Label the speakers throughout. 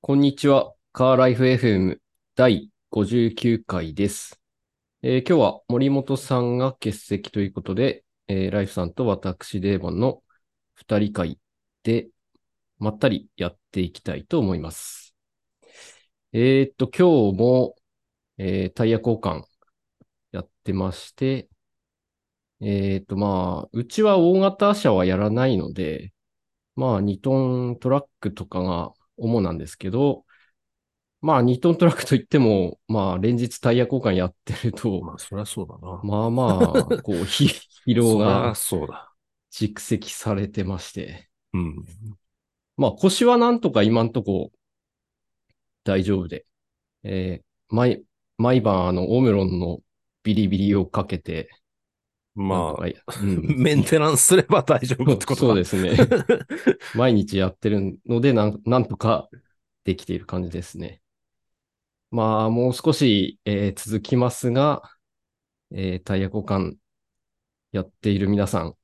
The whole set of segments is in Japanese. Speaker 1: こんにちは。カーライフ FM 第59回です。えー今日は森本さんが欠席ということで、えーライフさんと私、デーボンの二人会で、まったりやっていきたいと思います。えーっと、今日も、えータイヤ交換やってまして、えーっと、まあ、うちは大型車はやらないので、まあ、2トントラックとかが主なんですけど、まあ、2トントラックといっても、まあ、連日タイヤ交換やってると、
Speaker 2: まあ、そりゃそうだな。
Speaker 1: まあまあ、こう、ひ疲労が
Speaker 2: そりゃそうだ。
Speaker 1: 蓄積されてまして。
Speaker 2: うん。
Speaker 1: まあ、腰はなんとか今んとこ大丈夫で。えー毎、毎晩、あの、オムロンのビリビリをかけて、なん
Speaker 2: ま
Speaker 1: とか
Speaker 2: あ、
Speaker 1: や、うん。
Speaker 2: メンテナンスすれば大丈夫ってこと。
Speaker 1: そうですすね。毎日やってるのでなん、なんとかできている感じですね。まあ、もう少し、えー続きますが、えータイヤ交換やっている皆さん、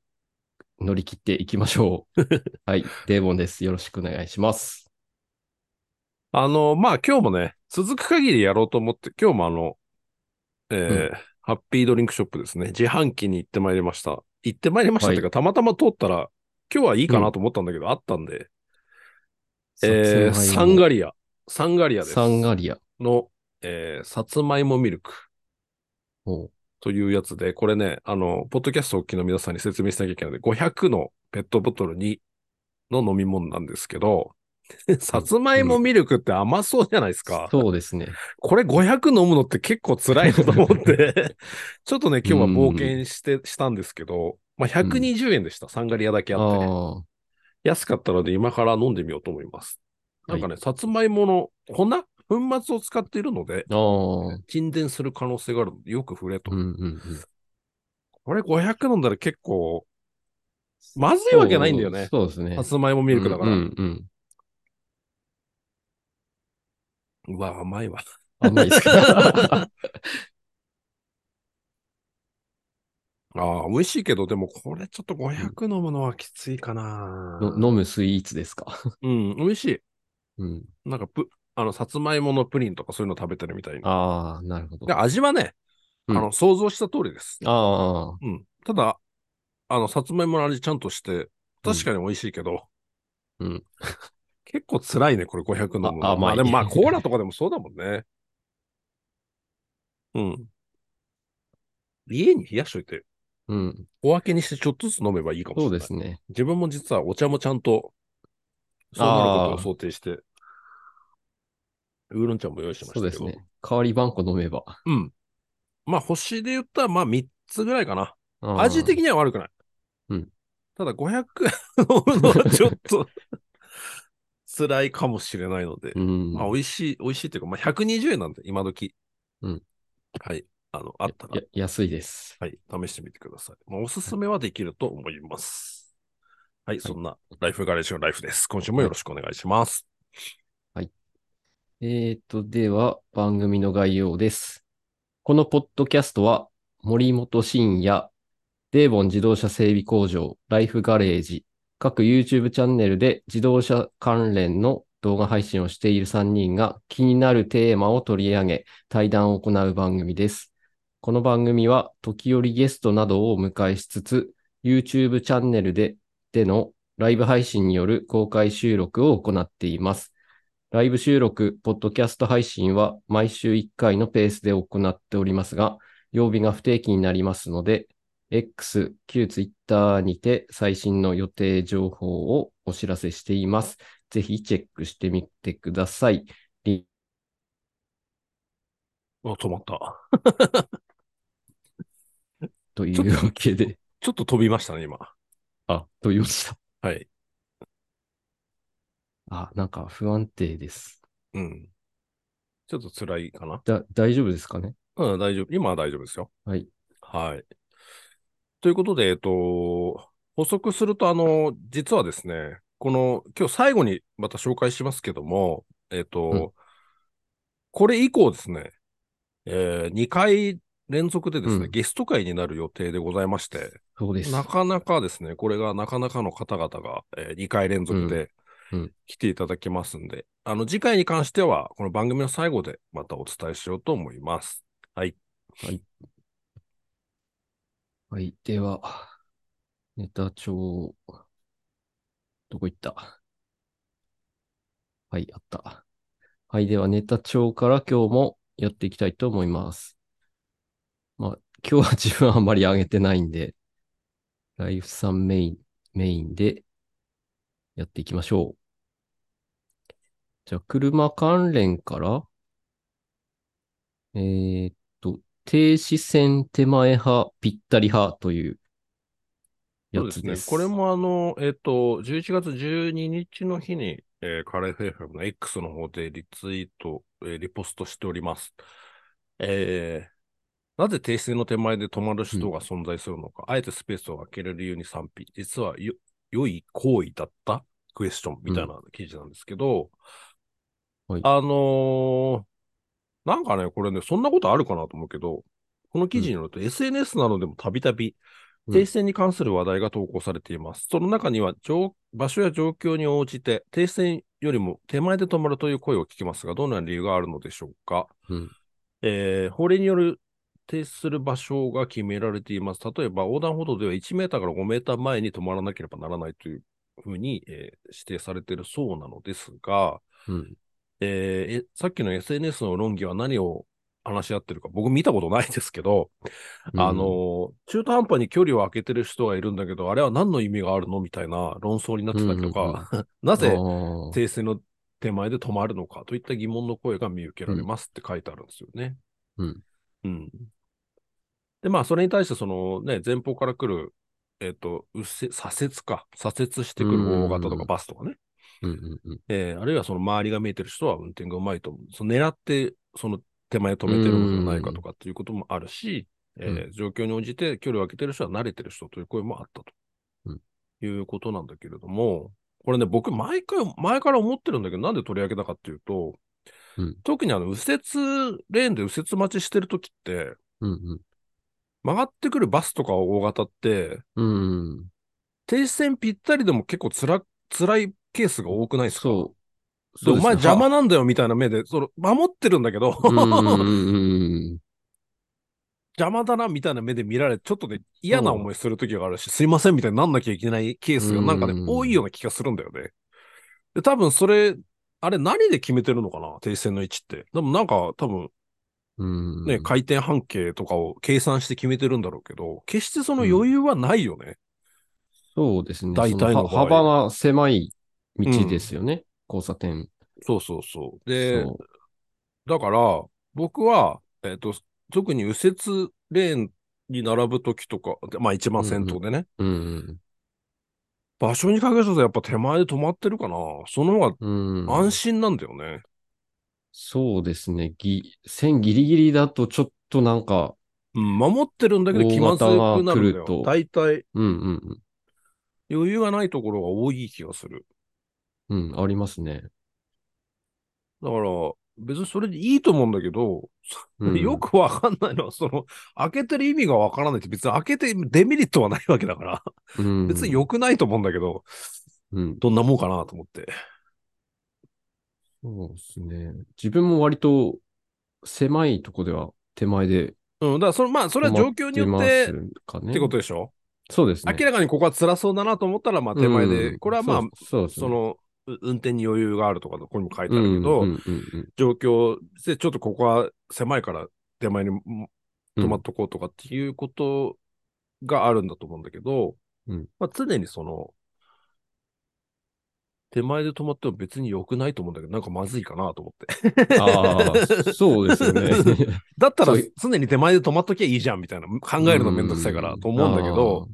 Speaker 1: 乗り切っていきましょ う。はい、デーボンです。よろしくお願いします。
Speaker 2: あの、まあ今日もね、続く限りやろうと思って、今日もあの、えーハッピードリンクショップですね。自販機に行ってまいりました。行ってまいりましたっていうか、たまたま通ったら、今日はいいかなと思ったんだけど、あったんで、えー
Speaker 1: さつま
Speaker 2: サ
Speaker 1: い
Speaker 2: ン
Speaker 1: も
Speaker 2: ガリア。サンガリアです。
Speaker 1: サンガリア。
Speaker 2: の、えーさつまいもミルク
Speaker 1: おう
Speaker 2: というやつで、これね、あの、ポッドキャストをお聞きの皆さんに説明しなきゃいけないので、500のペットボトルにの飲み物なんですけど、 さつまいもミルクって甘そうじゃないですか。
Speaker 1: そうですね。
Speaker 2: これ500飲むのって結構辛いなと思 って、ちょっとね、今日は冒険して、したんですけど、まあ、120円でした、サンガリアだけ
Speaker 1: あ
Speaker 2: あって、
Speaker 1: あー、
Speaker 2: 安かったので今から飲んでみようと思います。なんかね、さつまいもの粉粉末を使っているので、
Speaker 1: ああ、
Speaker 2: 沈殿する可能性があるので、よく触れと。
Speaker 1: うんうんうん。
Speaker 2: これ500飲んだら結構、まずいわけないんだよね。
Speaker 1: そうそうですね。
Speaker 2: さつまいもミルクだから。
Speaker 1: う
Speaker 2: うん
Speaker 1: うんうん
Speaker 2: わ、甘いわ。
Speaker 1: 甘いですか
Speaker 2: ああ、美味しいけど、でもこれちょっと500飲むのはきついかな。
Speaker 1: の飲むスイーツですか。
Speaker 2: うん、美味し
Speaker 1: うん。
Speaker 2: い。なんかプ、あの、さつまいものプリンとかそういうの食べてるみたいな。
Speaker 1: ああ、なるほど。
Speaker 2: で
Speaker 1: あ
Speaker 2: 味はね、
Speaker 1: うん
Speaker 2: あの、想像した通りです。
Speaker 1: あー、
Speaker 2: うん。ただ、あの、さつまいもの味ちゃんとして、確かに美味しいけど、
Speaker 1: うん。
Speaker 2: 結構辛いね、これ500飲むの。
Speaker 1: あ甘い
Speaker 2: まあでもまあ、コーラとかでもそうだもんね。うん。家に冷やしといて、
Speaker 1: うん。
Speaker 2: 小分けにしてちょっとずつ飲めばいいかもし
Speaker 1: そ
Speaker 2: れ
Speaker 1: う
Speaker 2: な
Speaker 1: で
Speaker 2: い。
Speaker 1: すね。
Speaker 2: 自分も実はお茶もちゃんと、そうなることを想定して、ウーロン茶も用意してまし
Speaker 1: そ
Speaker 2: た
Speaker 1: う
Speaker 2: け
Speaker 1: で
Speaker 2: ど。
Speaker 1: すね。代わり番個飲めば。
Speaker 2: うん。まあ、星で言ったら、まあ、3つぐらいかな。
Speaker 1: あー
Speaker 2: 味的には悪くない。
Speaker 1: うん。
Speaker 2: ただ、500飲むのはちょっと 辛いかもしれないので
Speaker 1: う、ん。
Speaker 2: まあ、美味しい、美味しいっていうか、まあ、120円なんで、今時。
Speaker 1: うん。
Speaker 2: はい。あの、あったら
Speaker 1: や、安いです。
Speaker 2: はい。試してみてください。まあ、おすすめはできると思います。はい。そんな、ライフガレージのライフです。今週もよろしくお願いします。
Speaker 1: えーと、では、番組の概要です。このポッドキャストは、森本慎也、デーボン自動車整備工場、ライフガレージ、各 YouTube チャンネルで自動車関連の動画配信をしている3人が気になるテーマを取り上げ、対談を行う番組です。この番組は、時折ゲストなどをお迎えしつつ、YouTube チャンネルで、でのライブ配信による公開収録を行っています。ライブ収録、ポッドキャスト配信は毎週1回のペースで行っておりますが、曜日が不定期になりますので、X、旧 Twitter にて最新の予定情報をお知らせしています。ぜひチェックしてみてください。
Speaker 2: あ、止まった。
Speaker 1: というわけで、
Speaker 2: ちょっと飛びましたね、今。
Speaker 1: あ、と言いました。
Speaker 2: はい。
Speaker 1: あ、なんか不安定です。
Speaker 2: うん。ちょっと辛いかな。
Speaker 1: だ、大丈夫ですかね
Speaker 2: うん、大丈夫。今は大丈夫ですよ。
Speaker 1: はい。
Speaker 2: はい。ということで、えっと、補足すると、あの、実はですね、この、今日最後にまた紹介しますけども、えっと、
Speaker 1: うん
Speaker 2: これ以降ですね、え2回連続でですね、
Speaker 1: うん
Speaker 2: ゲスト会になる予定でございまして、
Speaker 1: そうです。
Speaker 2: なかなかですね、これがなかなかの方々が、え2回連続で、
Speaker 1: うん
Speaker 2: 来ていただけますんで、あの、次回に関しては、この番組の最後でまたお伝えしようと思います。
Speaker 1: はい。では、ネタ帳、どこ行ったはい、あった。はい。では、ネタ帳から今日もやっていきたいと思います。まあ、今日は自分はあんまり上げてないんで、ライフさんメイン、メインでやっていきましょう。じゃあ、車関連から、えーっと、停止線手前派、ぴったり派というや
Speaker 2: そうで
Speaker 1: つ
Speaker 2: す
Speaker 1: で
Speaker 2: ね
Speaker 1: す。。
Speaker 2: これもあの、えっ、と、11月12日の日に、えーカレー FFM の X の方でリツイート、えーリポストしております。えーなぜ停止線の手前で止まる人が存在するのか、あえてスペースを空ける理由に賛否、実はよ良い行為だったクエスチョンみたいな記事なんですけど、
Speaker 1: はい
Speaker 2: あのーなんかね、これね、そんなことあるかなと思うけど、この記事によると、SNS などでもたびたび
Speaker 1: うん
Speaker 2: 停止線に関する話題が投稿されています。その中には状場所や状況に応じて停止線よりも手前で止まるという声を聞きますが、どんな理由があるのでしょうか、
Speaker 1: うん
Speaker 2: えー法令による停止する場所が決められています。例えば横断歩道では1メーターから5メーター前に止まらなければならないというふうに、えー指定されているそうなのですが、
Speaker 1: うん。
Speaker 2: えーえさっきの SNS の論議は何を話し合ってるか、僕見たことないですけど、
Speaker 1: うん
Speaker 2: あの、ー、中途半端に距離を空けてる人がいるんだけど、あれは何の意味があるのみたいな論争になってたりとか、 な
Speaker 1: あ
Speaker 2: ぜ
Speaker 1: ー
Speaker 2: 停戦の手前で止まるのかといった疑問の声が見受けられますって書いてあるんですよね。
Speaker 1: うん。
Speaker 2: うん。で、まあ、それに対して、そのね、前方から来る、えっ、と、右折左折か、左折してくる大型
Speaker 1: うんう
Speaker 2: と
Speaker 1: んう
Speaker 2: か
Speaker 1: ん
Speaker 2: バスとかね、
Speaker 1: うんうんうん。
Speaker 2: えーあるいはその周りが見えてる人は運転がうまいと思う。その狙って、その手前止めてるのではないかとかっていうこともあるし、えー状況に応じて距離を空けてる人は慣れてる人という声もあったと、
Speaker 1: うん
Speaker 2: いうことなんだけれども、これね、僕、毎回、前から思ってるんだけど、なんで取り上げたかっていうと、
Speaker 1: うん
Speaker 2: 特にあの、右折レーンで右折待ちしてるときって、
Speaker 1: うんうん。
Speaker 2: 曲がってくるバスとか大型って、
Speaker 1: うんうん。
Speaker 2: 停止線ぴったりでも結構つら、辛いケースが多くないですか
Speaker 1: そう。
Speaker 2: で
Speaker 1: そうですね
Speaker 2: お前邪魔
Speaker 1: は
Speaker 2: なんだよみたいな目で、その守ってるんだけど、
Speaker 1: うんうん
Speaker 2: 邪
Speaker 1: うん
Speaker 2: 魔だなみたいな目で見られ、ちょっとね、嫌な思いする時があるし、すいませんみたいになんなきゃいけないケースがなんかね
Speaker 1: う、ん
Speaker 2: 多いような気がするんだよね。で、多分それ、あれ何で決めてるのかな停止線の位置って。でもなんか多分
Speaker 1: うん。
Speaker 2: ね、回転半径とかを計算して決めてるんだろうけど、決してその余裕はないよね。
Speaker 1: そうですね。
Speaker 2: 大体の
Speaker 1: そ
Speaker 2: 場合
Speaker 1: 幅が狭い道ですよね。交差点。
Speaker 2: そうそうそう。で、
Speaker 1: そ
Speaker 2: だから、僕は、えっ、と、特に右折レーンに並ぶときとか、でまあ一番先頭でね、
Speaker 1: う。うん
Speaker 2: 場所にかけるとやっぱ手前で止まってるかな。その方
Speaker 1: うん。うん
Speaker 2: が安心なんだよね。
Speaker 1: そうですね。ぎ、線ギリギリだとちょっとなんか、
Speaker 2: うん、守ってるんだけど気まずくなるんだ
Speaker 1: 大型が来る
Speaker 2: よ
Speaker 1: と。
Speaker 2: 大体
Speaker 1: うんうん
Speaker 2: 余裕がないところが多い気がする。
Speaker 1: うん。うん、ありますね。
Speaker 2: だから、別にそれでいいと思うんだけど、
Speaker 1: うん
Speaker 2: よくわかんないのは、その、開けてる意味がわからないって別に開けてデメリットはないわけだから、
Speaker 1: うん
Speaker 2: 別に良くないと思うんだけど、
Speaker 1: うん。
Speaker 2: どんなもんかなと思って。
Speaker 1: そうですね。自分も割と狭いとこでは手前で
Speaker 2: うん、だからその、まあ、それは状況によっ
Speaker 1: 止
Speaker 2: て、
Speaker 1: まますかね。
Speaker 2: ってことでしょ、
Speaker 1: そうですね。
Speaker 2: 明らかにここは辛そうだなと思ったら、まあ、手前で、
Speaker 1: うん
Speaker 2: これはまあ、
Speaker 1: そうそうですね
Speaker 2: その、う運転に余裕があるとか、ここにも書いてあ
Speaker 1: うん
Speaker 2: るけど、
Speaker 1: うんうんうん
Speaker 2: 状況で、ちょっとここは狭いから手前にも止まっとこうとかっていうことがあるんだと思うんだけど、
Speaker 1: うん
Speaker 2: まあ、常にその、手前で止まっても別に良くないと思うんだけど、なんかまずいかなと思って。
Speaker 1: ああ、そうですよね。
Speaker 2: だったら
Speaker 1: そうい
Speaker 2: 常に手前で止まっときゃいいじゃんみたいな、考えるのめんどくさいからと思うんだけど、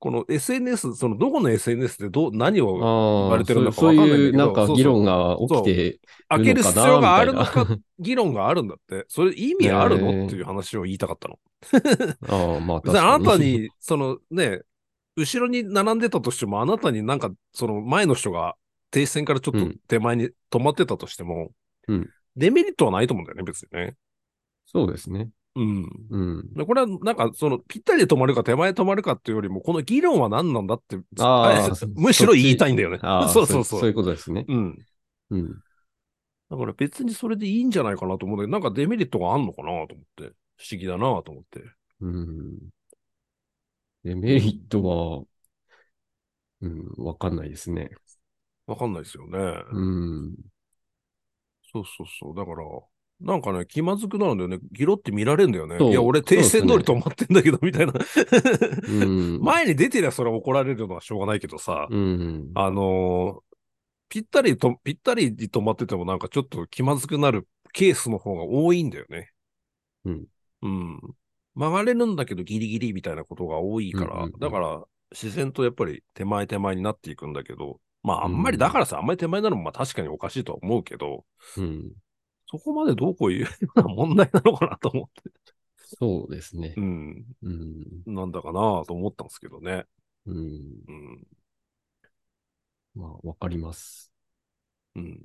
Speaker 2: この SNS、そのどこの SNS でどう何
Speaker 1: あ
Speaker 2: を
Speaker 1: ー
Speaker 2: 言われてるのか
Speaker 1: そうそういう
Speaker 2: わかんないんだけど
Speaker 1: なんか
Speaker 2: そうそう
Speaker 1: 議論が起きてる
Speaker 2: 開ける
Speaker 1: の
Speaker 2: 必
Speaker 1: かな
Speaker 2: 要があるの
Speaker 1: みたい
Speaker 2: か、議論があるんだって、それ意味ある
Speaker 1: へ
Speaker 2: の
Speaker 1: ー
Speaker 2: っていう話を言いたかったの。
Speaker 1: なああ、まあ
Speaker 2: 別
Speaker 1: 確か
Speaker 2: に
Speaker 1: に。
Speaker 2: あなたに、そのね、後ろに並んでたとしても、あなたになんか、その前の人が停止線からちょっ
Speaker 1: う
Speaker 2: と
Speaker 1: ん
Speaker 2: 手前に止まってたとしても、
Speaker 1: うん
Speaker 2: デメリットはないと思うんだよね、別にね。
Speaker 1: そうですね。
Speaker 2: うん。
Speaker 1: うん。
Speaker 2: でこれは、なんか、その、ぴったりで止まるか手前で止まるかっていうよりも、この議論は何なんだって、
Speaker 1: あー
Speaker 2: え
Speaker 1: そ
Speaker 2: むしろ言いたいんだよね
Speaker 1: ああ、。
Speaker 2: そうそうそう。
Speaker 1: そういうことですね。
Speaker 2: うん。
Speaker 1: うん。
Speaker 2: だから別にそれでいいんじゃないかなと思うんだけど、なんかデメリットがあんのかなと思って、不思議だなと思って。
Speaker 1: うん。デメリットは、うん、わかんないですね。
Speaker 2: わかんないですよね。
Speaker 1: うん。
Speaker 2: そうそうそう。だから、なんかね、気まずくなるんだよね。ギロって見られるんだよね。
Speaker 1: そう
Speaker 2: いや、俺、停止線通り止まってんだけど、みたいな。
Speaker 1: うん。
Speaker 2: 前に出てりゃそれは怒られるのはしょうがないけどさ、
Speaker 1: うん。
Speaker 2: あのーぴったりと、ぴったりに止まっててもなんかちょっと気まずくなるケースの方が多いんだよね。
Speaker 1: うん。
Speaker 2: うん。曲がれるんだけどギリギリみたいなことが多いか
Speaker 1: う
Speaker 2: ら、
Speaker 1: んうんうん
Speaker 2: だから自然とやっぱり手前手前になっていくんだけど、まああんまりだからさ、あんまり手前なのもまあ確かにおかしいとは思うけど、
Speaker 1: うん。
Speaker 2: そこまでどうこういうような問題なのかなと思って。
Speaker 1: そうですね
Speaker 2: う。ん。
Speaker 1: うん。
Speaker 2: なんだかなと思ったんですけどね。
Speaker 1: うん。
Speaker 2: うん。
Speaker 1: まあ、わかります。
Speaker 2: うん。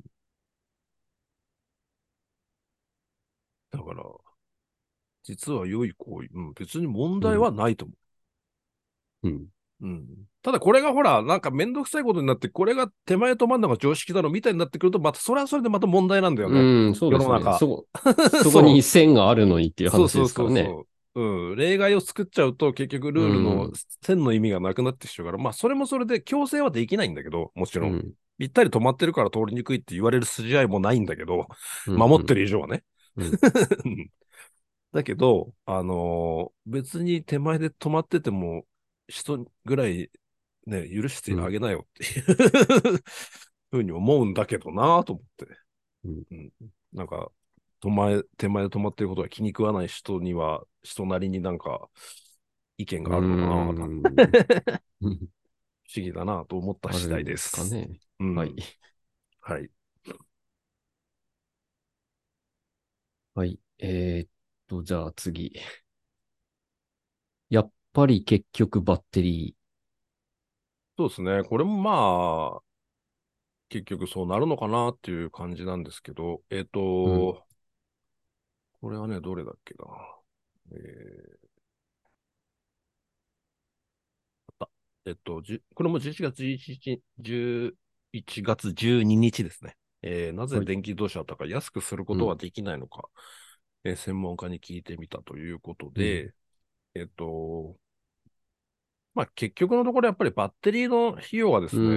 Speaker 2: だから、実は良い行為、うん、別に問題はないと思
Speaker 1: うん。
Speaker 2: う。うん。ただこれがほら、なんかめんどくさいことになって、これが手前止まんのが常識だろみたいになってくると、またそれはそれでまた問題なんだよね。
Speaker 1: うん、そうです
Speaker 2: 世の
Speaker 1: ね。
Speaker 2: 中
Speaker 1: そ
Speaker 2: そう
Speaker 1: そこに線があるのにっていう
Speaker 2: そう
Speaker 1: 話
Speaker 2: そ
Speaker 1: で
Speaker 2: う
Speaker 1: すか
Speaker 2: そ
Speaker 1: ら
Speaker 2: う
Speaker 1: ね。
Speaker 2: そう。うん、例外を作っちゃうと結局ルール
Speaker 1: う
Speaker 2: の
Speaker 1: ん
Speaker 2: 線の意味がなくなってしまうから、まあそれもそれで強制はできないんだけど、もちろん。
Speaker 1: う
Speaker 2: ぴったり止まってるから通りにくいって言われる筋合いもないんだけど、
Speaker 1: ん
Speaker 2: 守って
Speaker 1: る。
Speaker 2: る以上はね。
Speaker 1: うん
Speaker 2: うん だけど、あのー別に手前で止まってても、人ぐらいね、許してあげなよっていう、 ふうに思うんだけどなと思って。
Speaker 1: うん
Speaker 2: なんか、手前、手前で止まってることが気に食わない人には、人なりになんか、意見があるのかな
Speaker 1: う
Speaker 2: と不思
Speaker 1: ん うん
Speaker 2: 議だなと思った次第です。
Speaker 1: あるんですかね。
Speaker 2: うん
Speaker 1: はい。
Speaker 2: はい。
Speaker 1: はい。えーっと、じゃあ次。やっぱり結局バッテリ
Speaker 2: そうですね。これもまあ、結局そうなるのかなっていう感じなんですけど、えっ、と、これはね、どれだっけな。えーあえっと、じゅこれも11月11日、11月12日ですね。えーなぜ
Speaker 1: はい
Speaker 2: 電気自動車とか安くすることはできないのか、えー専門家に聞いてみたということで、えっと、まあ結局のところやっぱりバッテリーの費用はです
Speaker 1: ー。う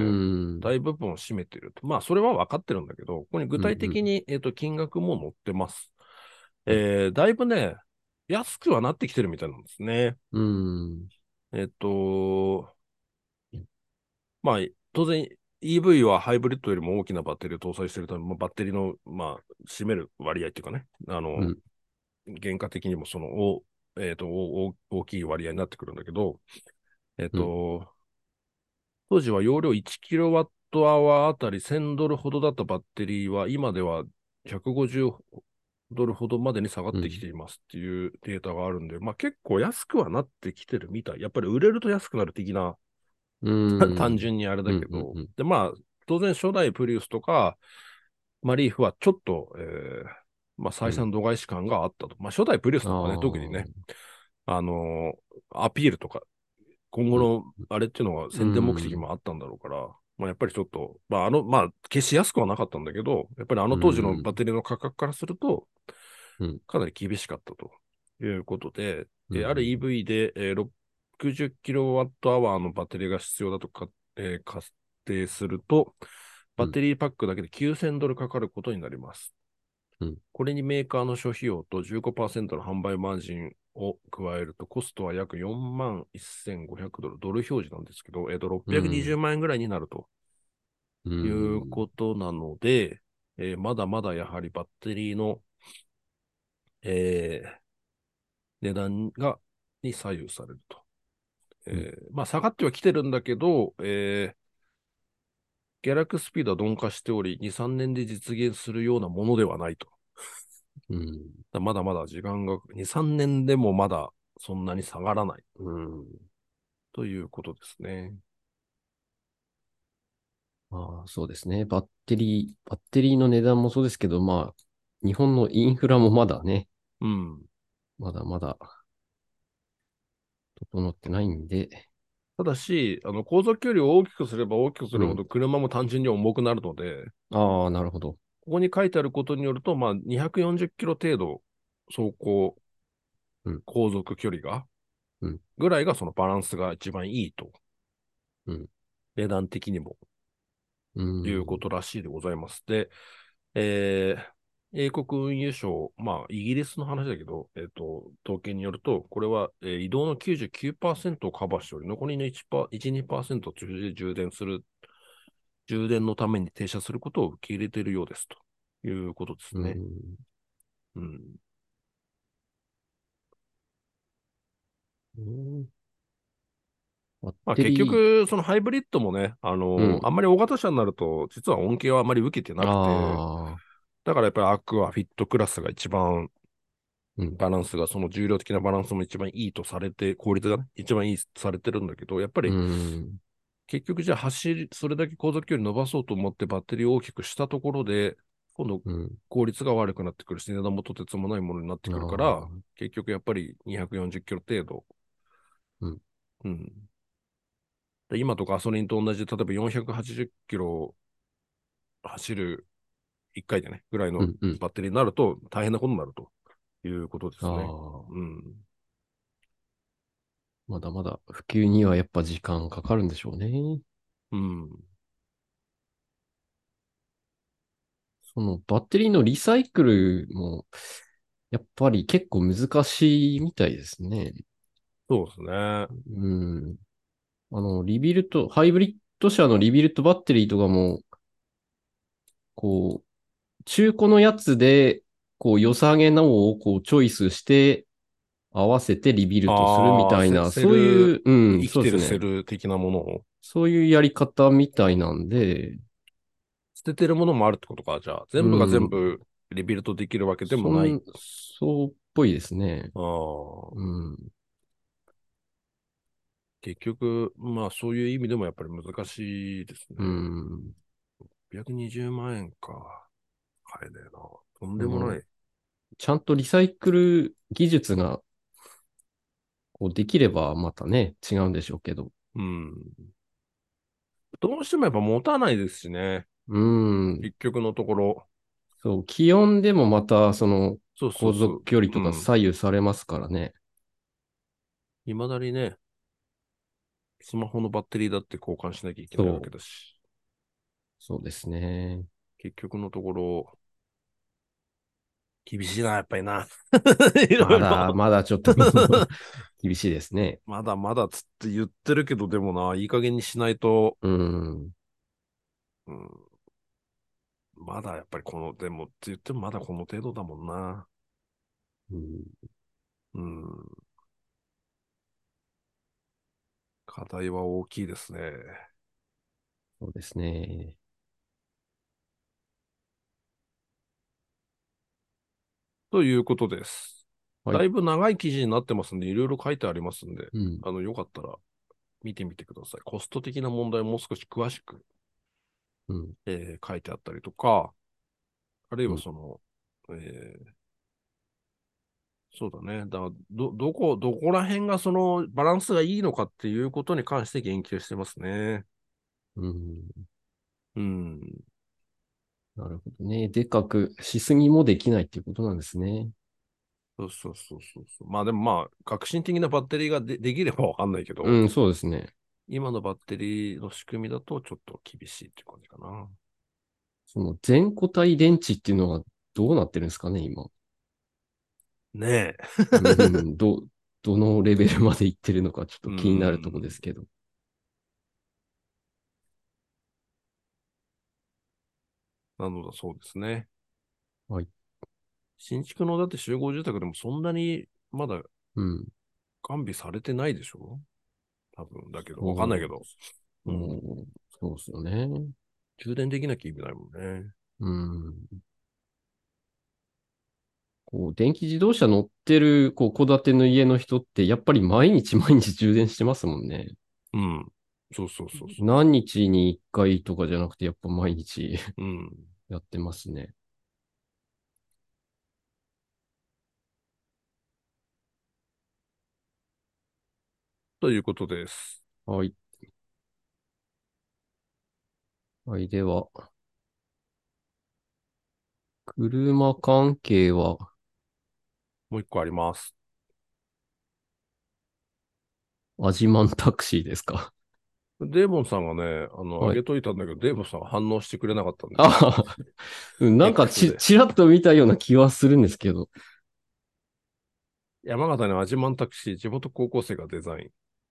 Speaker 2: ね、
Speaker 1: ん。
Speaker 2: 大部分を占めてると。まあ、それは分かってるんだけど、ここに具体的に、えっと金額も載ってます。えー、だいぶね、安くはなってきてるみたいなんですね。
Speaker 1: うん。
Speaker 2: えっと、まあ、当然 EV はハイブリッドよりも大きなバッテリーを搭載しているため、まあバッテリーの、まあ、占める割合っていうかね、あの、
Speaker 1: うん
Speaker 2: 原価的にもその、おえっとおお大きい割合になってくるんだけど、えっと、当時は容量1キロワットアワーあたり1000ドルほどだったバッテリーは、今では150ドルほどまでに下がってきていますっていうデータがあるんで、まあ結構安くはなってきてるみたい。やっぱり売れると安くなる的な、
Speaker 1: うん
Speaker 2: 単純にあれだけど、
Speaker 1: うんうんうん
Speaker 2: で、まあ当然初代プリウスとか、マリーフはちょっと、えーまあ採算度外視感があったと。まあ初代プリウスとか
Speaker 1: あ
Speaker 2: ね
Speaker 1: ー、
Speaker 2: 特にね、あのーアピールとか、今後のあれっていうのは宣伝目的もあったんだろうから、まあ、やっぱりちょっと、まあ、あの、まあ、決して安くはなかったんだけど、やっぱりあの当時のバッテリーの価格からすると
Speaker 1: うん、
Speaker 2: かなり厳しかったということで、
Speaker 1: うん
Speaker 2: えーある EV で、えー、60キロワットアワーのバッテリーが必要だとか、えー、仮定すると、バッテリーパックだけで9000ドルかかることになります。
Speaker 1: うん
Speaker 2: これにメーカーの諸費用と15%の販売マージンを加えると、コストは約4万1500ドル、ドル表示なんですけど、えっと、620万円ぐらいになると
Speaker 1: う
Speaker 2: い
Speaker 1: ん
Speaker 2: うことなので、えーまだまだやはりバッテリーの、えー値段が、に左右されると。えーまあ、下がってはきてるんだけど、えー下落スピードは鈍化しており、2、3年で実現するようなものではないと。
Speaker 1: うん。
Speaker 2: だまだまだ時間が、2、3年でもまだそんなに下がらない。
Speaker 1: うん。
Speaker 2: ということですね。
Speaker 1: まあ、そうですね。バッテリー、バッテリーの値段もそうですけど、まあ、日本のインフラもまだね、
Speaker 2: うん。
Speaker 1: まだまだ、整ってないんで、
Speaker 2: ただし、あの、航続距離を大きくすれば大きくするほど車も単純に重くなるので、
Speaker 1: ああ、なるほど。
Speaker 2: ここに書いてあることによると、まあ、240キロ程度走行
Speaker 1: うん、
Speaker 2: 航続距離が、
Speaker 1: うん
Speaker 2: ぐらいがそのバランスが一番いいと。
Speaker 1: うん
Speaker 2: 値段的にも
Speaker 1: うん。
Speaker 2: いうことらしいでございます。で、えー英国運輸省、まあ、イギリスの話だけど、えっ、と、統計によると、これは、えー移動の99%をカバーしており、残りの1パー、1、2%を充充電する、充電のために停車することを受け入れているようです、ということですね。
Speaker 1: うん
Speaker 2: うん。ま
Speaker 1: バ
Speaker 2: あ、
Speaker 1: ッテリ
Speaker 2: 結
Speaker 1: ー、
Speaker 2: 局、そのハイブリッドもね、あのー
Speaker 1: うん
Speaker 2: あんまり大型車になると、実は恩恵はあまり受けてなくて、
Speaker 1: ああ、
Speaker 2: だからやっぱりアクア、フィットクラスが一番、
Speaker 1: うん
Speaker 2: バランスが、その重量的なバランスも一番いいとされて、効率が、ね、一番いいとされてるんだけど、やっぱ
Speaker 1: う
Speaker 2: り
Speaker 1: ん。
Speaker 2: 結局じゃあ走り、それだけ航続距離伸ばそうと思ってバッテリーを大きくしたところで、今度
Speaker 1: うん。
Speaker 2: 効率が悪くなってくるし、値段もとてつもないものになってくるか
Speaker 1: あ
Speaker 2: ら
Speaker 1: ー、
Speaker 2: 結局やっぱり240キロ程度。
Speaker 1: うん。
Speaker 2: うん。で今とガソリンと同じ、例えば480キロ走る1回でね、ぐらいの
Speaker 1: うんうん。
Speaker 2: バッテリーになると大変なことになるということです
Speaker 1: あ
Speaker 2: ね。
Speaker 1: あ、
Speaker 2: うん。
Speaker 1: まだまだ普及にはやっぱ時間かかるんでしょうね。
Speaker 2: うん。
Speaker 1: そのバッテリーのリサイクルも、やっぱり結構難しいみたいですね。
Speaker 2: そうですね。
Speaker 1: うん。あの、リビルト、ハイブリッド車のリビルトバッテリーとかも、こう、中古のやつで、こう、良さげなのをこうチョイスして、合わせてリビルトするみたい
Speaker 2: あ
Speaker 1: な、
Speaker 2: ーセ
Speaker 1: そういう、うん、
Speaker 2: 生
Speaker 1: そ
Speaker 2: き
Speaker 1: う
Speaker 2: て
Speaker 1: で
Speaker 2: る
Speaker 1: す
Speaker 2: セ
Speaker 1: ね。
Speaker 2: ル的なものを
Speaker 1: そういうやり方みたいなんで、
Speaker 2: 捨ててるものもあるってことか。じゃあ、全部が全部リビルトできるわけでもない。
Speaker 1: そんそうっぽいですね。
Speaker 2: ああ。
Speaker 1: うん。
Speaker 2: 結局、まあそういう意味でもやっぱり難しいですね。
Speaker 1: うん。
Speaker 2: 120万円か。買えねえな。とんでもない。
Speaker 1: ちゃんとリサイクル技術が、こうできればまたね、違うんでしょうけど。
Speaker 2: うん。どうしてもやっぱ持たないですしね。
Speaker 1: うん。
Speaker 2: 結局のところ。
Speaker 1: そう、気温でもまた、その、
Speaker 2: そうそ
Speaker 1: 航
Speaker 2: うそう
Speaker 1: 続。距離と
Speaker 2: うん
Speaker 1: か左右されますからね。
Speaker 2: いまだにね、スマホのバッテリーだって交換しなきゃいけないわけだし。
Speaker 1: そうですね。
Speaker 2: 結局のところ、厳しいな、やっぱりな。 いろいろ
Speaker 1: ま だ、まだちょっと 厳しいですね。
Speaker 2: まだまだつって言ってるけど、でもな、いい加減にしないと、
Speaker 1: うん。
Speaker 2: うんまだやっぱりこの、でもって言ってもまだこの程度だもんな。
Speaker 1: うん
Speaker 2: うん。課題は大きいですね。
Speaker 1: そうですね。
Speaker 2: ということです。
Speaker 1: はい
Speaker 2: だいぶ長い記事になってますんで、いろいろ書いてありますんで、
Speaker 1: うん。
Speaker 2: あの、よかったら見てみてください。コスト的な問題をもう少し詳しく、
Speaker 1: うん。
Speaker 2: えー書いてあったりとか、あるいうは
Speaker 1: ん
Speaker 2: その、えーそうだね。だからど、どこ、どこら辺がそのバランスがいいのかっていうことに関して言及してますね。
Speaker 1: うん。
Speaker 2: うん。
Speaker 1: なるほどね。でかくしすぎもできないっていうことなんですね。
Speaker 2: そうそうそうそうそう。まあでもまあ、革新的なバッテリーがでできればわかんないけど、
Speaker 1: うん、そうですね。
Speaker 2: 今のバッテリーの仕組みだとちょっと厳しいっていう感じかな。
Speaker 1: その全固体電池っていうのはどうなってるんですかね、 今。
Speaker 2: ねえ。
Speaker 1: うんど、どのレベルまでいってるのかちょっと気になるとこですけど。
Speaker 2: なのだそうですね。
Speaker 1: はい。
Speaker 2: 新築のだって集合住宅でもそんなにまだ
Speaker 1: うん。
Speaker 2: 完備されてないでしょ多分だけど、
Speaker 1: そう
Speaker 2: わかんないけど。うん。
Speaker 1: もうそうですよね。
Speaker 2: 充電できなきゃ意味ないもんね。
Speaker 1: うん。こう、電気自動車乗ってる、こう、戸建ての家の人って、やっぱり毎日毎日充電してますもんね。
Speaker 2: うん。そうそうそうそ
Speaker 1: 何日に一回とかじゃなくて、やっぱ毎日
Speaker 2: う。うん。
Speaker 1: やってますね。
Speaker 2: ということです。
Speaker 1: はい。はい、では。車関係は、
Speaker 2: もう一個あります。
Speaker 1: アジマンタクシーですか。
Speaker 2: デーモンさんがね、あの、
Speaker 1: はい
Speaker 2: あげといたんだけど、デーモンさんが反応してくれなかったんで。
Speaker 1: ああ、うんなんか
Speaker 2: X
Speaker 1: ち、
Speaker 2: で
Speaker 1: ちらっと見たような気はするんですけど。
Speaker 2: 山形のアジマンタクシー、地元高校生がデザイン。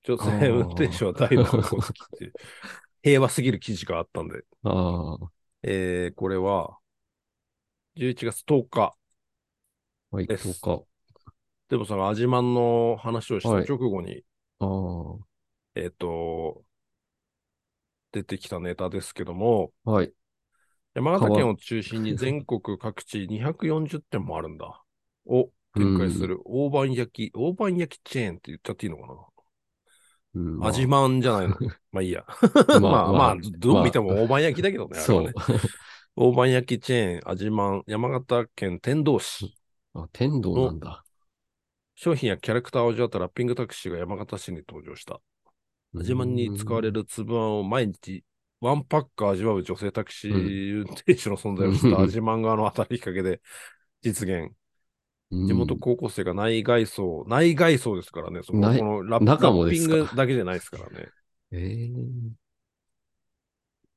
Speaker 2: 女
Speaker 1: あ
Speaker 2: 性
Speaker 1: ー
Speaker 2: 運転手は大の高校生っていう、平和すぎる記事があったんで。
Speaker 1: ああ、
Speaker 2: えー、これは、11月10日、
Speaker 1: はい、
Speaker 2: で
Speaker 1: と
Speaker 2: す
Speaker 1: か。
Speaker 2: デーモンさんがアジマンの話をした
Speaker 1: はい
Speaker 2: 直後に、
Speaker 1: ああ、
Speaker 2: えっ、と、出てきたネタですけども、
Speaker 1: はい。
Speaker 2: 山形県を中心に全国各地240店もあるんだ。を展開する大判焼き、大判焼きチェーンって言っちゃっていいのか
Speaker 1: うん
Speaker 2: な味まんじゃ ないの。まあいいや。ま
Speaker 1: ま
Speaker 2: あ
Speaker 1: あ
Speaker 2: まあ、
Speaker 1: まあ
Speaker 2: どう見ても大判焼きだけどね。あれ
Speaker 1: そ
Speaker 2: は
Speaker 1: う
Speaker 2: ね。大判焼きチェーン、味まん、山形県天童市。
Speaker 1: あ、天童なんだ。
Speaker 2: 商品やキャラクターを味わったラッピングタクシーが山形市に登場した。味まんに使われる粒あんを毎日、ワンパック味わう女性タクシー運転手の存在を 知った味まん側の当たりかけで実現。
Speaker 1: うん、
Speaker 2: 地元高校生が内外装、内外装ですからね、そこ
Speaker 1: ない
Speaker 2: このラッ
Speaker 1: 中もで
Speaker 2: ラッピン
Speaker 1: すか
Speaker 2: グだけじゃないですからね。
Speaker 1: うん。え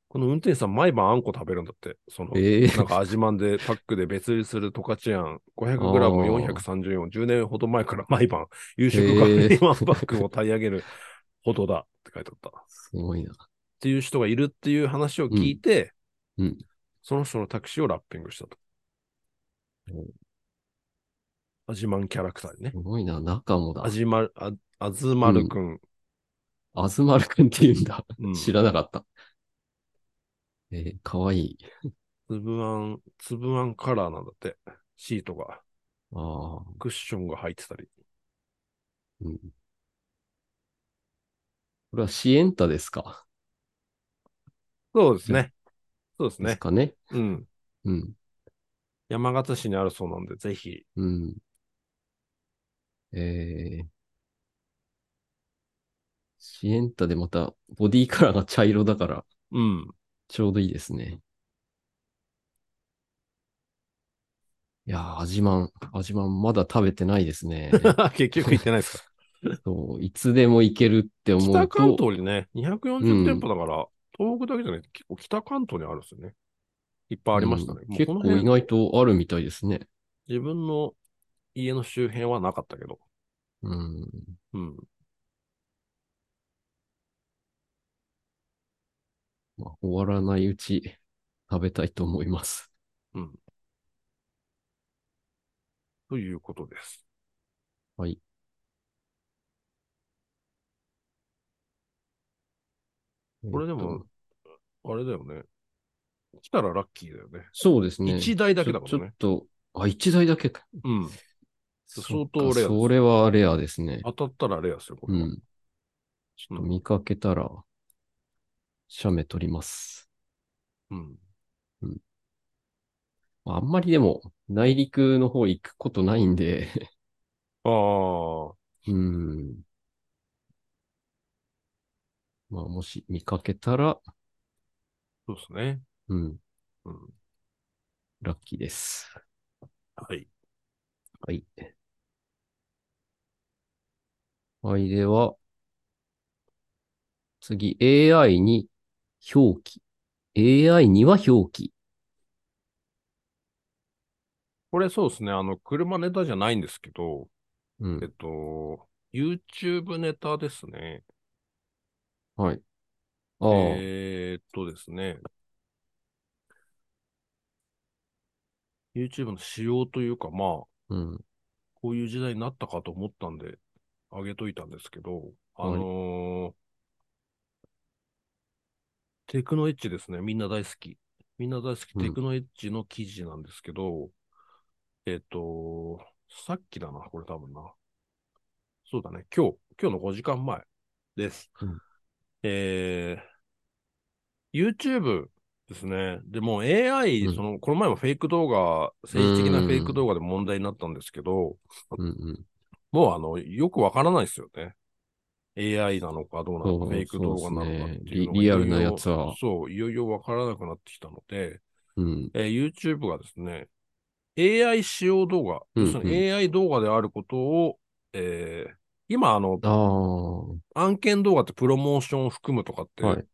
Speaker 2: この運転手さん、毎晩あんこ食べるんだって、その
Speaker 1: え、ええ
Speaker 2: なんか味まんでパックで別売りする十勝あん、
Speaker 1: あー
Speaker 2: 500g434、10年ほど前から毎晩、夕食 代わりにワンパックを買い上げるほどだって書いてあった。っ
Speaker 1: すごいな。
Speaker 2: ていう人がいるっていう話を聞いて、
Speaker 1: うんうん
Speaker 2: その人のタクシーをラッピングしたと
Speaker 1: お。
Speaker 2: 味まんキャラクターにね
Speaker 1: す。ごいな。中もだ。
Speaker 2: 味まる、ああずまるくん
Speaker 1: あずまるくんって言うんだ。
Speaker 2: うん
Speaker 1: 知らなかった。えー、かわいい。
Speaker 2: 粒あん、粒あんカラーなんだって。シートが、
Speaker 1: ああ、
Speaker 2: クッションが入ってたり。
Speaker 1: これはシエンタですか。
Speaker 2: そうですね。そうです
Speaker 1: です
Speaker 2: ね。
Speaker 1: かね。
Speaker 2: うん。
Speaker 1: うん。
Speaker 2: 山形市にあるそうなんで、ぜひ。
Speaker 1: うん。えー、シエンタでまた、ボディカラーが茶色だから、
Speaker 2: うん。
Speaker 1: ちょうどいいですね。いやー、味まん、味まん、まだ食べてないです ね。
Speaker 2: 結局行ってないですか。
Speaker 1: そういつでも行けるって 思
Speaker 2: 北
Speaker 1: う
Speaker 2: 関
Speaker 1: と、
Speaker 2: 東にね、
Speaker 1: う
Speaker 2: 240
Speaker 1: ん
Speaker 2: 店舗だから、東北だけじゃない、結構北関東にあるんですよね。いっぱいありましたね。
Speaker 1: うん
Speaker 2: もう
Speaker 1: 結
Speaker 2: この
Speaker 1: 構
Speaker 2: 辺
Speaker 1: 意外とあるみたいですね。
Speaker 2: 自分の家の周辺はなかったけど。
Speaker 1: うん。
Speaker 2: うん。
Speaker 1: まあ、終わらないうち食べたいと思います。
Speaker 2: ということです。
Speaker 1: はい。
Speaker 2: これで
Speaker 1: えっ
Speaker 2: も
Speaker 1: と、
Speaker 2: あれだよね。来たらラッキーだよね。
Speaker 1: そうですね。
Speaker 2: 一台だけだから
Speaker 1: ちょ
Speaker 2: ね
Speaker 1: っ。と、あ、一台だけか。
Speaker 2: うん。
Speaker 1: そっか
Speaker 2: 相当レアです
Speaker 1: それはレアですね。
Speaker 2: 当たったらレアですよ、こ
Speaker 1: う
Speaker 2: れは。
Speaker 1: ん。ちょっと
Speaker 2: うん
Speaker 1: 見かけたら、写メ撮ります。
Speaker 2: うん。
Speaker 1: まああんまりでも、内陸の方行くことないんで、
Speaker 2: ああ、
Speaker 1: うん。まあ、もし見かけたら、
Speaker 2: そうですね。
Speaker 1: うん、
Speaker 2: うん。
Speaker 1: ラッキーです。
Speaker 2: はい。
Speaker 1: はい。はい、では、次、AI に表記。AI には表記。
Speaker 2: これそうですね。あの、車ネタじゃないんですけど、
Speaker 1: う
Speaker 2: えっ
Speaker 1: ん。
Speaker 2: と、YouTube ネタですね。
Speaker 1: はい。ああ、
Speaker 2: えーっとですね。YouTube の仕様というか、まあ、
Speaker 1: うん。
Speaker 2: こういう時代になったかと思ったんで、あげといたんですけど、あ
Speaker 1: はい
Speaker 2: のーテクノエッジですね。みんな大好き。みんな大好き、
Speaker 1: うん
Speaker 2: テクノエッジの記事なんですけど、えっ、と、さっきだな、これ多分な。そうだね、今日、今日の5時間前です。
Speaker 1: うん
Speaker 2: えー、YouTube ですね。でもう AI、
Speaker 1: うん
Speaker 2: その、この前もフェイク動画、政治的な
Speaker 1: うん
Speaker 2: フェイク動画で問題になったんですけど、
Speaker 1: うんうん。
Speaker 2: もうあの、よくわからないですよね。 AI なのかどうなの
Speaker 1: そ
Speaker 2: か、
Speaker 1: う
Speaker 2: フェイク動画なのかっていう
Speaker 1: そ
Speaker 2: のが
Speaker 1: うですねリリアルない
Speaker 2: ろいろ
Speaker 1: やつは
Speaker 2: そう、いよいよわからなくなってきたので、
Speaker 1: うん。
Speaker 2: えー YouTube がですね、AI 使用動画、
Speaker 1: うんうん
Speaker 2: 要するに AI 動画であることを、えー今、あの、
Speaker 1: ああ、は
Speaker 2: 案件動画ってプロモーションを含むとかって
Speaker 1: い。はい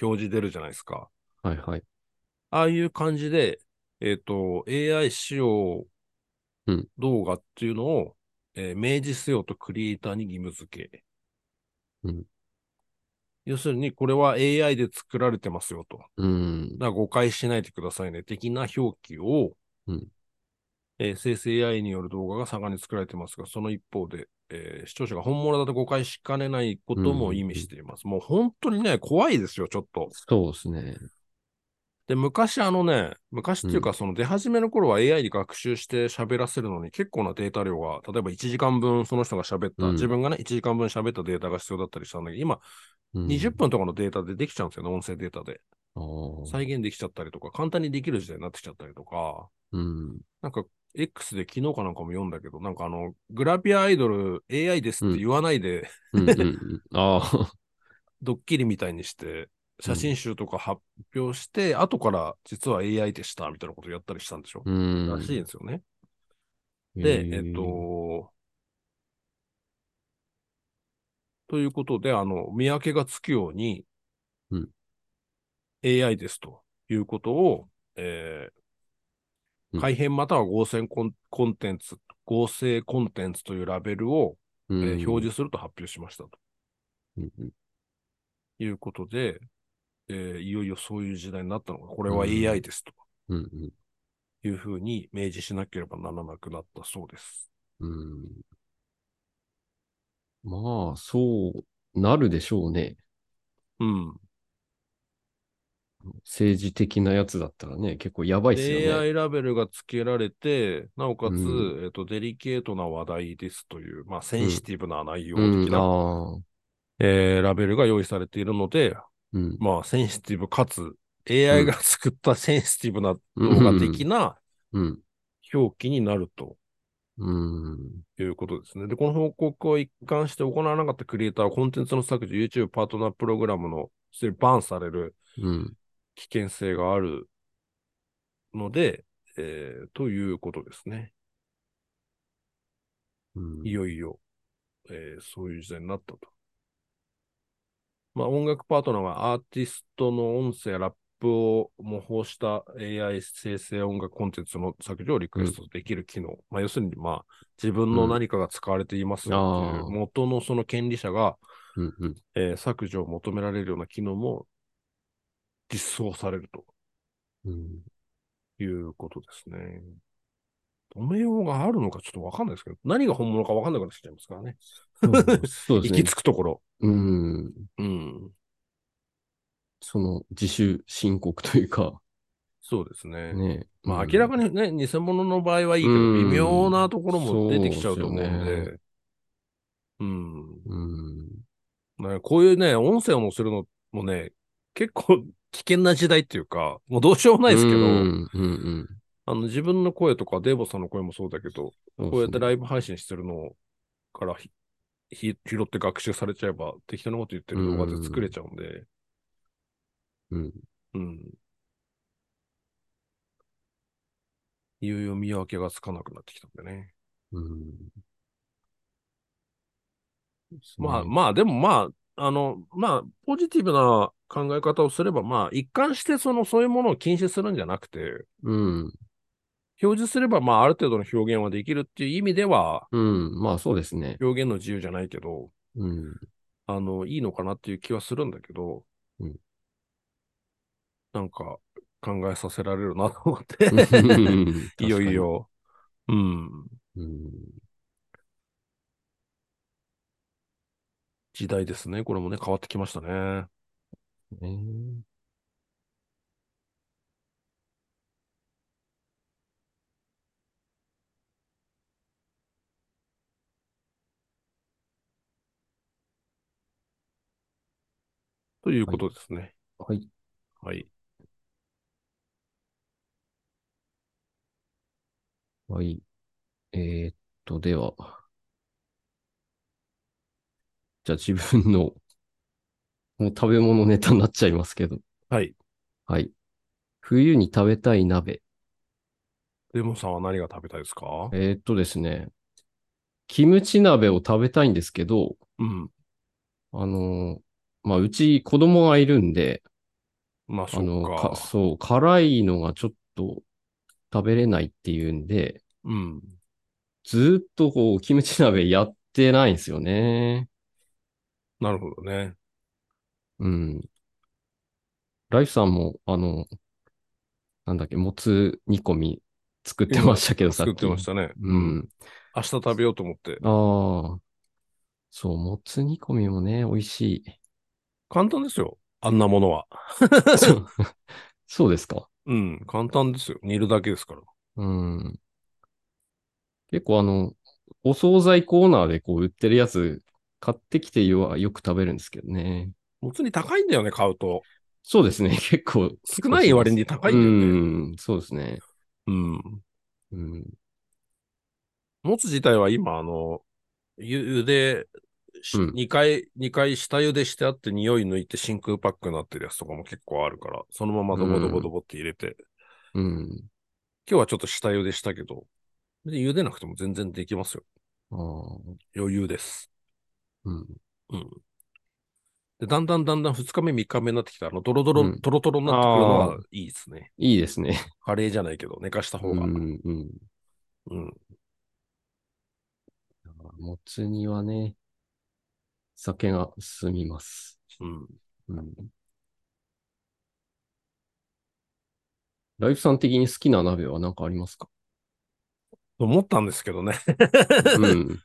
Speaker 2: 表示出るじゃないですか。
Speaker 1: はい。
Speaker 2: ああいう感じで、えっ、と、AI 仕様
Speaker 1: うん
Speaker 2: 動画っていうのを、えー明示せよとクリエイターに義務付け。
Speaker 1: うん
Speaker 2: 要するに、これは AI で作られてますよと。
Speaker 1: うん。
Speaker 2: だから誤解しないでくださいね、的な表記を、
Speaker 1: うん
Speaker 2: えー生成 AI による動画が盛んに作られてますが、その一方で、えー視聴者が本物だと誤解しかねないことも意味しています。もう本当にね、怖いですよ、ちょっと。
Speaker 1: そうですね。
Speaker 2: で、昔あのね、昔っていう
Speaker 1: う
Speaker 2: か、その出始めの頃は AI に学習して喋らせるのに結構なデータ量が、例えば1時間分その人が喋った、
Speaker 1: うん
Speaker 2: 自分がね、1時間分喋ったデータが必要だったりしたんだけど、今、
Speaker 1: うん
Speaker 2: 20分とかのデータでできちゃうんですよね、音声データで。
Speaker 1: あー
Speaker 2: 再現できちゃったりとか、簡単にできる時代になってきちゃったりとか、
Speaker 1: うん。
Speaker 2: なんか、X で昨日かなんかも読んだけど、なんかあの、グラビアアイドル AI ですって言わないで、
Speaker 1: うんうんうん。ああ。
Speaker 2: ドッキリみたいにして、写真集とか発表して、後から実は AI でしたみたいなことやったりしたんでしょ、
Speaker 1: うん。
Speaker 2: らしいんですよね。
Speaker 1: へ
Speaker 2: で、
Speaker 1: ー
Speaker 2: えっ、と、ということで、あの、見分けがつくように、
Speaker 1: うん
Speaker 2: AI ですということを、え
Speaker 1: う
Speaker 2: ー、
Speaker 1: ん
Speaker 2: 改変または合成コンコンテンツ、合成コンテンツというラベルを、
Speaker 1: う
Speaker 2: え
Speaker 1: ん
Speaker 2: ー表示すると発表しましたと
Speaker 1: うんうん
Speaker 2: いうことで、えーいよいよそういう時代になったのが、これ
Speaker 1: う
Speaker 2: は
Speaker 1: ん
Speaker 2: AI ですと
Speaker 1: うん
Speaker 2: いうふうに明示しなければならなくなったそうです。
Speaker 1: うんうんまあ、そうなるでしょうね。
Speaker 2: うん。
Speaker 1: 政治的なやつだったらね、結構やばいっすよね。
Speaker 2: AI ラベルが付けられて、なおかつ、
Speaker 1: う
Speaker 2: えっと、デリケートな話題ですという、まあ、センシティブな内容
Speaker 1: うん
Speaker 2: 的、な、
Speaker 1: ああ。
Speaker 2: えーラベルが用意されているので、
Speaker 1: うん。
Speaker 2: まあ、センシティブかつ、AI が作ったセンシティブな動画的な
Speaker 1: うん。
Speaker 2: 表記になると
Speaker 1: うん。
Speaker 2: いうことですね。で、この報告を一貫して行わなかったクリエイターは、コンテンツの削除、YouTube パートナープログラムの、それバンされる
Speaker 1: うん。
Speaker 2: 危険性があるので、えーということですね。
Speaker 1: うん
Speaker 2: いよいよ、えーそういう時代になったと。まあ、音楽パートナーはアーティストの音声やラップを模倣した AI 生成音楽コンテンツの削除をリクエストできる機能。まあ、要するに、まあ、自分の何かが使われていますよってい
Speaker 1: う
Speaker 2: う、
Speaker 1: んあー
Speaker 2: 元のその権利者が、
Speaker 1: うん。うん。
Speaker 2: えー削除を求められるような機能も実装されると。
Speaker 1: うん。
Speaker 2: いうことですね。止めようがあるのかちょっとわかんないですけど、何が本物かわかんなくなってきちゃいますからね。
Speaker 1: そうで
Speaker 2: 行
Speaker 1: す
Speaker 2: き
Speaker 1: ね。
Speaker 2: 着くところ。
Speaker 1: うん。
Speaker 2: うん。
Speaker 1: その自主申告というか、
Speaker 2: そうですね。
Speaker 1: ね。
Speaker 2: まあ明らか
Speaker 1: に。
Speaker 2: にね、偽物の場合はいいけど、
Speaker 1: うん
Speaker 2: 微妙なところも出てきちゃうと思うん
Speaker 1: そうで
Speaker 2: で。
Speaker 1: すよ
Speaker 2: うん、
Speaker 1: うん。
Speaker 2: ね。こういうね、音声を載せるのもね、結構危険な時代っていうか、もうどうしようもないですけど、
Speaker 1: うん。うん。
Speaker 2: あの自分の声とか、デーボさんの声もそうだけど、
Speaker 1: こ
Speaker 2: こうやって
Speaker 1: ライ
Speaker 2: ライブ配信してるのからひひ拾って学習されちゃえば適当なこと言ってる動画で作れちゃうんで、
Speaker 1: ブ。うん。
Speaker 2: うん。いよいよ見分けがつかなくなってきたんでね。
Speaker 1: うん。
Speaker 2: まあまあ、でもまあ、あの、まあ、ポジティブな考え方をすれば、まあ、一貫してその、そういうものを禁止するんじゃなくて、
Speaker 1: うん。
Speaker 2: 表示すれば、まあ、ある程度の表現はできるっていう意味では、
Speaker 1: うん。まあそうですね。
Speaker 2: 表現の自由じゃないけど、
Speaker 1: うん。
Speaker 2: あの、いいのかなっていう気はするんだけど、
Speaker 1: うん
Speaker 2: なんか考えさせられるなと思って、 いよいよ、うん、
Speaker 1: うん。
Speaker 2: 時代ですね。これもね、変わってきましたね。
Speaker 1: ね。
Speaker 2: ということですね。
Speaker 1: はい。
Speaker 2: はい。
Speaker 1: はい。えーっと、では。じゃあ自分の、もう食べ物ネタになっちゃいますけど。
Speaker 2: はい。
Speaker 1: はい。冬に食べたい鍋。
Speaker 2: レモンさんは何が食べたいですか
Speaker 1: えーっとですね。キムチ鍋を食べたいんですけど、
Speaker 2: うん。
Speaker 1: あのーまあ、うち子供がいるんで、
Speaker 2: まあ、そ
Speaker 1: あの、
Speaker 2: っか
Speaker 1: か。そう、辛いのがちょっと食べれないっていうんで、
Speaker 2: うん。
Speaker 1: ずーっとこう、キムチ鍋やってないんですよね。
Speaker 2: なるほどね。
Speaker 1: うん。ライフさんも、あの、なんだっけ、もつ煮込み作ってましたけど、さっき。
Speaker 2: 作ってましたね。
Speaker 1: う。ん。
Speaker 2: 明日食べようと思って。
Speaker 1: ああ。そう、もつ煮込みもね、美味しい。
Speaker 2: 簡単ですよ。あんなものは。
Speaker 1: そうそうですか。
Speaker 2: うん。簡単ですよ。煮るだけですから。
Speaker 1: うん。結構あの、お惣菜コーナーでこう売ってるやつ、買ってきてよよく食べるんですけどね。
Speaker 2: もつに高いんだよね、買うと。
Speaker 1: そうですね、 結構。
Speaker 2: 少ない割に高いん
Speaker 1: う
Speaker 2: だよね。
Speaker 1: ん、そうですね。
Speaker 2: うん。
Speaker 1: うん。
Speaker 2: もつ自体は今、あの、ゆ、ゆで、し
Speaker 1: うん
Speaker 2: 二回、二回下茹でしてあって匂い抜いて真空パックになってるやつとかも結構あるから、そのままドボドボドボって入れて、
Speaker 1: うん。
Speaker 2: 今日はちょっと下茹でしたけど、で茹でなくても全然できますよ。
Speaker 1: あー
Speaker 2: 余裕です。
Speaker 1: うん。
Speaker 2: うん。で、だんだんだんだん2日目、3日目になってきた、あの、ドロドロ、
Speaker 1: うん
Speaker 2: トロトロになってくるの
Speaker 1: あ
Speaker 2: がいいですね。
Speaker 1: いいですね。
Speaker 2: カレーじゃないけど、寝かした方
Speaker 1: う
Speaker 2: が。うん。
Speaker 1: ん、うん。もつ煮はね、酒が進みます。
Speaker 2: うん。
Speaker 1: うん。ライフさん的に好きな鍋は何かあり ますか
Speaker 2: と思ったんですけどね。
Speaker 1: うん。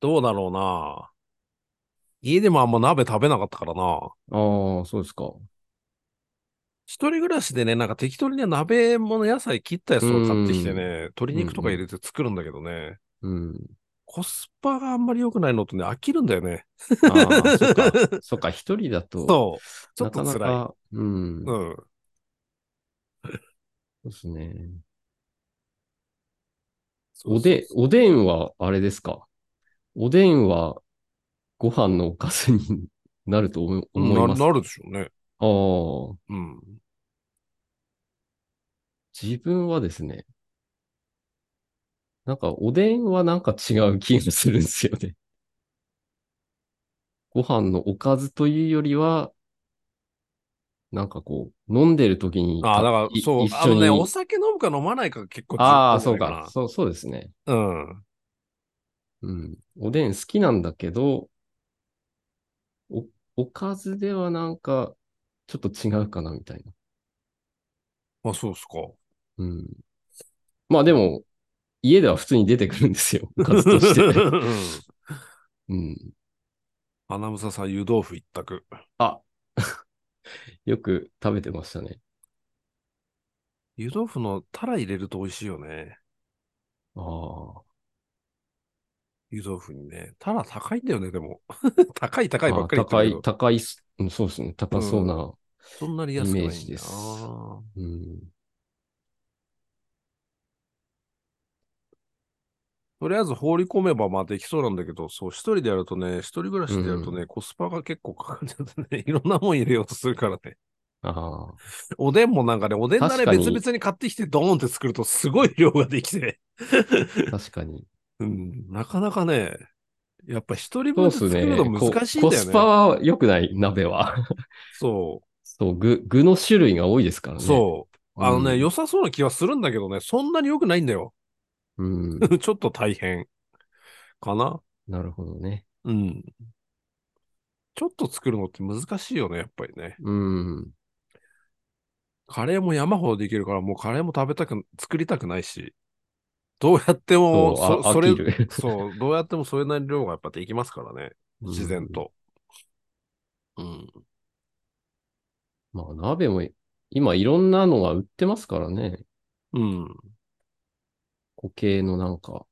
Speaker 2: どうだろうな家でもあんま鍋食べなかったからな
Speaker 1: ああ、そうですか。
Speaker 2: 一人暮らしでね、なんか適当にね、鍋物野菜切ったやつを買ってきてね、鶏肉とか入れて作るんだけどね、
Speaker 1: うん。
Speaker 2: コスパがあんまり良くないのとね、飽きるんだよね。
Speaker 1: ああ、 そっか。そっか、一人だと、
Speaker 2: そう。ちょっと辛い。
Speaker 1: なかなか、うん。そ
Speaker 2: うん。
Speaker 1: うですね。
Speaker 2: そう
Speaker 1: おで、おでんは、あれですか。おでんは、ご飯のおかずになると思い思います。
Speaker 2: な
Speaker 1: あ
Speaker 2: なるでしょうね。
Speaker 1: あ、
Speaker 2: うん。
Speaker 1: 自分はですね、なんか、おでんはなんか違う気がするんですよね。 ご飯のおかずというよりは、なんかこう、飲んでる時に、
Speaker 2: ああ、だから
Speaker 1: い、
Speaker 2: そう、
Speaker 1: 一
Speaker 2: あ
Speaker 1: 緒
Speaker 2: の
Speaker 1: に。
Speaker 2: ね、お酒飲むか飲まないかが結構違
Speaker 1: ああ、
Speaker 2: んじゃ
Speaker 1: そ
Speaker 2: な
Speaker 1: う
Speaker 2: いな
Speaker 1: か。。そう、そうですね。
Speaker 2: うん。
Speaker 1: うん。おでん好きなんだけど、お、おかずではなんか、ちょっと違うかな、みたいな。
Speaker 2: あ、そうっすか。
Speaker 1: うん。まあでも、家では普通に出てくるんですよ。おかずとして。
Speaker 2: うん
Speaker 1: うん。
Speaker 2: 花房さん、湯豆腐一択。
Speaker 1: あ、よく食べてましたね。
Speaker 2: 湯豆腐のタラ入れると美味しいよね。
Speaker 1: ああ。
Speaker 2: 湯豆腐にね。タラ高いんだよね、でも。 高い高いば
Speaker 1: あ
Speaker 2: っかり言ってる
Speaker 1: 高
Speaker 2: け
Speaker 1: い
Speaker 2: ど、。
Speaker 1: 高いっす、うんそうですね。高そうな。
Speaker 2: そんなに安くないん
Speaker 1: イ
Speaker 2: だ
Speaker 1: メージです
Speaker 2: あ
Speaker 1: うん。
Speaker 2: ーとりあえず放り込めばまあできそうなんだけど、そう、一人でやるとね、一人暮らしでやるとね、コスパが結構かかっちゃってね、い ろんなもん入れようとするからね。
Speaker 1: ああ。
Speaker 2: おでんもなんかね、おでんだね、
Speaker 1: 確かに
Speaker 2: 別々に買ってきてドーンって作るとすごい量ができて、
Speaker 1: 確かに。
Speaker 2: うん、なかなかね、やっぱ一人
Speaker 1: そう
Speaker 2: 分
Speaker 1: っ
Speaker 2: です作
Speaker 1: ね。
Speaker 2: るの
Speaker 1: こ
Speaker 2: 難しいん
Speaker 1: コ
Speaker 2: だよ
Speaker 1: ス
Speaker 2: ね。
Speaker 1: パは良くない、鍋は。
Speaker 2: そ
Speaker 1: そう、具、具の種類が多いですから
Speaker 2: う、
Speaker 1: ね。
Speaker 2: そう。あのね、
Speaker 1: うん
Speaker 2: 良さそうな気はするんだけどね、そんなに良くないんだよ。
Speaker 1: うん。
Speaker 2: ちょっと大変。かな
Speaker 1: なるほど ね。
Speaker 2: うん。ちょっと作るのって難しいよね、やっぱりね。
Speaker 1: うん。
Speaker 2: カレーも山ほどできるから、もうカレーも食べたく、作りたくないし。どうやって
Speaker 1: そう、
Speaker 2: も、
Speaker 1: あ
Speaker 2: そそ
Speaker 1: 飽
Speaker 2: れ
Speaker 1: き、る。
Speaker 2: そう、どうやってもそれなりの量がやっぱできますからね。自然と。うん。
Speaker 1: まあ、鍋も今いろんなのが売ってますからね。
Speaker 2: うん。
Speaker 1: 固形のなんか、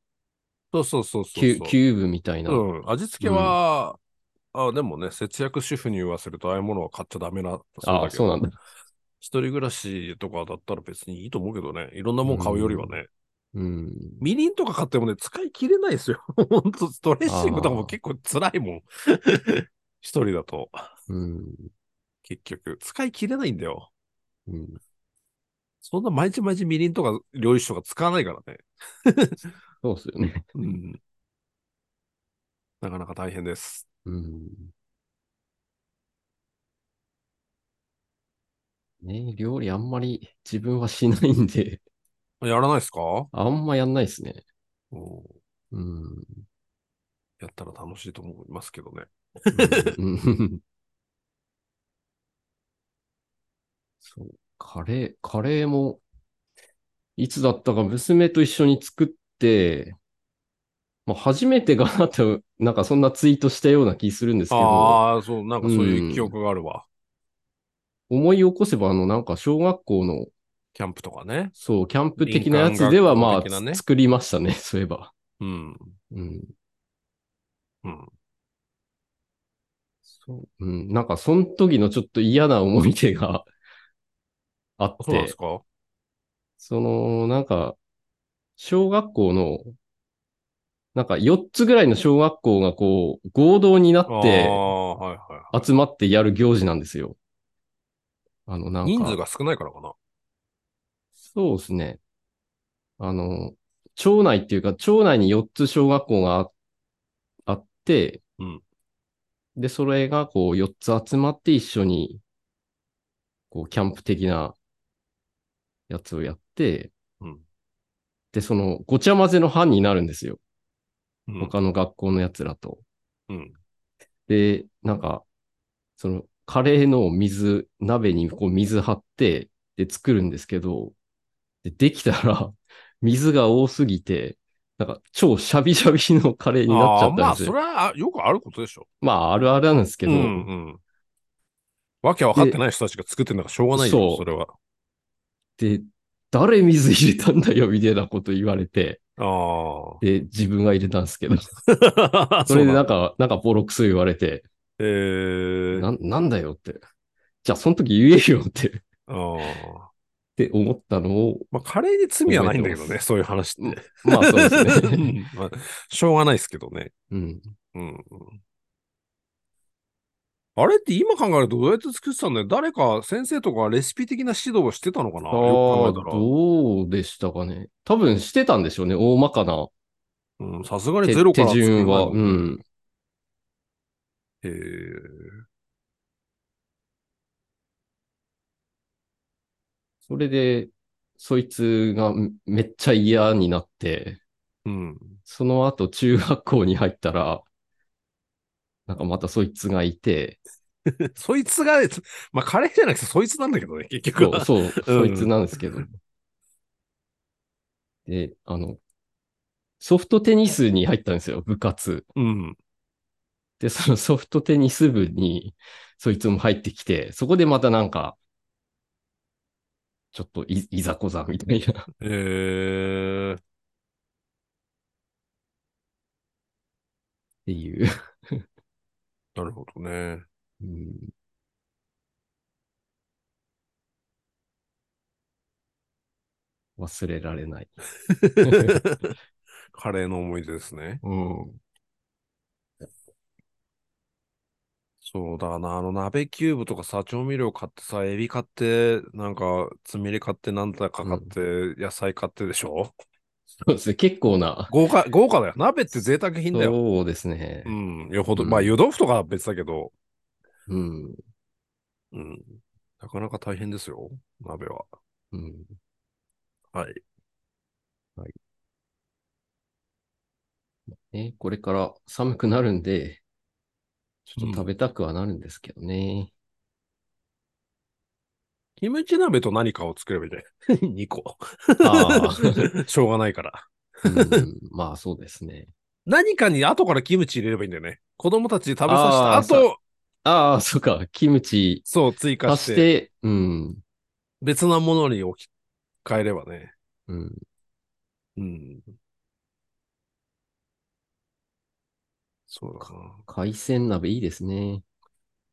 Speaker 2: そうそうそう
Speaker 1: キ
Speaker 2: そう
Speaker 1: ュ
Speaker 2: そう。
Speaker 1: キューブみたいな。
Speaker 2: うん。味付けは、あでもね、節約主婦に言わせると、ああいうものは買っちゃダメな、
Speaker 1: あ
Speaker 2: だ
Speaker 1: あ、
Speaker 2: け
Speaker 1: そう
Speaker 2: ど
Speaker 1: なんだ。
Speaker 2: 一人暮らしとかだったら別にいいと思うけどね。いろんなもん買うよりはね。
Speaker 1: うん。
Speaker 2: みり ん とか買ってもね、使い切れないですよ。ほんと、ドレッシングとかも結構辛いもん。一人だと、
Speaker 1: うん。
Speaker 2: 結局、使い切れないんだよ。
Speaker 1: うん。
Speaker 2: そんな毎日毎日みりんとか料理酒とか使わないからね。
Speaker 1: そうっすよね。
Speaker 2: うん。なかなか大変です。
Speaker 1: うん。ね料理あんまり自分はしないんで、
Speaker 2: やらないですか
Speaker 1: あんまやんないですね。
Speaker 2: うん。
Speaker 1: うん。
Speaker 2: やったら楽しいと思いますけどね。
Speaker 1: うん そう、カレー、カレーも、いつだったか娘と一緒に作って、まあ、初めてかなと、なんかそんなツイートしたような気するんですけど、
Speaker 2: ああ、そう、なんかそういう記憶があるわ。
Speaker 1: 思い起こせば、あの、なんか小学校の、
Speaker 2: キャンプとかね。
Speaker 1: そう、キャンプ的なやつでは、
Speaker 2: 林間
Speaker 1: ま
Speaker 2: 学校
Speaker 1: あ、
Speaker 2: 的なね
Speaker 1: つ作りましたね、 そういえば。
Speaker 2: うん。
Speaker 1: うん。
Speaker 2: うん。そう。
Speaker 1: うん、なんか、その時のちょっと嫌な思い出が あっ
Speaker 2: そうなんで
Speaker 1: て
Speaker 2: す、か
Speaker 1: その、なんか、小学校の、なんか4つぐらいの小学校がこう、合同にな
Speaker 2: ああ
Speaker 1: って
Speaker 2: ー、はいはいはい。
Speaker 1: 集まってやる行事なんですよ。あの、なんか、
Speaker 2: 人数が少ないからかな。
Speaker 1: そうですね。あの、町内っていうか、町内に4つ小学校がああって、
Speaker 2: うん
Speaker 1: で、それがこう4つ集まって一緒に、こう、キャンプ的なやつをやって、
Speaker 2: うん
Speaker 1: で、その、ごちゃ混ぜの班になるんですよ。
Speaker 2: うん
Speaker 1: 他の学校のやつらと。
Speaker 2: うん。
Speaker 1: で、なんか、その、カレーの水、鍋にこう水張って、で、作るんですけど、でできたら、 水が多すぎて、なんか、超シャビシャビのカレーになっちゃ
Speaker 2: あ
Speaker 1: っ
Speaker 2: ー
Speaker 1: た
Speaker 2: ま
Speaker 1: ん
Speaker 2: あ、
Speaker 1: です
Speaker 2: そ
Speaker 1: よ。
Speaker 2: れはあよくあることでしょ。
Speaker 1: まあ、あるあるなんですけど、
Speaker 2: うんうん。わけわかってない人たちが作ってんだからしょうがない
Speaker 1: そ
Speaker 2: よ、
Speaker 1: う
Speaker 2: それは。
Speaker 1: で、誰水入れたんだよ、みたいなこと言われて、
Speaker 2: あ
Speaker 1: で、自分が入れたんですけ ど、
Speaker 2: あ。
Speaker 1: それで
Speaker 2: う
Speaker 1: な
Speaker 2: だ
Speaker 1: んか、なんかボロクソ言われて、
Speaker 2: えー、
Speaker 1: な、なんだよって。じゃあ、その時言えよって、っ
Speaker 2: あー
Speaker 1: て思ったのを、
Speaker 2: まあ、カレーに罪はないんだけど
Speaker 1: 覚えてま
Speaker 2: ね、そういう話って。
Speaker 1: まあそうですね。
Speaker 2: まあ、しょうがないですけどね。
Speaker 1: うん。
Speaker 2: うんうん。あれって今考えるとどうやって作ってたんだよ誰か先生とかレシピ的な指導をしてたのかな
Speaker 1: あ
Speaker 2: よ
Speaker 1: あ
Speaker 2: く考えたら
Speaker 1: どうでしたかね。多分してたんでしょうね。大まかな
Speaker 2: うん。さすがに
Speaker 1: 手
Speaker 2: ゼロか
Speaker 1: 手
Speaker 2: ら作る
Speaker 1: 順
Speaker 2: の
Speaker 1: は。
Speaker 2: も
Speaker 1: うん。
Speaker 2: へー
Speaker 1: それで、そいつがめめっちゃ嫌になって、
Speaker 2: うん。
Speaker 1: その後中学校に入ったら、なんかまたそいつがいて、
Speaker 2: そいつが、まあ、カレーじゃなくてそいつなんだけ どね、結局
Speaker 1: そう、
Speaker 2: は。
Speaker 1: そう、そいつなんですけど。で、あの、ソフトテニスに入ったんですよ、部活。
Speaker 2: うん。
Speaker 1: で、そのソフトテニス部に、そいつも入ってきて、そこでまたなんか、ちょっといいざこざみたいな。
Speaker 2: えー、
Speaker 1: っていう。
Speaker 2: なるほ どね。
Speaker 1: うん忘れられない。
Speaker 2: カレーの思い出ですね。
Speaker 1: うん。
Speaker 2: そうだな、あの鍋キューブとかさ、調味料買ってさ、エビ買って、なんか、つみれ買って、なんだか買って、野菜買ってでしょ
Speaker 1: そうですね。結構な。
Speaker 2: 豪華、豪華だよ。鍋って贅沢品だよ。
Speaker 1: そうですね
Speaker 2: う。ん、よほど。
Speaker 1: うん
Speaker 2: まあ、湯豆腐とかは別だけど、
Speaker 1: うん。
Speaker 2: うん、なかなか大変ですよ、鍋は。
Speaker 1: うん。
Speaker 2: はい。
Speaker 1: ね、これから寒くなるんで、ちょっと食べたくはなるんですけど ね。
Speaker 2: キムチ鍋と何かを作ればいい じゃない ?2 個。
Speaker 1: あ
Speaker 2: しょうがないから。
Speaker 1: あ、うん。まあそうですね。
Speaker 2: 何かに後からキムチ入れればいいんだよね。子供たちに食べさせた
Speaker 1: あー
Speaker 2: 後、
Speaker 1: ああ、そうか。キムチ
Speaker 2: そう、追加
Speaker 1: 足
Speaker 2: し、
Speaker 1: してて、うん。
Speaker 2: 別なものに置き換えればね。
Speaker 1: うん。
Speaker 2: うん。そうだな。
Speaker 1: 海鮮鍋いいですね。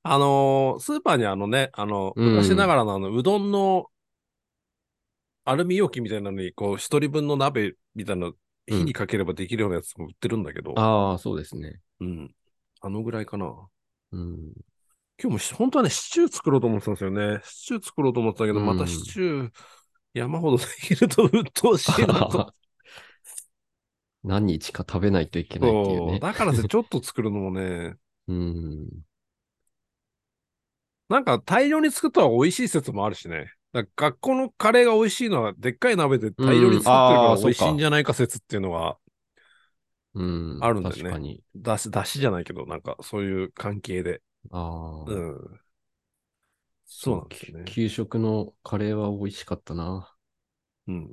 Speaker 2: あのースーパーにあのね、あの、
Speaker 1: うん
Speaker 2: 昔ながらのあの、うどんのアルミ容器みたいなのに、こう、一人分の鍋みたいなの火にかければできるようなやつも売ってるんだけど、
Speaker 1: ああ、そうですね。
Speaker 2: うん。あのぐらいかな。
Speaker 1: うん。
Speaker 2: 今日もし本当はね、シチュー作ろうと思ってたんですよね。シチュー作ろうと思ってたけど、
Speaker 1: うん
Speaker 2: またシチュー、山ほどできると鬱陶し いなと。
Speaker 1: 何日か食べないといけないっていう
Speaker 2: そう。
Speaker 1: ね。
Speaker 2: だからね、ちょっと作るのもね、
Speaker 1: うん。
Speaker 2: なんか大量に作った方が美味しい説もあるしね。なんか学校のカレーが美味しいのは、でっかい鍋で大量に作ってる
Speaker 1: うん
Speaker 2: か
Speaker 1: あ
Speaker 2: ら
Speaker 1: ー
Speaker 2: 美味しいんじゃないか説っていうのが、
Speaker 1: うん。
Speaker 2: あるんだよね
Speaker 1: 確かに。
Speaker 2: だし、だしじゃないけど、なんかそういう関係で。
Speaker 1: ああ。
Speaker 2: うん。そうなんですよね
Speaker 1: き。給食のカレーは美味しかったな。
Speaker 2: うん。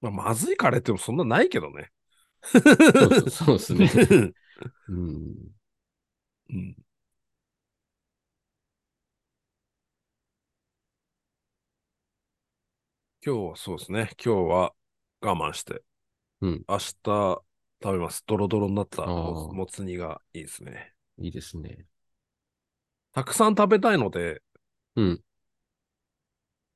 Speaker 2: まあ、まずいカレーってそんなないけどね。
Speaker 1: そうっすそうですね。うん。
Speaker 2: うん 今日はそうですね。今日は我慢して。
Speaker 1: うん
Speaker 2: 明日食べます。ドロドロになった
Speaker 1: あー
Speaker 2: ももつ煮がいいですね。
Speaker 1: いいですね。
Speaker 2: たくさん食べたいので、
Speaker 1: うん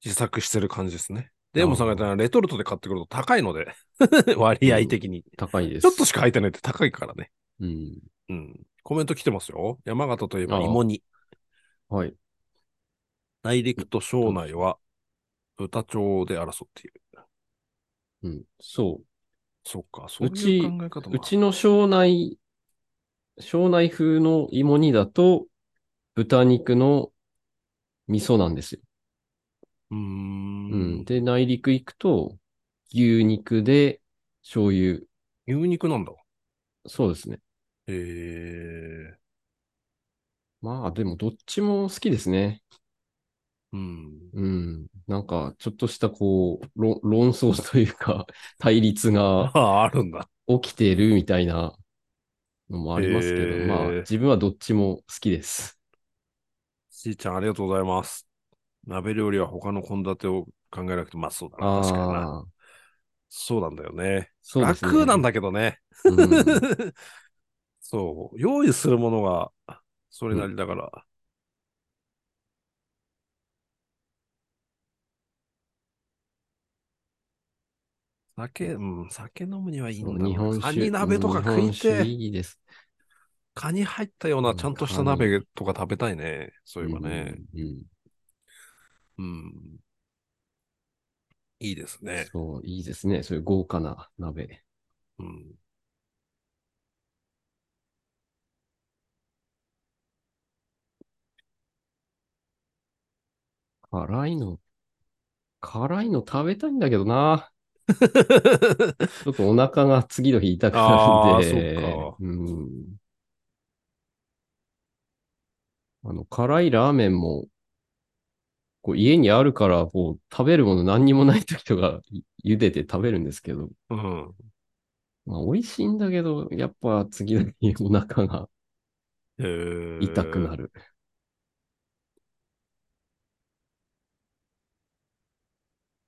Speaker 2: 自作してる感じですね。でもさんが言ったのはレトルトで買ってくると高いので、割合的に。
Speaker 1: 高いです。
Speaker 2: ちょっとしか入ってないって高いからね。
Speaker 1: うん。
Speaker 2: うん。コメント来てますよ。山形といえば
Speaker 1: あー
Speaker 2: 芋煮。
Speaker 1: はい。
Speaker 2: 内陸と庄内は歌町で争っている。
Speaker 1: うん。そう。
Speaker 2: そっか、そういう考え方もある
Speaker 1: うちの庄内、庄内風の芋煮だと、豚肉の味噌なんですよ。
Speaker 2: うー
Speaker 1: うんん。。で、内陸行くと、牛肉で醤油。
Speaker 2: 牛肉なんだ。
Speaker 1: そうですね。
Speaker 2: へえ。
Speaker 1: まあ、でもどっちも好きですね。
Speaker 2: うん。
Speaker 1: うん。なんか、ちょっとしたこう、論論争というか、 対立が
Speaker 2: あ あ、あるんだ。
Speaker 1: 起きてるみたいなのもありますけど、
Speaker 2: へー
Speaker 1: まあ、自分はどっちも好きです。
Speaker 2: しーちゃん、ありがとうございます。鍋料理は他の献立を考えなくて、まあそうだな。確かにな。
Speaker 1: ああ、
Speaker 2: そうなんだよね。
Speaker 1: そうですね。
Speaker 2: 楽なんだけどね。
Speaker 1: うん。
Speaker 2: そう。用意するものが、それなりだから。酒、うん、酒飲むにはいいんだろうな。
Speaker 1: 日本酒。
Speaker 2: カニ鍋とか食い
Speaker 1: 日本酒
Speaker 2: て、
Speaker 1: いいです。
Speaker 2: カニ入ったよう
Speaker 1: う
Speaker 2: なんちゃんとした鍋とか食べたいね。そういえばね。
Speaker 1: うんうん
Speaker 2: うん。いいです
Speaker 1: うん
Speaker 2: ね。
Speaker 1: そう、いいですね。そういう豪華な鍋。
Speaker 2: うん。
Speaker 1: 辛いの、辛いの食べたいんだけどな。ちょっとお腹が次の日痛くなるんで。
Speaker 2: あーそっか
Speaker 1: うん。あの、辛いラーメンも、こう家にあるから、こう、食べるもの何にもない時とか、い茹でて食べるんですけど、
Speaker 2: うん。
Speaker 1: まあ、美味しいんだけど、やっぱ次の日お腹が
Speaker 2: えー
Speaker 1: 痛くなる。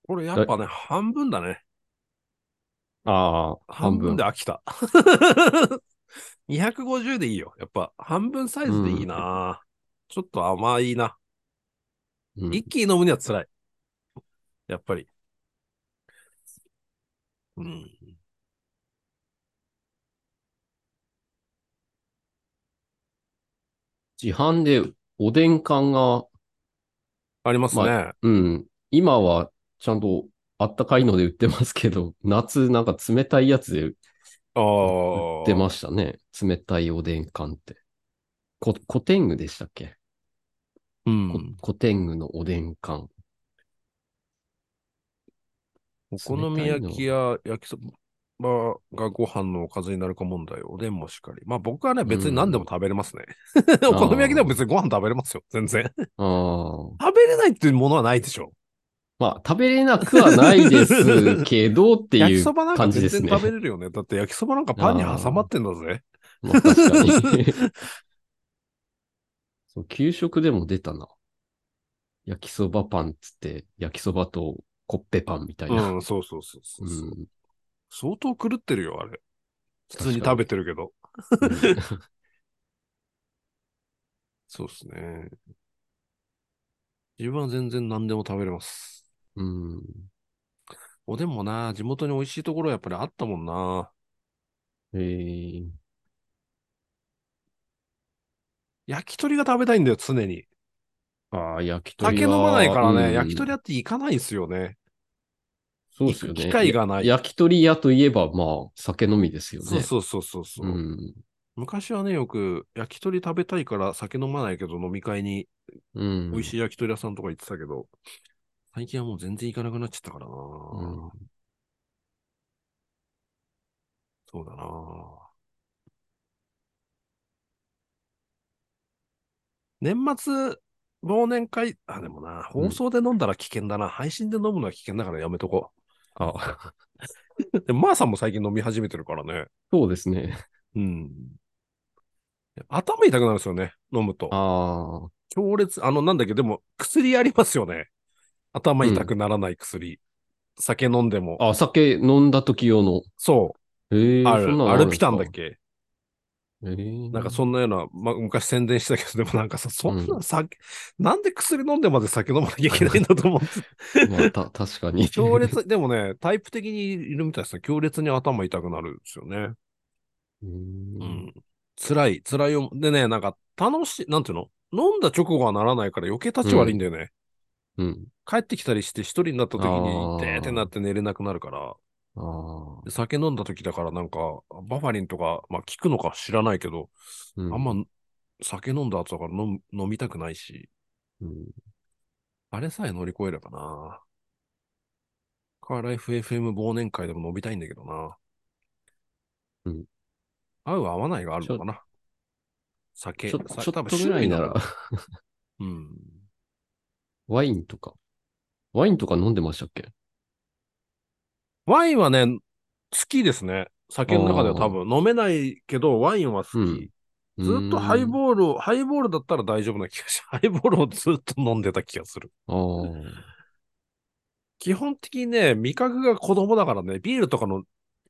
Speaker 2: これやっぱね、半分だね。
Speaker 1: ああ、
Speaker 2: 半分で飽きた。250でいいよ。やっぱ半分サイズでいいな、ちょっと甘いな。
Speaker 1: うん
Speaker 2: 一気に飲むには辛い。やっぱり。うん。
Speaker 1: 自販でおでん缶が、
Speaker 2: ありますね。
Speaker 1: うん、今はちゃんとあったかいので売ってますけど、 夏なんか冷たいやつで売
Speaker 2: ああ。
Speaker 1: ってましたね。冷たいおでん缶って。こ、コテングでしたっけ、
Speaker 2: う
Speaker 1: こ
Speaker 2: ん。
Speaker 1: コテングのおでん缶。
Speaker 2: お好み焼きや焼きそばがご飯のおかずになるか問題、おでんもしっかり。まあ僕はね、別に何でも食べれますね。お好み焼きでも別にご飯食べれますよ。全然。
Speaker 1: ああ。
Speaker 2: 食べれないっていうものはないでしょ。
Speaker 1: まあ、食べれなくはないですけどって
Speaker 2: 焼
Speaker 1: い
Speaker 2: き
Speaker 1: う
Speaker 2: そばなんか
Speaker 1: 感じ
Speaker 2: 全
Speaker 1: です
Speaker 2: 然
Speaker 1: ね。
Speaker 2: 食べれるよね。だって焼きそばなんかパンに挟まってんだぜ。
Speaker 1: まあ、確かに そう。給食でも出たな。焼きそばパンっつって、焼きそばとコッペパンみたいうな。
Speaker 2: ん、そうそうそうそううそう、
Speaker 1: ん。
Speaker 2: 相当狂ってるよ、あれ。普通に食べてるけど。そうですね。自分は全然何でも食べれます。
Speaker 1: うん。
Speaker 2: おでんもな、地元に美味しいところやっぱりあったもんな。
Speaker 1: えー
Speaker 2: 焼き鳥が食べたいんだよ、常に。
Speaker 1: ああ、焼き鳥
Speaker 2: 酒飲まないからね、
Speaker 1: うん
Speaker 2: 焼き鳥屋って行かないんですよね。
Speaker 1: そうですよね。
Speaker 2: 行く機会がない
Speaker 1: や焼き鳥屋といえば、まあ、酒飲みですよね。
Speaker 2: そうそうそうそうそう、
Speaker 1: うん。
Speaker 2: 昔はね、よく焼き鳥食べたいから酒飲まないけど飲み会に
Speaker 1: うん。
Speaker 2: 美味しい焼き鳥屋さんとか行ってたけど、最近はもう全然行かなくなっちゃったからな、
Speaker 1: ん
Speaker 2: そうだな年末忘年会、あ、でもな、放送で飲んだら危険だな。配信で飲むのは危険だからやめとこ
Speaker 1: あ、
Speaker 2: う。 でも、まーさんも最近飲み始めてるからね。
Speaker 1: そうですね。
Speaker 2: うん。頭痛くなるんですよね、飲むと。
Speaker 1: ああ、
Speaker 2: 強烈、あの、なんだっけ、でも、薬ありますよね。頭痛くならない薬。酒飲んでも。
Speaker 1: あ、酒飲んだ時用の。
Speaker 2: そ
Speaker 1: ええ
Speaker 2: う、ある。アルピタンだっ
Speaker 1: け
Speaker 2: け
Speaker 1: ええ
Speaker 2: なんかそんなような、ま、昔宣伝してたけど、でもなんかさ、そん
Speaker 1: う
Speaker 2: な酒、なんで薬飲んでまで酒飲まなきゃいけないんだと思って。
Speaker 1: まあ、た、確か に。
Speaker 2: 強烈、でもね、タイプ的にいるみたいですね。強烈に頭痛くなるんですよね。
Speaker 1: う。
Speaker 2: うんん。辛い、辛いよ。でね、なんか楽しい、なんていうの飲んだ直後はならないから余計立ち悪いんだよね。
Speaker 1: うん。
Speaker 2: 帰ってきたりして一人になった時
Speaker 1: あ
Speaker 2: に、
Speaker 1: ー
Speaker 2: でーってなって寝れなくなるから。
Speaker 1: ああ
Speaker 2: で酒飲んだ時だからなんか、バファリンとか、まあ効くのか知らないけど、
Speaker 1: うん。
Speaker 2: あんま酒飲んだ後だから飲む飲みたくないし、
Speaker 1: うん
Speaker 2: あれさえ乗り越えればな。カーライフ FM 忘年会でも飲みたいんだけどな。
Speaker 1: うん。
Speaker 2: 合う合わないがあるのかな。酒、
Speaker 1: ちょ、ち
Speaker 2: さ
Speaker 1: ょっと
Speaker 2: 多分
Speaker 1: ぐらいなら、
Speaker 2: 種類の。うん。
Speaker 1: ワインとか。ワインとか飲んでましたっけ
Speaker 2: ワインはね、好きですね。酒の中では多分飲めないけど、ワインは好き。
Speaker 1: うん
Speaker 2: ずっとハイ
Speaker 1: ー
Speaker 2: ボールを、ハイボールだったら大丈夫な気がし、 ハイボールをずっと飲んでた気がする。
Speaker 1: ル。ああ。
Speaker 2: 基本的にね、味覚が子供だからね、ビールとかの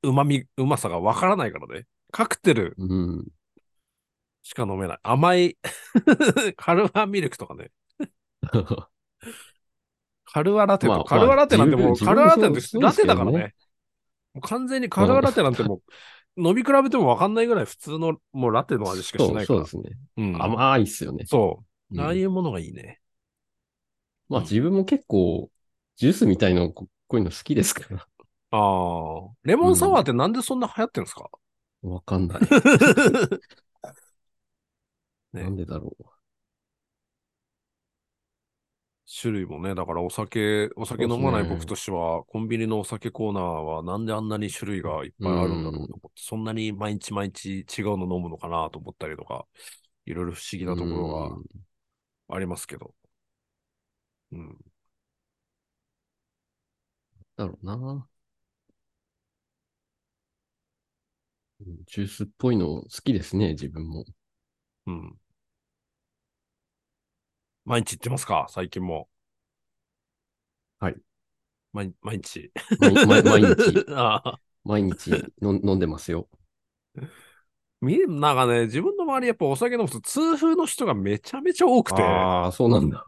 Speaker 2: 旨味、うまさがわからないからね。カクテル
Speaker 1: うん。
Speaker 2: しか飲めない。甘い、 カルワミルクとかね。カルワラテと、
Speaker 1: まあ
Speaker 2: カルワラテなんてもう、
Speaker 1: まあ十
Speaker 2: カ
Speaker 1: 分
Speaker 2: ルワラテなんて
Speaker 1: 十分
Speaker 2: ラテだか
Speaker 1: そ
Speaker 2: ら
Speaker 1: うですけど
Speaker 2: ね。もう完全にカルワラテなんてもう、飲み比べてもわかんないぐらい普通のもうラテの味しかしないか
Speaker 1: そう
Speaker 2: ら。
Speaker 1: そうですね。
Speaker 2: うん、
Speaker 1: 甘いっすよね。
Speaker 2: そうう。
Speaker 1: ん
Speaker 2: ああいうものがいいね。
Speaker 1: まあ自分も結構、ジュースみたいなの、ここういうの好きですから。
Speaker 2: ああ。レモンサワーってなんでそんな流行ってるんですか、
Speaker 1: わかん ない。
Speaker 2: ね
Speaker 1: なんでだろう。
Speaker 2: 種類もね、だからお酒、お酒飲まない僕としては、コンビニのお酒コーナーはなんであんなに種類がいっぱいあるんだろうと思って、そんなに毎日毎日違うの飲むのかなと思ったりとか、いろいろ不思議なところがありますけど。うん。
Speaker 1: が。だろうな。うんジュースっぽいの好きですね、自分も。
Speaker 2: うん。毎日行ってますか最近も。
Speaker 1: はい。
Speaker 2: 毎毎日。
Speaker 1: 毎毎毎日、
Speaker 2: ああ。
Speaker 1: 毎日の飲んでますよ。
Speaker 2: みなんかね、自分の周りやっぱお酒飲む人、痛風の人がめちゃめちゃ多くて、
Speaker 1: ああ、そうなんだ。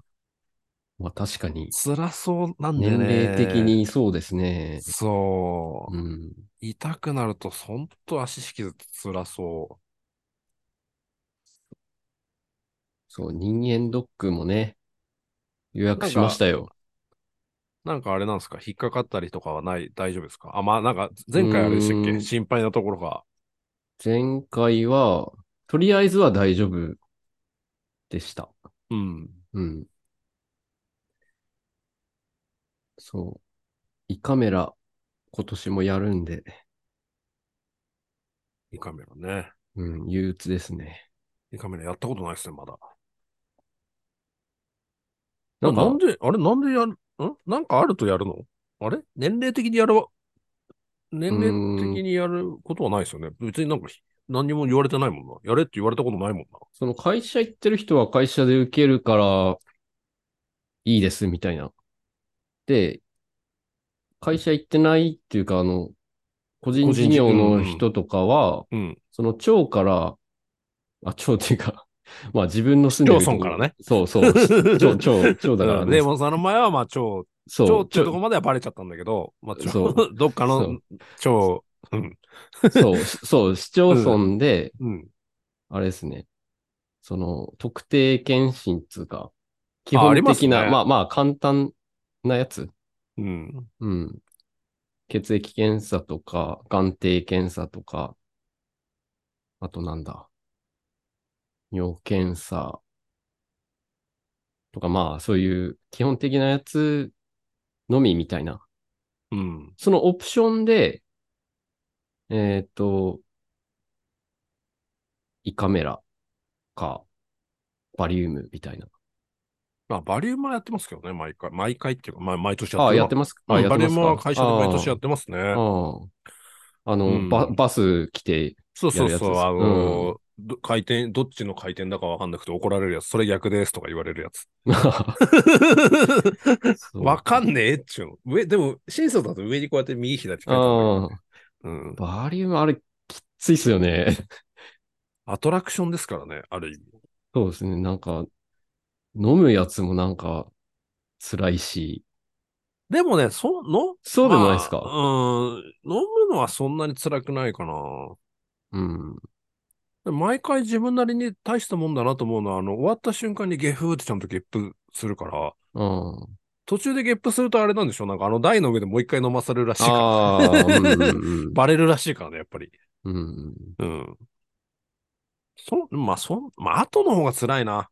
Speaker 1: まあ確かに。
Speaker 2: 辛そうなんで
Speaker 1: 年
Speaker 2: ね。
Speaker 1: 齢的。にそうですね。
Speaker 2: そう。
Speaker 1: うん。
Speaker 2: 痛くなると、ほんと足引きずって辛そ
Speaker 1: そう、人間ドックもね、予約しましたよ。
Speaker 2: う。なんかあれなんですか引っかかったりとかはない、大丈夫ですかあ、まあなんか前回あれでしたっ
Speaker 1: うー
Speaker 2: け
Speaker 1: ん
Speaker 2: 心配なところが。
Speaker 1: 前回は、とりあえずは大丈夫でした。
Speaker 2: うん。
Speaker 1: うん。そう。胃カメラ、今年もやるんで、
Speaker 2: 胃カメラね。
Speaker 1: うん、憂鬱ですね。
Speaker 2: 胃カメラやったことないですね、まだ。
Speaker 1: なん
Speaker 2: な
Speaker 1: か
Speaker 2: ん、で、あれなんでやる、んなんかあるとやるのあれ年齢的にやるわ、年齢的にやることはないですよね。別になんかひ何にも言われてないもんな。やれって言われたことないもんな。
Speaker 1: その会社行ってる人は会社で受けるから、いいです、みたいな。で、会社行ってないっていうか、あの、個人
Speaker 2: 個
Speaker 1: 事
Speaker 2: 人事
Speaker 1: 業
Speaker 2: う
Speaker 1: の
Speaker 2: ん
Speaker 1: 人とかは、
Speaker 2: うん。
Speaker 1: その町から、あ、町っていうか、 まあ自分の住んでるとこ
Speaker 2: 市町村からね。
Speaker 1: そうそう。町、 町、町だから
Speaker 2: うんで
Speaker 1: ね。
Speaker 2: もその前はまあ蝶、
Speaker 1: そう。
Speaker 2: 蝶っていうとこ
Speaker 1: ちょ
Speaker 2: まではバレちゃったんだけど、まあ
Speaker 1: そ
Speaker 2: 蝶、 どっか
Speaker 1: そ
Speaker 2: の
Speaker 1: う
Speaker 2: 蝶、うん。
Speaker 1: そう、しそう、市町村で、
Speaker 2: うん。
Speaker 1: あれですね。その、特定検診つうか、基
Speaker 2: ああり
Speaker 1: 本
Speaker 2: ます
Speaker 1: 的
Speaker 2: ね
Speaker 1: な、まあまあ簡単なやつ。
Speaker 2: うん。
Speaker 1: うん。血液検査とか、眼底検査とか、あとなんだ。尿検査とか、まあそういう基本的なやつのみみたいな。
Speaker 2: うん。
Speaker 1: そのオプションで、えーっと、胃カメラか、バリウムみたいな。
Speaker 2: まあ、バリウムはやってますけどね、毎回。毎回っていうか、まあ、毎年や
Speaker 1: あ
Speaker 2: っ
Speaker 1: あ、
Speaker 2: て
Speaker 1: やってますか。あ、
Speaker 2: うん
Speaker 1: やっ
Speaker 2: バ
Speaker 1: てま
Speaker 2: リウ
Speaker 1: す
Speaker 2: ム
Speaker 1: か。
Speaker 2: は会社で毎年や
Speaker 1: っ
Speaker 2: ってますね。
Speaker 1: あああの、
Speaker 2: うん
Speaker 1: バ、バス来て、
Speaker 2: そうそうそう、
Speaker 1: や
Speaker 2: あ
Speaker 1: るやつです
Speaker 2: のーど回転、どっちの回転だかわかんなくて怒られるやつ、それ逆ですとか言われるやつ。
Speaker 1: そう
Speaker 2: わかんねえっちゅうの。上、でも、審査だと上にこうやって右左って書いてあるんだ
Speaker 1: ああ、
Speaker 2: けどうん。
Speaker 1: バリウムあれ、きついっすよね。
Speaker 2: アトラクションですからね、ある意味。
Speaker 1: そうですね。なんか、飲むやつもなんか、辛いし。
Speaker 2: でもね、その、
Speaker 1: そうでもないですか。
Speaker 2: まあうん。飲むのはそんなに辛くないかな。
Speaker 1: うん。
Speaker 2: で毎回自分なりに大したもんだなと思うのは、あの、終わった瞬間にゲフーってちゃんとゲップするから、
Speaker 1: うん。
Speaker 2: 途中でゲップするとあれなんでしょうなんかあの台の上でもう一回飲まされるらしいから。
Speaker 1: ああ、うんう ん
Speaker 2: バレるらしいからね、やっぱり。
Speaker 1: うん。うん。
Speaker 2: うん。そ、まあ、そ、まあ、後の方が辛いな。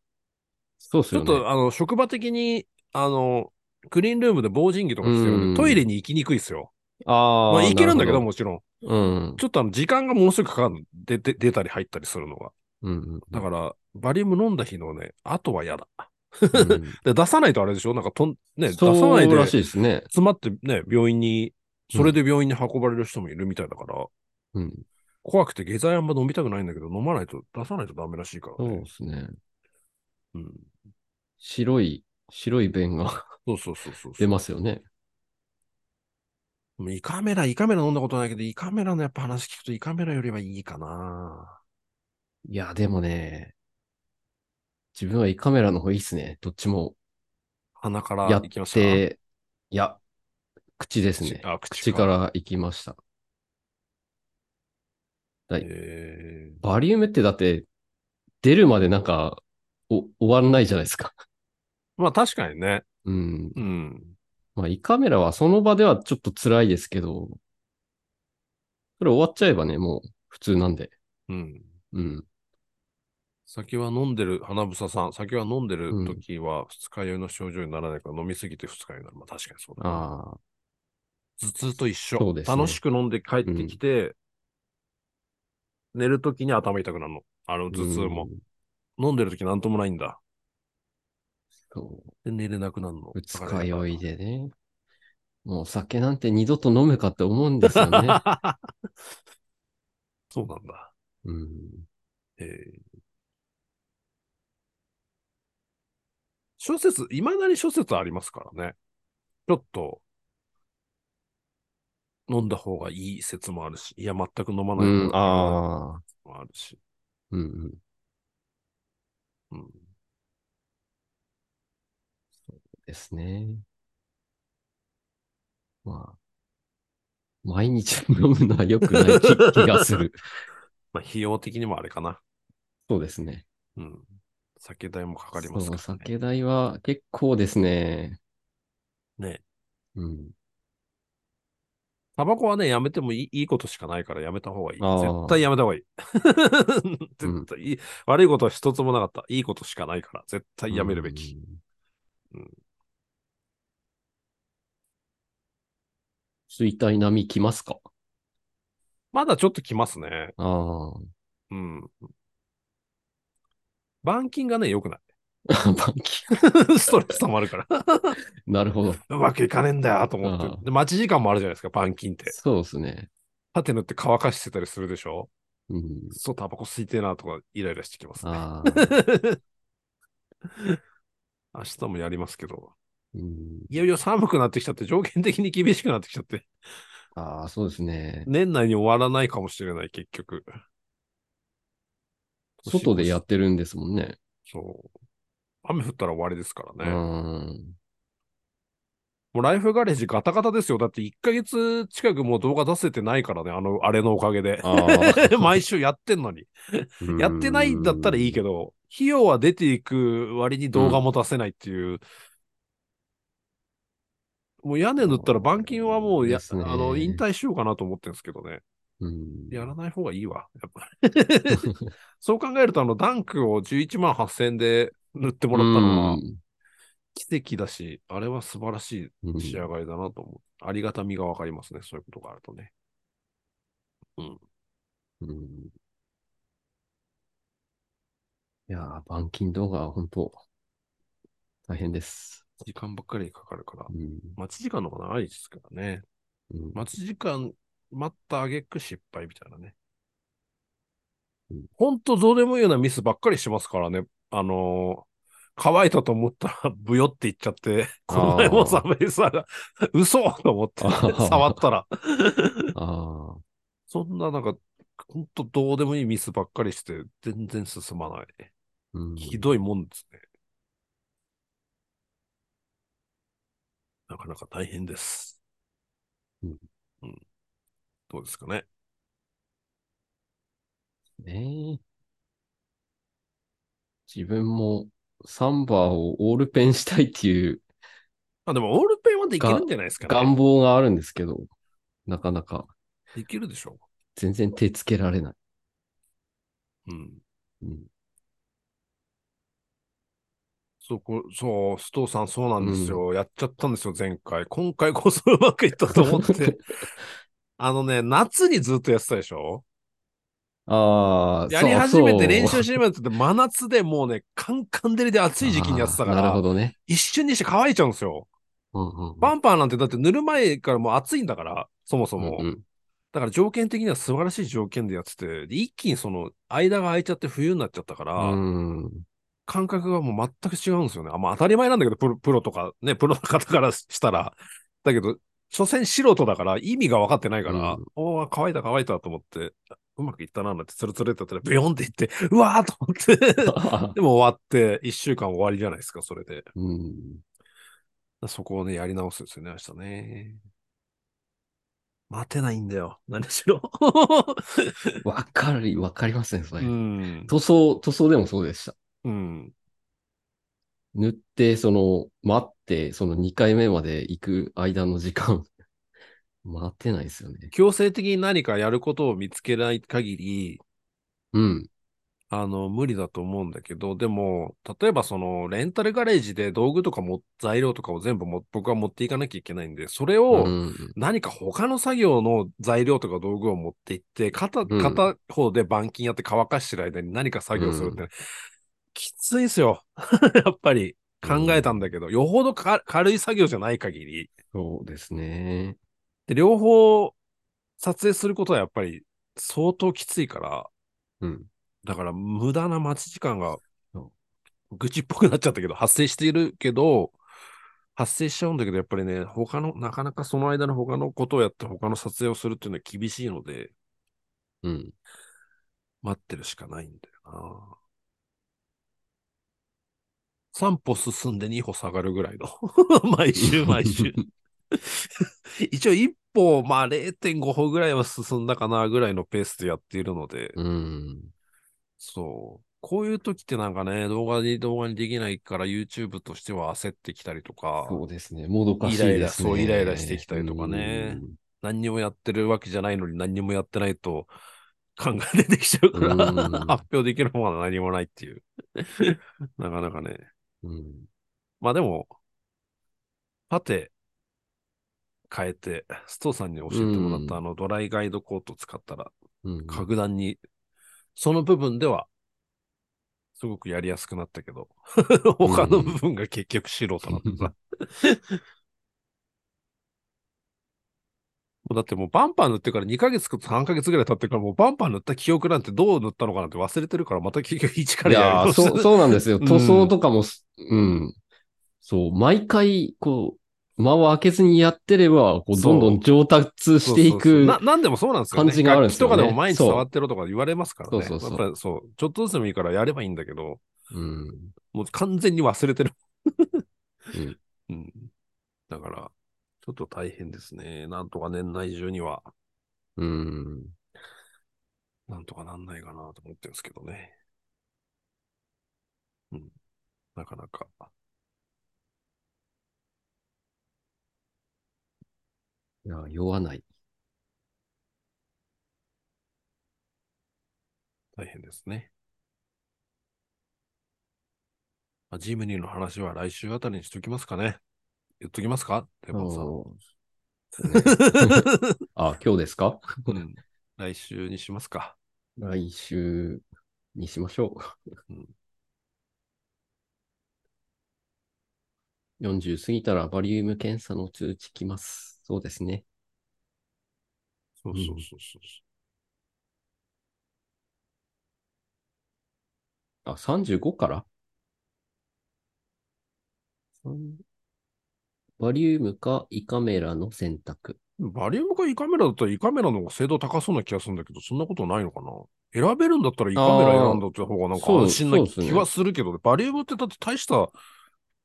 Speaker 1: そうっす
Speaker 2: ちょ
Speaker 1: よ
Speaker 2: っ
Speaker 1: ね。
Speaker 2: と、あの、職場的に、あの、クリーンルームで防塵器とか必要
Speaker 1: うん
Speaker 2: で、トイレに行きにくいですよ。
Speaker 1: ああ、
Speaker 2: まあ、行けるんだけど、
Speaker 1: な
Speaker 2: もちろん。
Speaker 1: ほど。うん。
Speaker 2: ちょっと、あの、時間がものすごくかかるの。で、で、出たり入ったりするのが。
Speaker 1: うん。
Speaker 2: だから、バリウム飲んだ日のね、後は嫌だ。
Speaker 1: ら、
Speaker 2: で、出さないとあれでしょなんか、とん、ね、出さ
Speaker 1: そ
Speaker 2: ないうで、
Speaker 1: らしい
Speaker 2: 詰
Speaker 1: ですね。
Speaker 2: まってね、病院に、それで病院に運ばれる人もいるみたいだから、
Speaker 1: うん。
Speaker 2: 怖くて下剤あんま飲みたくないんだけど、飲まないと、出さないとダメらしいから
Speaker 1: そう
Speaker 2: ね
Speaker 1: で。すね。
Speaker 2: うん。
Speaker 1: 白い、白い弁が
Speaker 2: そうそうそうそうそ
Speaker 1: 出
Speaker 2: う。
Speaker 1: ますよね。
Speaker 2: 胃カメラ、胃カメラ飲んだことないけど、胃カメラのやっぱ話聞くと胃カメラよりはいいかな。
Speaker 1: いや、でもね、自分は胃カメラの方がいいっすね。どっちも
Speaker 2: 鼻から
Speaker 1: やっ
Speaker 2: 行きました。
Speaker 1: て、いや、口ですね
Speaker 2: 口。あ口
Speaker 1: 口
Speaker 2: か
Speaker 1: から行きました。て
Speaker 2: えー
Speaker 1: バリウムってだって、出るまでなんか、お、終わんないじゃないですか。
Speaker 2: まあ確かにね。
Speaker 1: うん。
Speaker 2: うん。
Speaker 1: まあ、胃カメラはその場ではちょっと辛いですけど、それ終わっちゃえばね、もう普通なんで。
Speaker 2: うん。
Speaker 1: うん。
Speaker 2: 酒は飲んでる、花房さん、酒は飲んで
Speaker 1: う
Speaker 2: る
Speaker 1: ん
Speaker 2: 時は二日酔いの症状にならないから、飲みすぎて二日酔いになる。まあ確かにそうだ。
Speaker 1: ああ、
Speaker 2: 頭痛と一
Speaker 1: そ
Speaker 2: 緒。
Speaker 1: うですね
Speaker 2: 楽しく飲んで帰ってきて、寝る時に頭痛くなるの。あの頭痛も
Speaker 1: う。ん
Speaker 2: 飲んでる時なんともないんだ。
Speaker 1: そ
Speaker 2: で、寝れなくなるの。
Speaker 1: う。二
Speaker 2: だから
Speaker 1: 日
Speaker 2: やっ
Speaker 1: 酔
Speaker 2: ぱ
Speaker 1: いでね。もう酒なんて二度と飲むかって思うんですよ ね。
Speaker 2: そうなんだ。
Speaker 1: うん。
Speaker 2: えー諸説、いまだに諸説ありますからね。ちょっと、飲んだ方がいい説もあるし、いや、全く飲まな
Speaker 1: う
Speaker 2: い
Speaker 1: ん
Speaker 2: 方、が
Speaker 1: ああ、
Speaker 2: いい説もあるし。
Speaker 1: うんうん。
Speaker 2: うん
Speaker 1: ですね。まあ、毎日飲むのは良くない気気がす る。
Speaker 2: まあ、費用的にもあれかな。
Speaker 1: そうですね。
Speaker 2: うん。酒代もかかります
Speaker 1: そ
Speaker 2: か
Speaker 1: う、
Speaker 2: らね。
Speaker 1: 酒代は結構ですね。
Speaker 2: ね
Speaker 1: うん。
Speaker 2: タバコはね、やめてもいいいいことしかないからやめた方がいい。
Speaker 1: あー
Speaker 2: 絶対やめた方 がいい。絶対いい、悪いことは一つもなかった。いいことしかないから、絶対やめるべき。
Speaker 1: うん。
Speaker 2: うん
Speaker 1: 衰退波来ますか
Speaker 2: まだちょっと来ますね。
Speaker 1: あ
Speaker 2: うん。板金がね、良くない。
Speaker 1: あ。バンキ
Speaker 2: ストレス溜まるから。
Speaker 1: なるほ ど。
Speaker 2: うまくいかねえんだよ、と思っ
Speaker 1: あ
Speaker 2: て
Speaker 1: ー。
Speaker 2: で、待ち時間もあるじゃないですか、板金って。
Speaker 1: そうですね。
Speaker 2: 縦塗って乾かしてたりするでしょ
Speaker 1: うん。
Speaker 2: クソ、タバコ吸いてえな、とか、イライラしてきますね。
Speaker 1: ああ。
Speaker 2: 明日もやりますけど。
Speaker 1: うん、
Speaker 2: いよいよ寒くなってきちゃって、条件的に厳しくなってきちゃって。
Speaker 1: ああ、そうです ね。
Speaker 2: 年内に終わらないかもしれない、結局。
Speaker 1: 外でや
Speaker 2: っ
Speaker 1: ってるんですもんね。
Speaker 2: そう。雨降ったら終わりですからね。
Speaker 1: うん。
Speaker 2: もうライフガレージガタガタですよ。だって1ヶ月近くもう動画出せてないからね、あの、あれのおかげで。
Speaker 1: あ
Speaker 2: 毎週やってんのに。
Speaker 1: ー
Speaker 2: やってないんだったらいいけ
Speaker 1: ど。
Speaker 2: ど、費用は出ていく割に動画も出せないっていう。もう屋根塗ったら板金はもうや、
Speaker 1: ですね
Speaker 2: あの、引退しようかなと思ってるんですけどね。
Speaker 1: うん。
Speaker 2: やらない方がいいわ。やっぱ りそう考えると、あの、ダンクを11万8000円で塗ってもらったのは奇跡だし、あれは素晴らしい
Speaker 1: うんうん
Speaker 2: 仕上がりだなと思う。ありがたみがわかりますね。そういうことがあるとね。
Speaker 1: うんいやー、板金動画は本当、大変です。
Speaker 2: 時間ばっかりかかるから
Speaker 1: う。ん
Speaker 2: 待ち時間の方が長いですからね。
Speaker 1: うん
Speaker 2: 待ち時間、待った挙句失敗みたいなね
Speaker 1: うん。
Speaker 2: ほんとどうでもいいようなミスばっかりしますからね。あのー乾いたと思ったら、ブヨって言っちゃって、 この前もサメリさんが、嘘と思って
Speaker 1: あ、ー
Speaker 2: 触ったら。
Speaker 1: ああ、
Speaker 2: そんななんか、ほんとどうでもいいミスばっかりして、全然進まない。
Speaker 1: うん
Speaker 2: ひどいもんですね。なかなか大変です。
Speaker 1: うん
Speaker 2: うんどうですかね。
Speaker 1: ねえ自分もサンバをオールペンしたいっていう
Speaker 2: あ、でもオールペンはできるんじゃないですかね。
Speaker 1: 願望があるんですけど、なかなか
Speaker 2: できるでしょ
Speaker 1: 全然手つけられない。
Speaker 2: う。うん。
Speaker 1: うん
Speaker 2: そこ、そう、須藤さんそうなんですよ。やっちゃったんですよ、前回。今回こそうまくいったと 思って。あのね、夏にずっとやってたでしょ
Speaker 1: ああ、
Speaker 2: やり始め
Speaker 1: そうそ
Speaker 2: て
Speaker 1: う
Speaker 2: 練習し始めてて、真夏でもうね、カンカン照りで暑い時期にやってたか
Speaker 1: あーなるほ
Speaker 2: ら、
Speaker 1: どね。
Speaker 2: 一瞬にして乾いちゃうんですよ。
Speaker 1: うんうんうん
Speaker 2: バンパーなんてだって塗る前からもう暑いんだから、そもそも。
Speaker 1: うんうん
Speaker 2: だから条件的には素晴らしい条件でやってて、で一気にその間が空いちゃって冬になっちゃったから、
Speaker 1: うん
Speaker 2: 感覚がもう全く違うんですよね。あまあ当たり前なんだけど、プロプロとかね、プロの方からしたら。だけど、所詮素人だから意味が分かってないから、
Speaker 1: うん
Speaker 2: おお、乾いた乾いたと思って、うまくいったななんてツルツルってやったら、ビヨンっていって、うわーと思って。 でも終わって、一週間終わりじゃないですか、それで。
Speaker 1: うん
Speaker 2: そこをね、やり直すんですよね、明日ね。待てないんだよ、何しろ。
Speaker 1: わかり、わかりますね、そうれ。
Speaker 2: ん。
Speaker 1: 塗装、塗装でもそうでした。
Speaker 2: うん。
Speaker 1: 塗って、その、待って、その2回目まで行く間の時間、 待ってないですよね。
Speaker 2: 強制的に何かやることを見つけない限り、
Speaker 1: うん。
Speaker 2: あの、無理だと思うんだけど、でも、例えばその、レンタルガレージで道具とかも、材料とかを全部も、僕は持っていかなきゃいけないんで、それを、
Speaker 1: うん
Speaker 2: 何か他の作業の材料とか道具を持って行って、片、
Speaker 1: ん
Speaker 2: 片方で板金やって乾かしてる間に何か作業するって、きついですよ。 やっぱり考えたんだけど、よほどか軽い作業じゃない限り。
Speaker 1: そうですね。
Speaker 2: で、両方撮影することはやっぱり相当きついから、
Speaker 1: うん。
Speaker 2: だから無駄な待ち時間が
Speaker 1: そ
Speaker 2: 愚痴っぽくなっちゃったけど、発生しているけど、発生しちゃうんだけど、やっぱりね、他の、なかなかその間の他のことをやって他の撮影をするっていうのは厳しいので、
Speaker 1: うん。
Speaker 2: 待ってるしかないんだよな。3歩進んで2歩下がるぐらいの。 毎週毎週。一応1歩、まあ0.5歩ぐらいは進んだかなぐらいのペースでやっているので、
Speaker 1: うん。
Speaker 2: そう。こういう時ってなんかね、動画に動画にできないから YouTube としては焦ってきたりとか、
Speaker 1: そうですね。もどかしいですね。
Speaker 2: イライラそうイライラしてきたりとかね何にもやってるわけじゃないのに何にもやってないと感が出てきちゃうから、
Speaker 1: うん
Speaker 2: 発表できるものは何もないっていう。なかなかね。
Speaker 1: うん。うん。
Speaker 2: まあでも、パテ変えて、ストーさんに教えてもらったあのドライガイドコート使ったら、
Speaker 1: うん
Speaker 2: 格段に、その部分では、すごくやりやすくなったけど、他の部分が結局素人だったな。 もうだってもうバンパー塗ってから2ヶ月か3ヶ月ぐらい経ってからもうバンパー塗った記憶なんてどう塗ったのかなんて忘れてるからまた結局一か
Speaker 1: い
Speaker 2: らや
Speaker 1: や
Speaker 2: り
Speaker 1: ー
Speaker 2: 直す
Speaker 1: そう、そうなんですよ。
Speaker 2: うん
Speaker 1: 塗装とかもす、うん、そう、毎回、こう、間を空けずにやってれば、こう、
Speaker 2: そ
Speaker 1: ど
Speaker 2: うん
Speaker 1: どん上達してい
Speaker 2: そうそうそ
Speaker 1: く。
Speaker 2: うな。なんでもそうなんですよ、ね。
Speaker 1: 感じがあるんですよね
Speaker 2: 楽器とかでも毎日触ってろとか言われますからね。
Speaker 1: そうそうそう
Speaker 2: やっぱりそう。ちょっとずつでもいいからやればいいんだけど、
Speaker 1: うん。
Speaker 2: もう完全に忘れてる。
Speaker 1: うん
Speaker 2: うんだから、ちょっと大変ですね。なんとか年内中には、
Speaker 1: うん。
Speaker 2: なんとかなんないかなと思ってるんですけどね。なかなか。
Speaker 1: いや、酔わない。
Speaker 2: 大変ですね。まあ、ジムニーの話は来週あたりにしときますかね。言っときますかデボンさん。
Speaker 1: あ、今日ですか
Speaker 2: うん来週にしますか。
Speaker 1: 来週にしましょう。40過ぎたらバリウム検査の通知来ます。そうですね。
Speaker 2: そうそうそうそうそう。
Speaker 1: あ、35から三バリウムか胃カメラの選択。
Speaker 2: バリウムか胃カメラだったら胃カメラの方が精度高そうな気がするんだけど、そんなことないのかな選べるんだったら胃カメラ選んだって方がなんか
Speaker 1: そう
Speaker 2: 安心な
Speaker 1: そうですね
Speaker 2: 気はするけどね、バリウムってだって大した、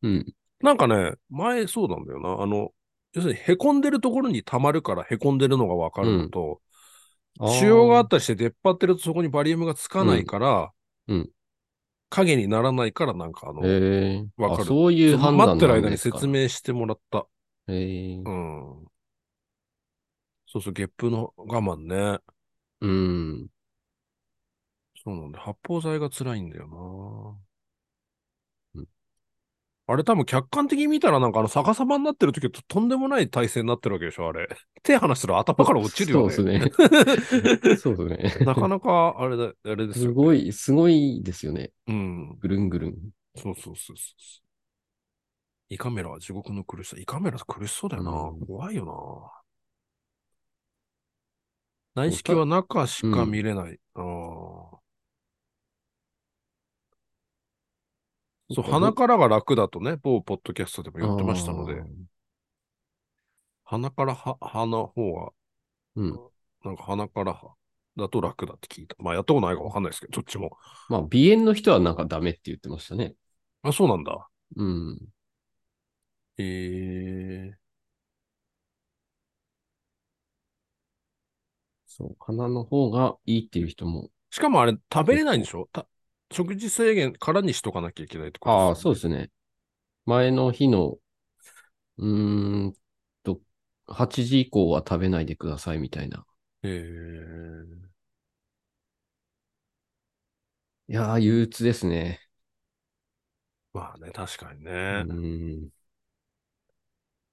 Speaker 1: うん。
Speaker 2: なんかね、前そうなんだよな。あの、要するに凹んでるところに溜まるから凹んでるのがわかるのと、腫瘍があったりして出っ張ってるとそこにバリウムがつかないから、
Speaker 1: うんうん
Speaker 2: 影にならないからなんかあの、
Speaker 1: ええ
Speaker 2: わかる
Speaker 1: あそういう
Speaker 2: その
Speaker 1: 判断
Speaker 2: 待ってる間
Speaker 1: なんで
Speaker 2: に
Speaker 1: すか
Speaker 2: 説明してもらった。
Speaker 1: ええ
Speaker 2: うん。そうそう、ゲップの我慢ね。
Speaker 1: うん。
Speaker 2: そうなんだ。発泡剤が辛いんだよな。
Speaker 1: うん
Speaker 2: あれ多分客観的に見たらなんかあの逆さまになってる時はととんでもない体勢になってるわけでしょ、あれ。 手離したら頭から落ちるよね。
Speaker 1: そう ですね。そうですね。
Speaker 2: なかなかあれだ、あれですよ、
Speaker 1: す
Speaker 2: ね。
Speaker 1: ごい、すごいですよね。
Speaker 2: うん。
Speaker 1: ぐるんぐるん。
Speaker 2: そうそうそうそうそう。胃カメラは地獄の苦しさ。胃カメラ苦しそうだよな。
Speaker 1: うん
Speaker 2: 怖いよな。内視鏡は中しか見れない。ああ。そう、鼻からが楽だとね、某ポッドキャストでも言ってましたので
Speaker 1: あー、
Speaker 2: 鼻からは、鼻の方が、
Speaker 1: うん。
Speaker 2: なんか鼻からはだと楽だって聞いた。まあ、やったことないかわかんないですけど、どっちも。
Speaker 1: まあ、鼻炎の人はなんかダメって言ってましたね。
Speaker 2: あ、そうなんだ。
Speaker 1: うん。
Speaker 2: ええ
Speaker 1: そう。鼻の方がいいっていう人も。
Speaker 2: しかもあれ、食べれないんでしょた食事制限からにしとかなきゃいけないってこと
Speaker 1: ああ、そううですね。前の日の、うーんと、8時以降は食べないでくださいみたいな。
Speaker 2: え
Speaker 1: いやー、憂鬱ですね。
Speaker 2: えまあね、確かに
Speaker 1: う
Speaker 2: ね。
Speaker 1: ん。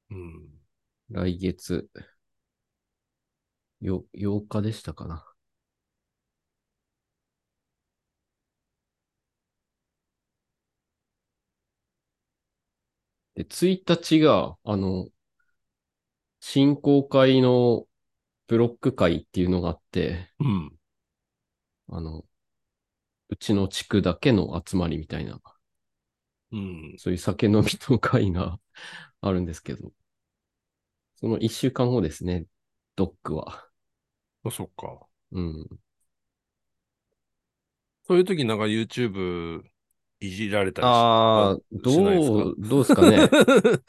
Speaker 2: うん。
Speaker 1: 来月、よ、8日でしたかな。で、1日が、あの、振興会のブロック会っていうのがあって、
Speaker 2: うん。
Speaker 1: あの、うちの地区だけの集まりみたいな、
Speaker 2: うん。
Speaker 1: そういう酒飲みの会が あるんですけど、その1週間後ですね、ドックは。
Speaker 2: まあ、そっか。
Speaker 1: うん。
Speaker 2: そういう時なんか YouTube いじられたりして
Speaker 1: ああ、
Speaker 2: しないです
Speaker 1: ど
Speaker 2: か
Speaker 1: う、どうですか ね。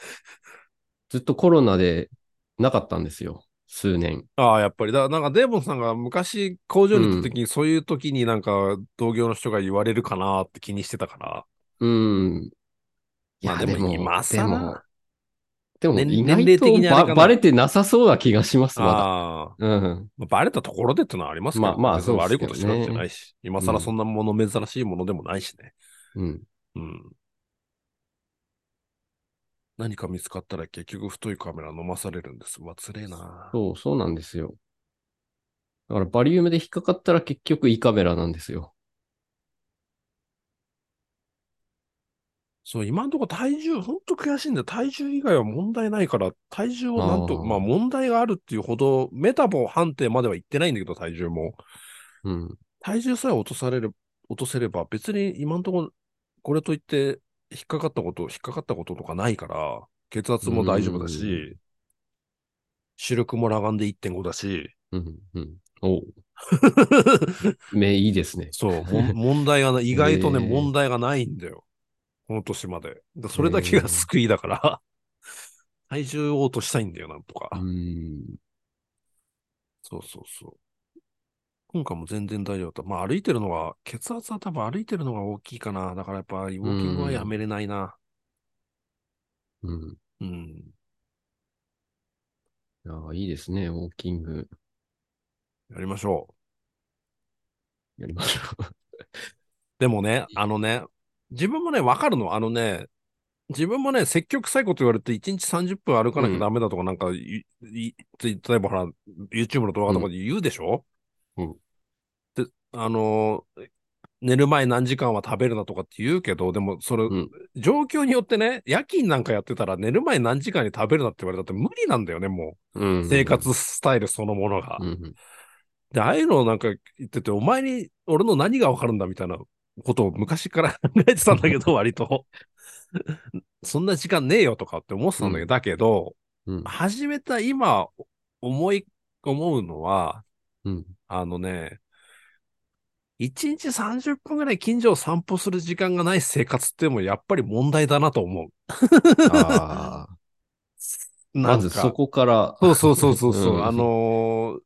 Speaker 1: ずっとコロナでなかったんですよ。数年。
Speaker 2: ああ、 やっぱり。だなんか、デーボンさんが昔工場に行った時に、そういう時になんか、同業の人が言われるかなって気にしてたから。
Speaker 1: うん。い
Speaker 2: まあでも今
Speaker 1: で
Speaker 2: 更
Speaker 1: も、でも
Speaker 2: 年
Speaker 1: 意外
Speaker 2: 年齢的
Speaker 1: と
Speaker 2: にあれかな
Speaker 1: ばバレてなさそうな気がします、ま
Speaker 2: ああ、
Speaker 1: だ。うん。
Speaker 2: まあ、バレたところでってのはありますけど、
Speaker 1: まあまあ
Speaker 2: 別に
Speaker 1: そうです
Speaker 2: 悪い
Speaker 1: け
Speaker 2: こ
Speaker 1: どね
Speaker 2: としたわけじゃないし、今更そんなもの珍しいものでもないしね。
Speaker 1: うん。
Speaker 2: うん。何か見つかったら結局太いカメラ飲まされるんです。うわ、つれえな。
Speaker 1: そう、そうなんですよ。だからバリウムで引っかかったら結局いいカメラなんですよ。
Speaker 2: そう、今のところ体重、ほんと悔しいんだよ。体重以外は問題ないから、体重をなんと、
Speaker 1: あー
Speaker 2: まあ問題があるっていうほど、メタボ判定までは行ってないんだけど、体重も。
Speaker 1: うん。
Speaker 2: 体重さえ落とされる、落とせれば、別に今のところ、これといって、引っかかったこと、引っかかったこととかないから、血圧も大丈夫だ
Speaker 1: う
Speaker 2: し、視力も裸眼で1.5だし、
Speaker 1: うん。うん。おう目いいですね。
Speaker 2: そう、もん問題がない、意外とね、
Speaker 1: へー
Speaker 2: 問題がないんだよ。この年まで。だそれだけ
Speaker 1: へー
Speaker 2: が救いだから、 体重を落としたいんだよ、なんとか。
Speaker 1: うん。
Speaker 2: そうそうそう。今回も全然大丈夫だった。まあ歩いてるのが、血圧は多分歩いてるのが大きいかな。だからやっぱりウォーキングはやめれないな。
Speaker 1: うん。
Speaker 2: うん。
Speaker 1: いやーいいですね。ウォーキング
Speaker 2: やりましょう。
Speaker 1: やりましょう。
Speaker 2: でもね、あのね、自分もね、わかるの。あのね、自分もね、積極臭いこと言われて、1日30分歩かなきゃダメだとか、なんか、いい例えばほら、YouTube の動画とかで言うでしょ
Speaker 1: うん。
Speaker 2: で、あのー寝る前何時間は食べるなとかって言うけど、でも、それ、
Speaker 1: うん
Speaker 2: 状況によってね、夜勤なんかやってたら、寝る前何時間に食べるなって言われたって無理なんだよね、も
Speaker 1: う
Speaker 2: う。
Speaker 1: ん
Speaker 2: 生。活スタイルそのものが。
Speaker 1: うんうん。
Speaker 2: で、ああいうのをなんか言ってて、お前に俺の何がわかるんだみたいなことを昔から 考えてたんだけど、割と。そんな時間ねえよとかって思ってたんだけど、だけど、
Speaker 1: うん。
Speaker 2: 始めた今、思い、思うのは、
Speaker 1: うん。
Speaker 2: あのね、1日30分ぐらい近所を散歩する時間がない生活っていうのもやっぱり問題だなと思う。
Speaker 1: ああ。
Speaker 2: な
Speaker 1: ま
Speaker 2: んか
Speaker 1: ずそこから。
Speaker 2: そうそうそうそうそう、
Speaker 1: うん
Speaker 2: あのー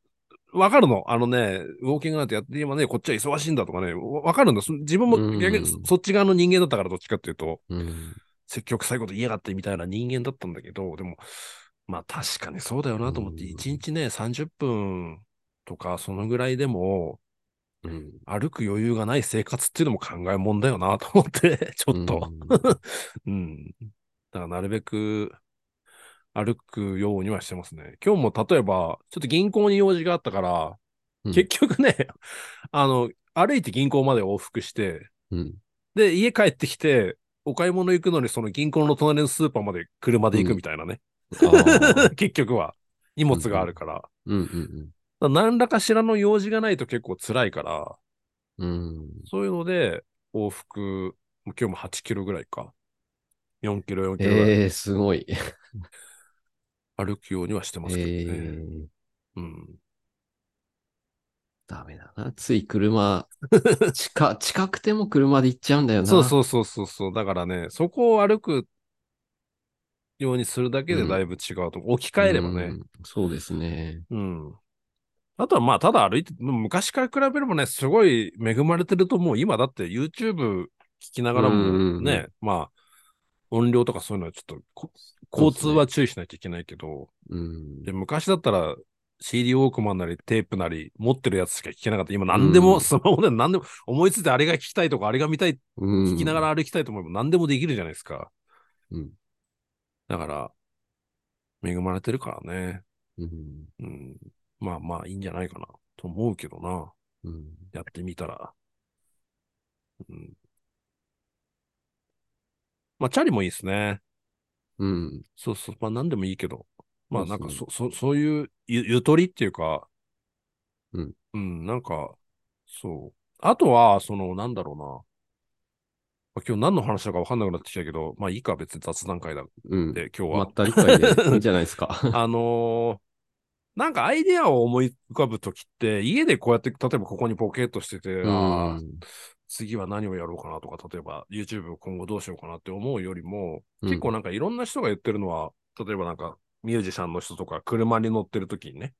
Speaker 2: わかるの。あのね、ウォーキングなんてやって、今ね、こっちは忙しいんだとかね、わわかるんだ。そ自分も
Speaker 1: うん
Speaker 2: 逆にそそっち側の人間だったから、どっちかっていうと、
Speaker 1: うん。
Speaker 2: 積極臭いこと言いやがってみたいな人間だったんだけど、でも、まあ確かにそうだよなと思って、
Speaker 1: うん
Speaker 2: 1日ね、30分とか、そのぐらいでも、
Speaker 1: うん。
Speaker 2: 歩く余裕がない生活っていうのも考えもんだよなと思って、ちょっと。うん。だからなるべく歩くようにはしてますね。今日も例えば、ちょっと銀行に用事があったから、
Speaker 1: うん
Speaker 2: 結局ね、 あの、歩いて銀行まで往復して、
Speaker 1: うん。
Speaker 2: で、家帰ってきて、お買い物行くのにその銀行の隣のスーパーまで車で行くみたいなね。
Speaker 1: あー
Speaker 2: 結局は。荷物があるから。だか
Speaker 1: うんうん
Speaker 2: ら何らかしらの用事がないと結構辛いから、
Speaker 1: うん。 うん。
Speaker 2: そういうので、往復、今日も8キロぐらいか。4キロ、4キロぐらい
Speaker 1: ええー、すごい。え
Speaker 2: 歩くようにはしてますけどね。
Speaker 1: ー、
Speaker 2: うん。
Speaker 1: ダメだな。つい車、近、 近くても車で行っちゃうんだよな。
Speaker 2: そう
Speaker 1: う。
Speaker 2: そうそうそうそう。だからね、そこを歩くようにするだけでだいぶ違うと、置き換えればね。。
Speaker 1: そうですね。
Speaker 2: うん。あとはまあ、ただ歩いて、昔から比べればね、すごい恵まれてると思う。今だって YouTube 聞きながら
Speaker 1: うんうんう
Speaker 2: も
Speaker 1: ん
Speaker 2: ね、まあ、音量とかそういうのはちょっとこ、
Speaker 1: そう
Speaker 2: 交
Speaker 1: です
Speaker 2: 通
Speaker 1: ね
Speaker 2: は注意しなきゃいけないけど、
Speaker 1: うん。
Speaker 2: で昔だったら CD ウォークマンなりテープなり持ってるやつしか聞けなかった。今何で
Speaker 1: う
Speaker 2: も
Speaker 1: ん
Speaker 2: スマホで何でも思いついてあれが聞きたいとかあれが見たい
Speaker 1: うん、
Speaker 2: 聞きながら歩きたいと思えば何でもできるじゃないですか。
Speaker 1: うん。
Speaker 2: だから、恵まれてるからね。
Speaker 1: うん。
Speaker 2: うん。まあまあいいんじゃないかなと思うけどな。
Speaker 1: うん。
Speaker 2: やってみたら。うん。まあ、チャリもいいですね。
Speaker 1: うん。
Speaker 2: そうそう。まあ何でもいいけど。まあなんか
Speaker 1: そ
Speaker 2: そ、そ、そういうゆゆとりっていうか、
Speaker 1: うん。
Speaker 2: うん、なんか、そう。あとは、その、なんだろうな。まあ今日何の話だか分かんなくなってきたけど、まあいいか、別に雑談会だ
Speaker 1: うん。
Speaker 2: で、今日は。
Speaker 1: まったり会でいいんじゃないです か。
Speaker 2: あのーなんかアイデアを思い浮かぶときって、家でこうやって、例えばここにポケットしてて、
Speaker 1: う
Speaker 2: あー
Speaker 1: ん。
Speaker 2: 次は何をやろうかなとか、例えば YouTube を今後どうしようかなって思うよりも、
Speaker 1: うん
Speaker 2: 結構なんかいろんな人が言ってるのは、例えばなんかミュージシャンの人とか車に乗ってるときにね、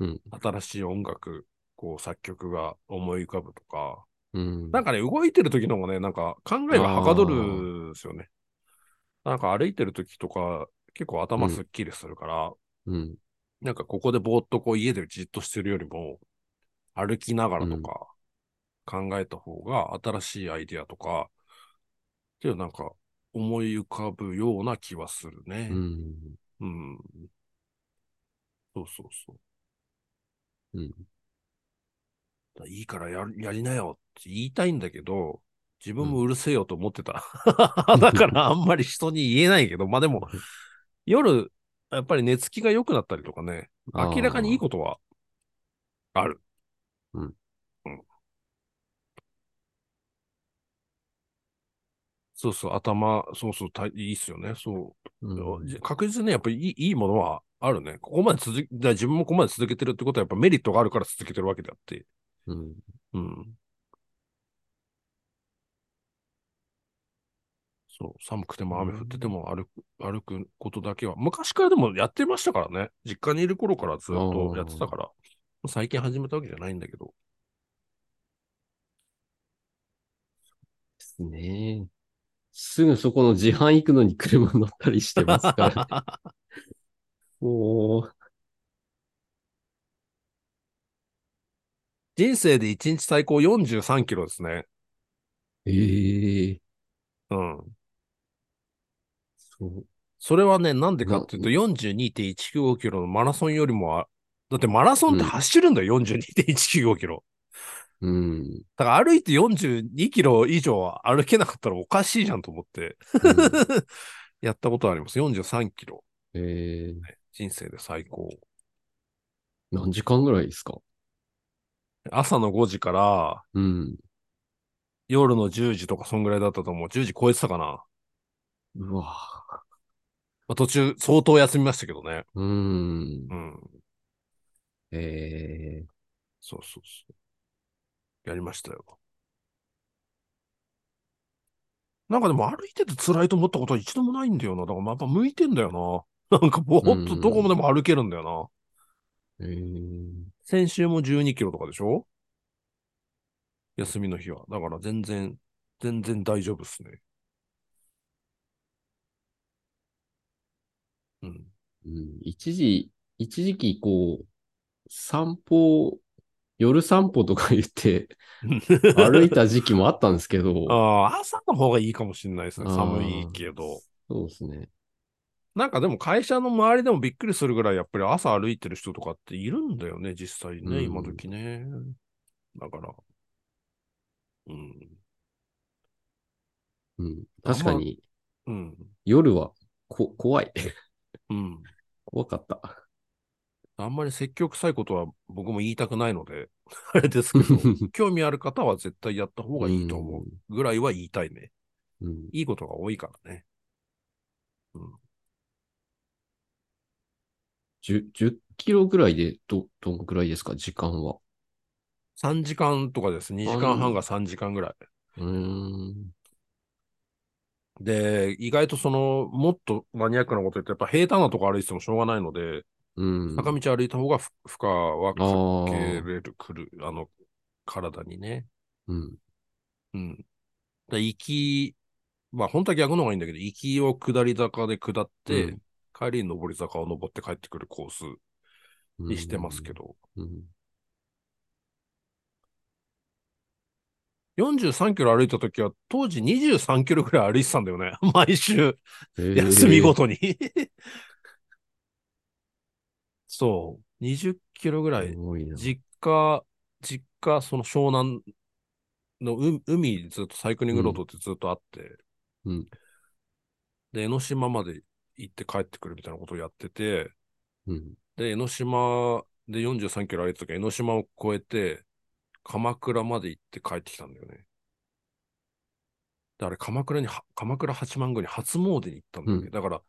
Speaker 1: うん
Speaker 2: 新しい音楽、こう作曲が思い浮かぶとか、
Speaker 1: うん。
Speaker 2: なんかね、動いてる時の方がね、なんか考えがはかどるんですよね。なんか歩いてる時とか、結構頭すっきりするから、
Speaker 1: うん。
Speaker 2: なんかここでぼーっとこう家でじっとしてるよりも、歩きながらとか考えた方が新しいアイディアとか、っていうなんか思い浮かぶような気はするね
Speaker 1: う。ん。
Speaker 2: うん。そうそうそう。
Speaker 1: うん
Speaker 2: だ。いいからややりなよって言いたいんだけど、自分もうるせえよと思って た。だからあんまり人に言えないけど、まあで も、夜、やっぱり寝つきが良くなったりとかね、
Speaker 1: あー
Speaker 2: 明らかにいいことはある。
Speaker 1: うん。
Speaker 2: うん。そうそう、頭、そうそう、たいいっすよね。そう。
Speaker 1: うん
Speaker 2: じ確実にねやっぱりいいいいものはあるね。ここまで続き、だから自分もここまで続けてるってことはやっぱメリットがあるから続けてるわけであって。
Speaker 1: うん。
Speaker 2: うん。そう、寒くても雨降ってても歩く、歩くことだけは、昔からでもやってましたからね。実家にいる頃からずっとやってたから、最近始めたわけじゃないんだけど。
Speaker 1: すね。すぐそこの自販行くのに車乗ったりしてますから、ね。 おー
Speaker 2: 人生で1日最高43キロですね。
Speaker 1: えー、
Speaker 2: うん。
Speaker 1: そう。
Speaker 2: それはね、なんでかっていうと、42.195キロのマラソンよりもあ、だってマラソンって走るんだよ、42.195キロ。
Speaker 1: うん。
Speaker 2: だから歩いて42キロ以上は歩けなかったらおかしいじゃんと思って、
Speaker 1: うん
Speaker 2: やったことあります。43キロ。
Speaker 1: えー、
Speaker 2: 人生で最高。
Speaker 1: 何時間ぐらいですか
Speaker 2: 朝の5時から
Speaker 1: うん。
Speaker 2: 夜の10時とかそんぐらいだったと思う。10時超えてたかな。
Speaker 1: うわ
Speaker 2: まあ、途中相当休みましたけどね。
Speaker 1: ぁうん。
Speaker 2: うん。
Speaker 1: え
Speaker 2: そうそうそう。やりましたよ。なんかでも歩いてて辛いと思ったことは一度もないんだよな。だからやっぱ向いてんだよな。なんかぼーっとどこまでも歩けるんだよな。
Speaker 1: ー、えー、
Speaker 2: 先週も12キロとかでしょ休みの日は。だから全然、全然大丈夫っすね。うん。
Speaker 1: うん。一時、一時期こう、散歩、夜散歩とか言って歩いた時期もあったんですけど、
Speaker 2: ああ、朝の方がいいかもしれないですね。
Speaker 1: あー
Speaker 2: 寒いけど。
Speaker 1: そうですね。
Speaker 2: なんかでも会社の周りでもびっくりするぐらいやっぱり朝歩いてる人とかっているんだよね、実際ね、
Speaker 1: うん
Speaker 2: 今時ね。だから。うん。
Speaker 1: うん。確かに、
Speaker 2: うん。
Speaker 1: 夜はこ怖い。
Speaker 2: うん。
Speaker 1: 怖かった。
Speaker 2: あんまり積極臭いことは僕も言いたくないので、 あ れですけど、興味ある方は絶対やった方がいいと思うぐらいは言いたいね。
Speaker 1: うん。うん
Speaker 2: いいことが多いからね。
Speaker 1: 10, 10キロぐらいでど、どんくらいですか時間は。
Speaker 2: 3時間とかです。2時間半が3時間ぐらい。
Speaker 1: うーん。
Speaker 2: で、意外とその、もっとマニアックなこと言って、やっぱ平坦なとこ歩いててもしょうがないので、
Speaker 1: うん。
Speaker 2: 坂道歩いた方がふ負荷は
Speaker 1: ああ
Speaker 2: かけれる、くる、あの、体にね。
Speaker 1: うん。
Speaker 2: うん。で、行き、まあ本当は逆の方がいいんだけど、行きを下り坂で下って、
Speaker 1: うん
Speaker 2: 帰りに上り坂を登って帰ってくるコースにしてますけど、
Speaker 1: うん。
Speaker 2: 43キロ歩いた時は、当時23キロぐらい歩いてたんだよね。 毎週、
Speaker 1: えー
Speaker 2: 休みごとに。そう。20キロぐらい
Speaker 1: すごいな。
Speaker 2: 実家、実家、その湘南のう海、ずっとサイクリングロードってずっとあって、
Speaker 1: うん
Speaker 2: で、江ノ島まで行って帰ってくるみたいなことをやってて、
Speaker 1: うん。
Speaker 2: で、江ノ島で43キロ歩いた時、江ノ島を越えて、鎌倉まで行って帰ってきたんだよね。で、あれ、鎌倉には、鎌倉八幡宮に初詣に行ったんだよね。
Speaker 1: うん
Speaker 2: だから、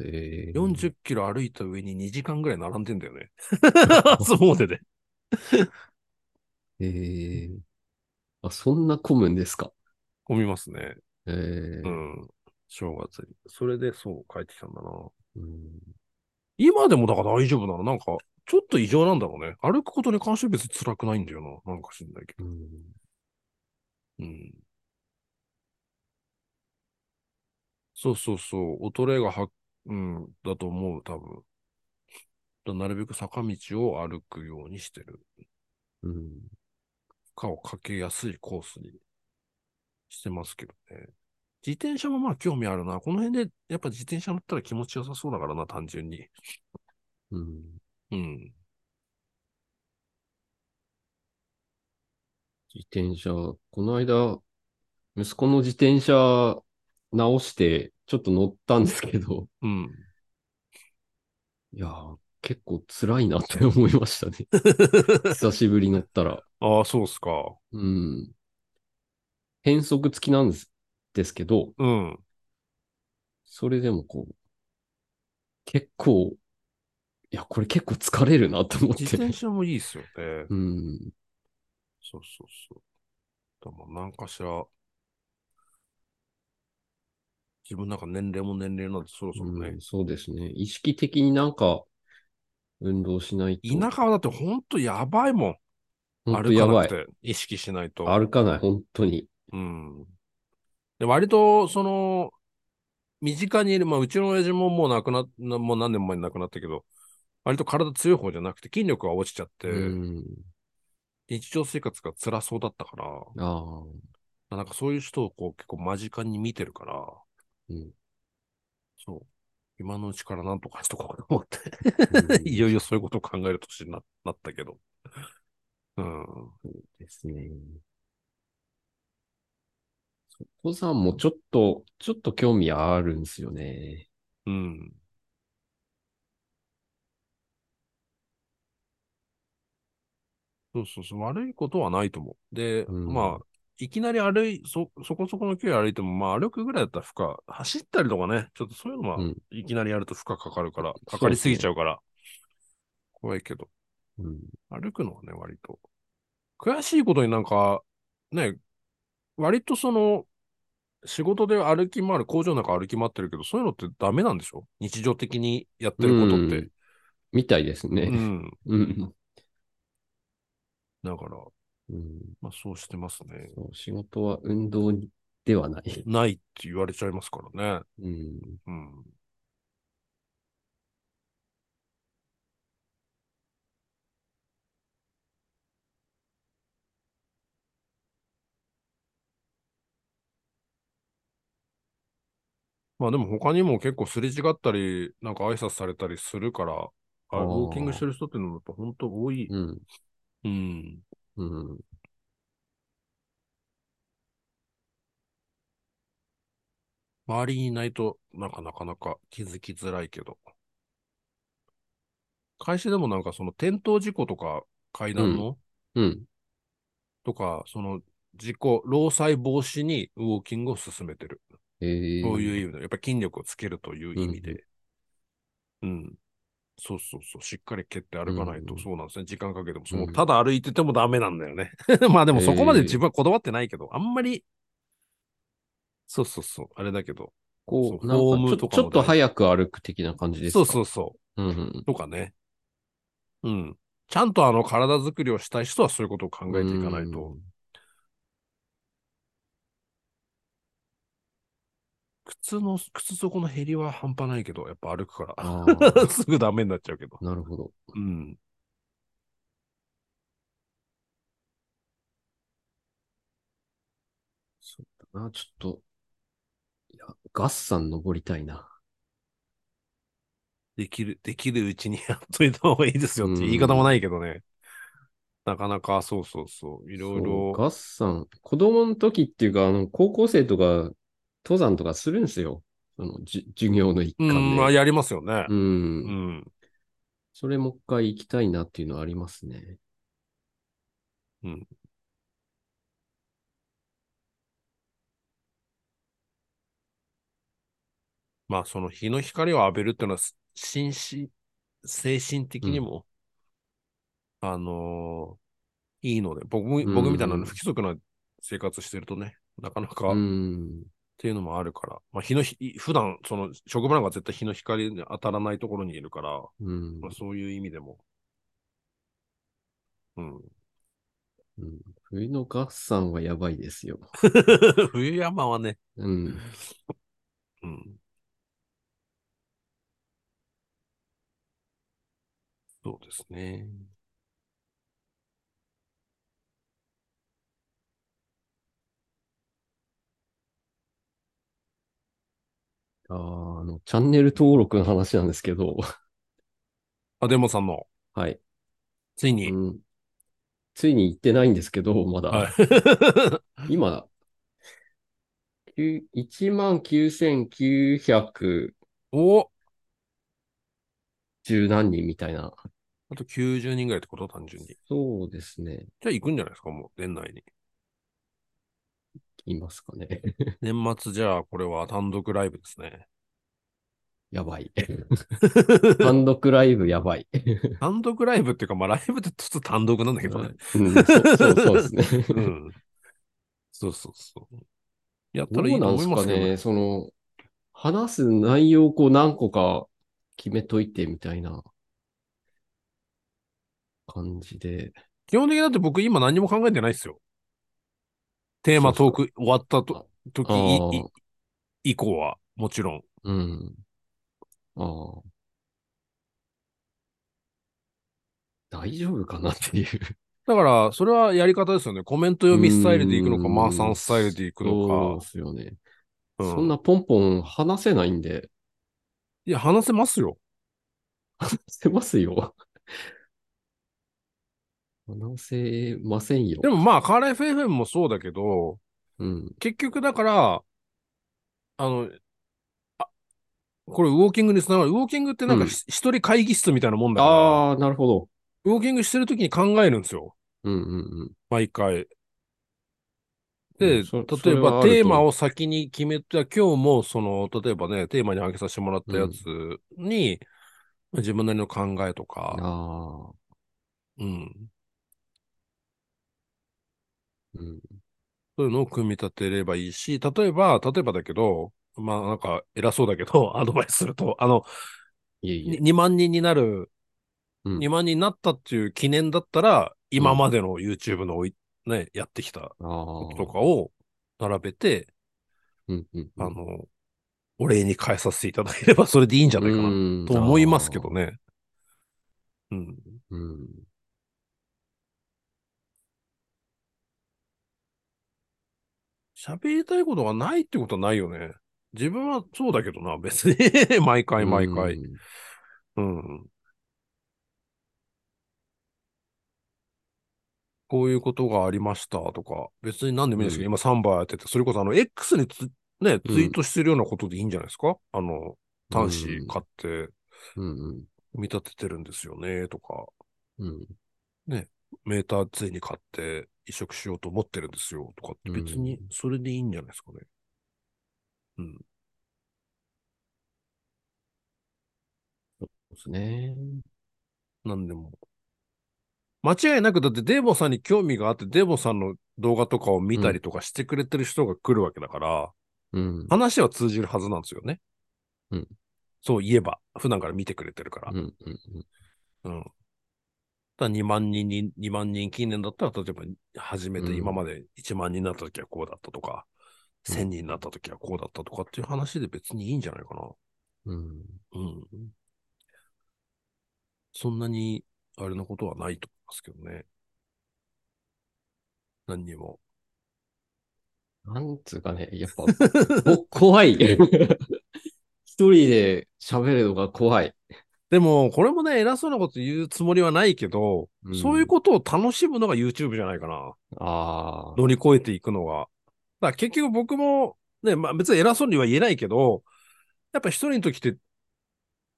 Speaker 1: えー、
Speaker 2: 40キロ歩いた上に2時間ぐらい並んでんだよ ね。初詣で。
Speaker 1: えーあ、そんな混むんですか
Speaker 2: 混みますね。
Speaker 1: えー
Speaker 2: うん。正月に。それで、そう、帰ってきたんだな。
Speaker 1: うん
Speaker 2: 今でもだから大丈夫なの。なんか、ちょっと異常なんだろうね。歩くことに関しては別に辛くないんだよな。なんか知んないけ
Speaker 1: う
Speaker 2: ど。
Speaker 1: ん
Speaker 2: うん。そうそうそう。衰えがは、うん、だと思う、多分。だなるべく坂道を歩くようにしてる。
Speaker 1: うん
Speaker 2: 負荷をかけやすいコースにしてますけどね。自転車もまあ興味あるな。この辺で、やっぱ自転車乗ったら気持ちよさそうだからな、単純に。
Speaker 1: うん
Speaker 2: うん。
Speaker 1: 自転車、この間、息子の自転車直して、ちょっと乗ったんですけど、
Speaker 2: うん。
Speaker 1: いやー、結構辛いなって思いました ね。久しぶり乗ったら。
Speaker 2: ああ、そうっすか。
Speaker 1: うん。変速付きなんですですけど、
Speaker 2: うん。
Speaker 1: それでもこう、結構、いや、これ結構疲れるなと思っ
Speaker 2: 自
Speaker 1: て。
Speaker 2: 転車もいいっすよね。
Speaker 1: うん。
Speaker 2: そうそうそう。でも何かしら、自分なんか年齢も年齢なんでそろそろね。
Speaker 1: うんそうですね。意識的になんか、運動しないと。
Speaker 2: 田舎はだってほんとやばいもん。
Speaker 1: ほんと
Speaker 2: 歩
Speaker 1: や
Speaker 2: か
Speaker 1: ば
Speaker 2: なく
Speaker 1: い。
Speaker 2: て。意識しないと。
Speaker 1: 歩かない、本当に。
Speaker 2: うん。で割と、その、身近にいる、まあ、うちの親父ももう亡くなっ、なもう何年も前に亡くなったけど、割と体強い方じゃなくて、筋力が落ちちゃって、
Speaker 1: うん。
Speaker 2: 日常生活が辛そうだったから、
Speaker 1: ああ。
Speaker 2: まあなんかそういう人をこう結構間近に見てるから、
Speaker 1: うん
Speaker 2: そう。今のうちからなんとかしとこうと思って、
Speaker 1: うん
Speaker 2: いよいよそういうことを考える年にななったけど。うん。
Speaker 1: ですね。登山もちょっと、ちょっと興味あるんですよね。
Speaker 2: うん。そうそうそう。悪いことはないと思う。で、
Speaker 1: うん
Speaker 2: まあ、いきなり歩い、そ、そこそこの距離歩いても、まあ歩くぐらいだったら負荷、走ったりとかね、ちょっとそういうのは
Speaker 1: うん、
Speaker 2: いきなりやると負荷かかるから、
Speaker 1: そ
Speaker 2: か
Speaker 1: うですね
Speaker 2: かりすぎちゃうから、怖いけど、
Speaker 1: うん。
Speaker 2: 歩くのはね、割と。悔しいことになんか、ね、割とその、仕事で歩き回る、工場なんか歩き回ってるけど、そういうのってダメなんでしょ日常的にやってることって。
Speaker 1: みたいです
Speaker 2: う
Speaker 1: ね。
Speaker 2: ん。
Speaker 1: うん。
Speaker 2: だから、
Speaker 1: うん、
Speaker 2: まあそうしてますね。
Speaker 1: そう仕事は運動ではない。
Speaker 2: ないって言われちゃいますからね。
Speaker 1: うん。
Speaker 2: うん。まあでも他にも結構すれ違ったり、なんか挨拶されたりするから、あ
Speaker 1: あー
Speaker 2: ウォーキングしてる人っていうのもやっぱ本当多い。
Speaker 1: うん。
Speaker 2: うん。
Speaker 1: うん。
Speaker 2: 周りにいないと、なんかなかなか気づきづらいけど。会社でもなんかその転倒事故とか階段の、
Speaker 1: うん。
Speaker 2: とか、その事故、労災防止にウォーキングを進めてる。
Speaker 1: えー、
Speaker 2: そういう
Speaker 1: う。
Speaker 2: 意味で、やっぱり筋力をつけるという意味で。うん、そうそうそう。しっかり蹴って歩かないと、
Speaker 1: うん
Speaker 2: そうなんですね。時間かけても、そうの
Speaker 1: ん
Speaker 2: ただ歩いててもダメなんだよね。 まあでもそこまで自分はこだわってないけど、あんまり、そうそうそう。あれだけど。
Speaker 1: こ、
Speaker 2: そうう
Speaker 1: なん
Speaker 2: ホー
Speaker 1: か
Speaker 2: ム
Speaker 1: ちょ
Speaker 2: とか
Speaker 1: ち
Speaker 2: も
Speaker 1: ょっと早く歩く的な感じですか
Speaker 2: そうそううそ
Speaker 1: そ
Speaker 2: う。
Speaker 1: う。うん。
Speaker 2: とかね。うん。ちゃんとあの体づくりをしたい人はそういうことを考えていかないと、靴の、靴底の減りは半端ないけど、やっぱ歩く か
Speaker 1: うん。
Speaker 2: ら、
Speaker 1: ああ、
Speaker 2: すぐダメになっちゃうけど。
Speaker 1: なるほど。
Speaker 2: うん。
Speaker 1: そうだな、ちょっと。いや、ガッサン登りたいな。
Speaker 2: できる、できるうちにやっといた方がいいですよっていう言い方もないけどね。なかなか、そうそうそう。い
Speaker 1: そ
Speaker 2: ろい
Speaker 1: う
Speaker 2: ろ。
Speaker 1: ガッサン、子供の時っていうか、あの、高校生とか、登山とかするんですよ。その、じ授業の一環
Speaker 2: うん、まあ
Speaker 1: で。
Speaker 2: やりますよね
Speaker 1: う。。
Speaker 2: うんん。
Speaker 1: それもう一回行きたいなっていうのはありますね。
Speaker 2: まあ、その日の光を浴びるっていうのは、心身、精神的にも、あのーいいので、僕も、
Speaker 1: ん
Speaker 2: 僕みたいな不規則な生活してるとね、なかなか、
Speaker 1: う
Speaker 2: っ
Speaker 1: ん。
Speaker 2: ていうのもあるから、まあ、日のひ、普段、その、職場なんか絶対日の光に当たらないところにいるから、
Speaker 1: うん
Speaker 2: まあ、。そういう意味でも、うん。
Speaker 1: うん冬のガッサンはやばいですよ。
Speaker 2: 冬山はね、
Speaker 1: うん。
Speaker 2: うん。そうですね。
Speaker 1: あーあの、チャンネル登録の話なんですけど、
Speaker 2: あ、デモさんの、
Speaker 1: はい。
Speaker 2: ついうに、
Speaker 1: ん。ついに行ってないんですけど、まだ。
Speaker 2: はい。
Speaker 1: 今、19,910
Speaker 2: お
Speaker 1: 何人みたいな。
Speaker 2: あと90人ぐらいってこと単純に。じ
Speaker 1: そうですね。
Speaker 2: ゃあ行くんじゃないですかもう、年内に。
Speaker 1: いますかね。
Speaker 2: 年末じゃあ、これは単独ライブですね。
Speaker 1: やばい。単独ライブやばい。
Speaker 2: 単独ライブっていうか、まあライブってちょっと単独なんだけどね。
Speaker 1: うん、そうそうそうですね。
Speaker 2: うん。そうそうそう。やった
Speaker 1: ど
Speaker 2: らいいうと
Speaker 1: なんで
Speaker 2: 思い
Speaker 1: す
Speaker 2: ま
Speaker 1: か
Speaker 2: すけどね
Speaker 1: ね、。その、話す内容をこう何個か決めといてみたいな感じで。
Speaker 2: 基本的にだって僕今何も考えてないですよ。テーマトーク終わったと、時
Speaker 1: あ
Speaker 2: い
Speaker 1: ー
Speaker 2: い以降は、もちろん。
Speaker 1: うん。ああ。大丈夫かなっていう。
Speaker 2: だから、それはやり方ですよね。コメント読みスタイルでいくのか、
Speaker 1: うん
Speaker 2: マーサンスタイルでいく
Speaker 1: そう
Speaker 2: の
Speaker 1: ですよね。
Speaker 2: か。
Speaker 1: そん
Speaker 2: な。
Speaker 1: なポンポン話せないんで、
Speaker 2: いや、話せますよ。
Speaker 1: 話せますよ。話せませんよ。
Speaker 2: でもまあ、カーライフ FM もそうだけど、
Speaker 1: うん。
Speaker 2: 結局だから、あの、あこれウォーキングにつながる。ウォーキングってなんか
Speaker 1: うん
Speaker 2: ひ一、人会議室みたいなもんだから、
Speaker 1: ああ、なるほど。
Speaker 2: ウォーキングしてるときに考えるんですよ。
Speaker 1: うんうん
Speaker 2: 毎回。
Speaker 1: うん。
Speaker 2: で、
Speaker 1: うんそそ
Speaker 2: 例え
Speaker 1: れは
Speaker 2: ば
Speaker 1: あると
Speaker 2: テーマを先に決めた、今日もその、例えばね、テーマに挙げさせてもらったやつに、自分なりの考えとか、
Speaker 1: ああ、
Speaker 2: うん、
Speaker 1: うん。
Speaker 2: そういうのを組み立てればいいし、例えば、例えばだけど、まあなんか偉そうだけど、 アドバイスすると、あの、
Speaker 1: いえいえ。
Speaker 2: 2万人になる、
Speaker 1: うん
Speaker 2: 2万人になったっていう記念だったら、今までの YouTube のおい、ね、やってきた
Speaker 1: ああ。
Speaker 2: こととかを並べて、
Speaker 1: うんうんうん。
Speaker 2: あの、お礼に変えさせていただければ、それでいいんじゃないかな、
Speaker 1: な
Speaker 2: と思いますけど。ね。うん。
Speaker 1: あーうん。
Speaker 2: 喋りたいことがないってことはないよね。自分はそうだけどな、別に。 毎回毎回。
Speaker 1: うん
Speaker 2: うん。こういうことがありましたとか、別に何でもいいんですけど、今サンバやってて、それこそあの、X につ、ね、ツイートしてるようなことでいいんじゃないですか、あの、端子買って、
Speaker 1: うんうん
Speaker 2: 組み立ててるんですよね、とか、
Speaker 1: うん。
Speaker 2: メーターついに買って移植しようと思ってるんですよ、とかって、別に
Speaker 1: う
Speaker 2: それでいいんじゃないですかね。うん。
Speaker 1: そうですね。
Speaker 2: なんでも。間違いなく、だってデーボさんに興味があって、デーボさんの動画とかを見たりとかしてくれてる人が来るわけだから、
Speaker 1: うん。
Speaker 2: 話は通じるはずなんですよね。
Speaker 1: うん。
Speaker 2: そう言えば、普段から見てくれてるから
Speaker 1: うん。うんうん。
Speaker 2: うん。だ2万人に、2万人記念だったら、例えば、初め
Speaker 1: う
Speaker 2: て
Speaker 1: ん
Speaker 2: 今まで1万人になった時はこうだったとか、
Speaker 1: うん
Speaker 2: 1000人になった時はこうだったとかっていう話で別にいいんじゃないかな。
Speaker 1: うん。
Speaker 2: うん。そんなに、あれのことはないと思いますけどね。何にも。
Speaker 1: なんつうかね、やっぱ、 ぼ怖い。一人で喋るのが怖い。
Speaker 2: でも、これもね、偉そうなこと言うつもりはないけど、
Speaker 1: うん
Speaker 2: そういうことを楽しむのが YouTube じゃないかな。
Speaker 1: ああ。
Speaker 2: 乗り越えていくのが。だから結局僕も、ね、まあ別に偉そうには言えないけど、やっぱ一人の時って、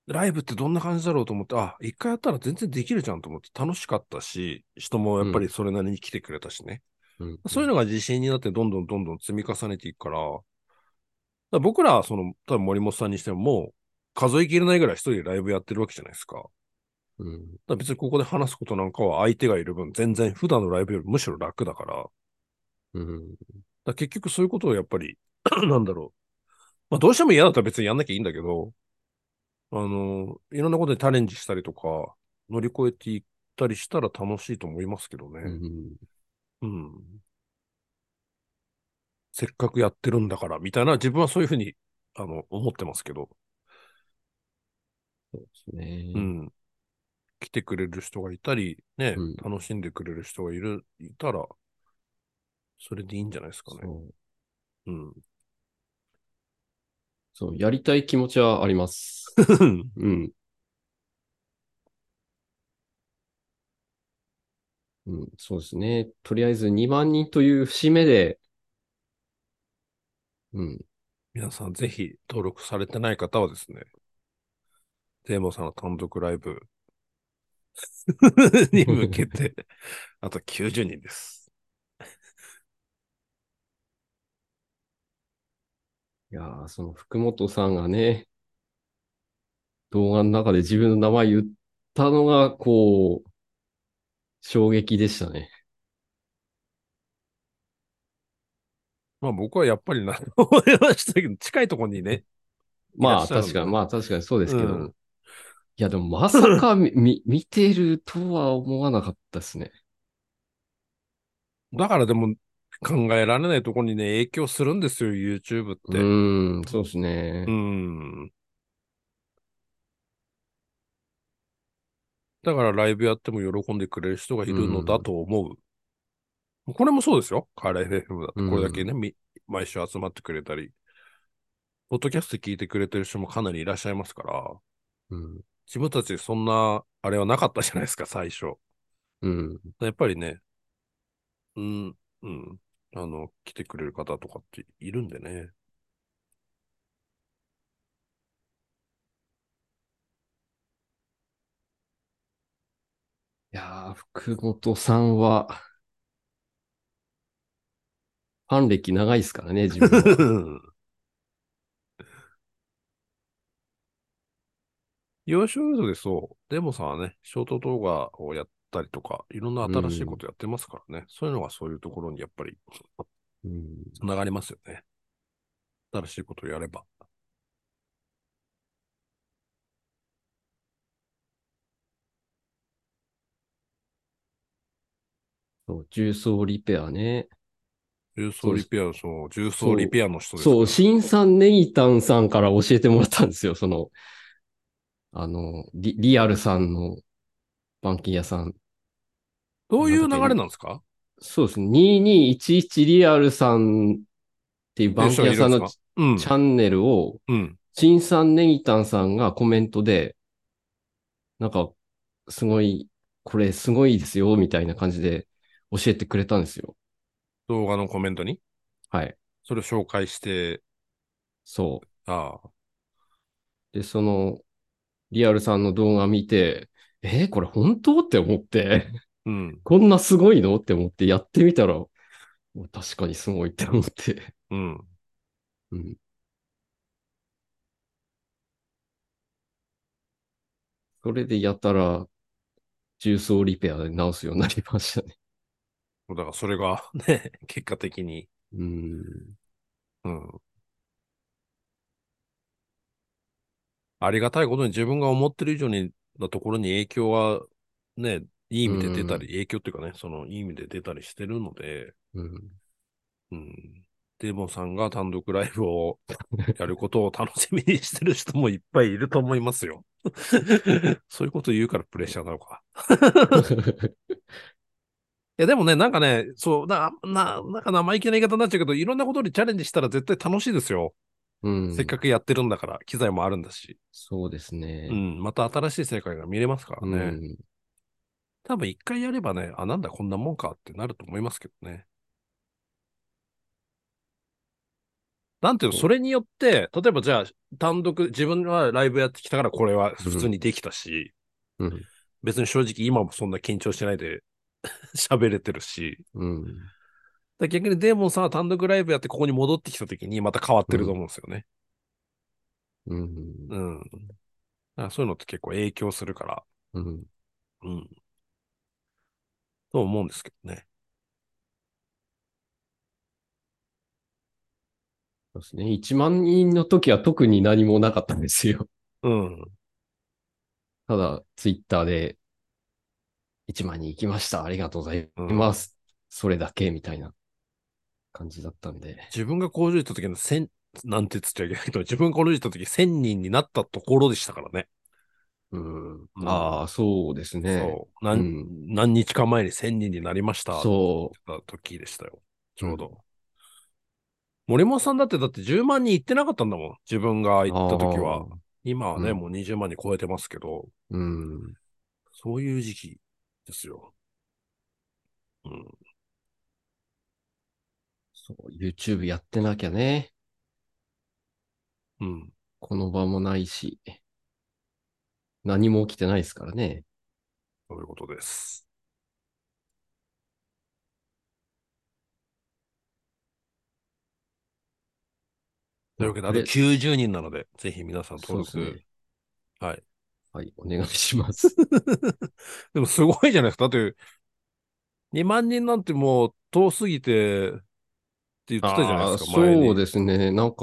Speaker 2: ライブってどんな感じだろうと思って、あ、一回やったら全然できるじゃんと思って楽しかったし、人もやっぱりそれなりに来てくれたしね。
Speaker 1: うん
Speaker 2: そういうのが自信になって、どんどんどんどん積み重ねていくから、だから僕らはその、多分森本さんにしても、もう数えきれないぐらい一人でライブやってるわけじゃないですか。だか
Speaker 1: うん。
Speaker 2: ら別にここで話すことなんかは相手がいる分、全然普段のライブよりむしろ楽だから、だか
Speaker 1: うん。
Speaker 2: ら結局そういうことをやっぱり、 なんだろう。まあどうしても嫌だったら別にやんなきゃいいんだけど、あの、いろんなことにチャレンジしたりとか、乗り越えていったりしたら楽しいと思いますけどね。
Speaker 1: うん。
Speaker 2: うん。せっかくやってるんだから、みたいな、自分はそういうふうに、あの、思ってますけど、
Speaker 1: そうですね。
Speaker 2: うん。来てくれる人がいたり、ね、
Speaker 1: うん
Speaker 2: 楽しんでくれる人がいる、いたら、それでいいんじゃないですかね。
Speaker 1: そう
Speaker 2: うん。
Speaker 1: そう、やりたい気持ちはあります。 うん。うん、そうですね。とりあえず2万人という節目で、うん、
Speaker 2: 皆さん、ぜひ、登録されてない方はですね、デーモンさんの単独ラ イブに向けて、あと90人です。
Speaker 1: いやーその福本さんがね、動画の中で自分の名前言ったのが、こう、衝撃でしたね。
Speaker 2: まあ僕はやっぱりな、思いましたけど、近いところにね、い
Speaker 1: ま
Speaker 2: ら
Speaker 1: あ
Speaker 2: っしゃるん
Speaker 1: 確
Speaker 2: だ
Speaker 1: かに、まあ確かにそうですけど。
Speaker 2: うん
Speaker 1: いやでもまさかみみ見てるとは思わなかったですね。
Speaker 2: だからでも、考えられないところにね、影響するん ですよ、YouTube っ
Speaker 1: う
Speaker 2: て。
Speaker 1: ーん、そうですね
Speaker 2: う。ん。だからライブやっても喜んでくれる人がいるのだと思う。これもそうですよ。カーライフ FM だって。これだけね、み毎週集まってくれたり。ポッドキャスト聞いてくれてる人もかなりいらっしゃいますから、
Speaker 1: うん。
Speaker 2: 自分たちそんな、あれはなかったじゃないですか、最初。
Speaker 1: うん。
Speaker 2: やっぱりね、うん、うん。あの、来てくれる方とかっているんでね。
Speaker 1: いやー、福本さんは、ファン歴長いですからね、自分 は。
Speaker 2: 幼少映像でそう、デモさんはね、ショート動画をやったりとか、いろんな新しいことやってますからね、そういうのがそういうところにやっぱり
Speaker 1: うん
Speaker 2: つながりますよね。新しいことをやれば。
Speaker 1: そう、重曹リペアね。
Speaker 2: 重曹リペア、そう、重曹リペアの人ですから
Speaker 1: そう、新さんネギタンさんから教えてもらったんですよ。その、あの、リリアルさんの板金屋さん。
Speaker 2: どういう流れなんですか
Speaker 1: そうですね。2211リアルさんっていう板金屋さん
Speaker 2: 一緒にいるんで
Speaker 1: の
Speaker 2: すうん
Speaker 1: チ。ャンネルを、
Speaker 2: うん。
Speaker 1: 新さんネギタンさんがコメントで、なんか、すごい、これすごいですよ、みたいな感じで教えてくれたんですよ。
Speaker 2: 動画のコメントに、
Speaker 1: はい。
Speaker 2: それを紹介して、
Speaker 1: そ
Speaker 2: ああ、
Speaker 1: う。で、その、リアルさんの動画見て、えーこれ本当って思って、
Speaker 2: うん、
Speaker 1: こんなすごいのって思ってやってみたら、確かにすごいって思って。
Speaker 2: うん。
Speaker 1: うん。それでやたら、重曹リペアで直すようになりましたね。
Speaker 2: だからそれがね、結果的に、
Speaker 1: うん。
Speaker 2: うん。ありがたいことに自分が思ってる以上に、なところに影響は、ね、いい意味で出たり、影響っていうかね、その、いい意味で出たりしてるので、
Speaker 1: うん
Speaker 2: うん。デーモンさんが単独ライ ブをやることを楽しみにしてる人もいっぱいいると思いますよ。 そういうこと言うからプレッシャーなのか。いや、でもね、なんかね、そう、な、な、なんか生意気な言い方になっちゃうけど、いろんなことにチャレンジしたら絶対楽しいですよ。
Speaker 1: うん
Speaker 2: せっかくやってるんだから、機材もあるんだし。
Speaker 1: そうですね。
Speaker 2: うん、また新しい世界が見れますからね。
Speaker 1: うん
Speaker 2: 多分一回やればね、あ、なんだ、こんなもんかってなると思いますけどね。なんていうの、
Speaker 1: そう
Speaker 2: それによって、例えばじゃあ、単独、自分はライブやってきたから、これは普通にできたし、
Speaker 1: うん
Speaker 2: 別に正直今もそんな緊張してないで 喋れてるし、
Speaker 1: うん
Speaker 2: だから逆にデーモンさんは単独ライブやってここに戻ってきた時にまた変わってると思うんですよね。
Speaker 1: うん
Speaker 2: うん。だからそういうのって結構影響するから、
Speaker 1: うん
Speaker 2: うん。と思うんですけどね。
Speaker 1: そうですね。1万人の時は特に何もなかったんですよ。
Speaker 2: うん。
Speaker 1: ただ、ツイッターで1万人行きました。ありがとうございます。それだけみたいな感じだったんで。
Speaker 2: 自分が工場行った時の千、なんて言っちゃいけないけど、自分が工場行った時千人になったところでしたからね。
Speaker 1: うん、ああ、そうですね。
Speaker 2: そう。何、
Speaker 1: うん
Speaker 2: 何日か前に千人になりました。う。
Speaker 1: そ
Speaker 2: 時でしたよ。ちょうど。森本さんだって、だって10万人行ってなかったんだもん。自分が
Speaker 1: う。
Speaker 2: 行った時
Speaker 1: あ
Speaker 2: は。
Speaker 1: あ。
Speaker 2: 今はね、
Speaker 1: うん
Speaker 2: もう20万人超えてますけど、
Speaker 1: うん。
Speaker 2: そういう時期ですよ。うん。
Speaker 1: そう、YouTube やってなきゃね。
Speaker 2: うん。
Speaker 1: この場もないし。何も起きてないですからね。
Speaker 2: そういうことです。というわけで、あと
Speaker 1: で
Speaker 2: 90人なので、ぜひ皆さん登録。
Speaker 1: そうですね
Speaker 2: はい。
Speaker 1: はい、お願いし ます。
Speaker 2: でもすごいじゃないですか。だって、2万人なんてもう遠すぎて、って言ってたじゃないですか、
Speaker 1: あー
Speaker 2: 前に。
Speaker 1: そうですね。なんか、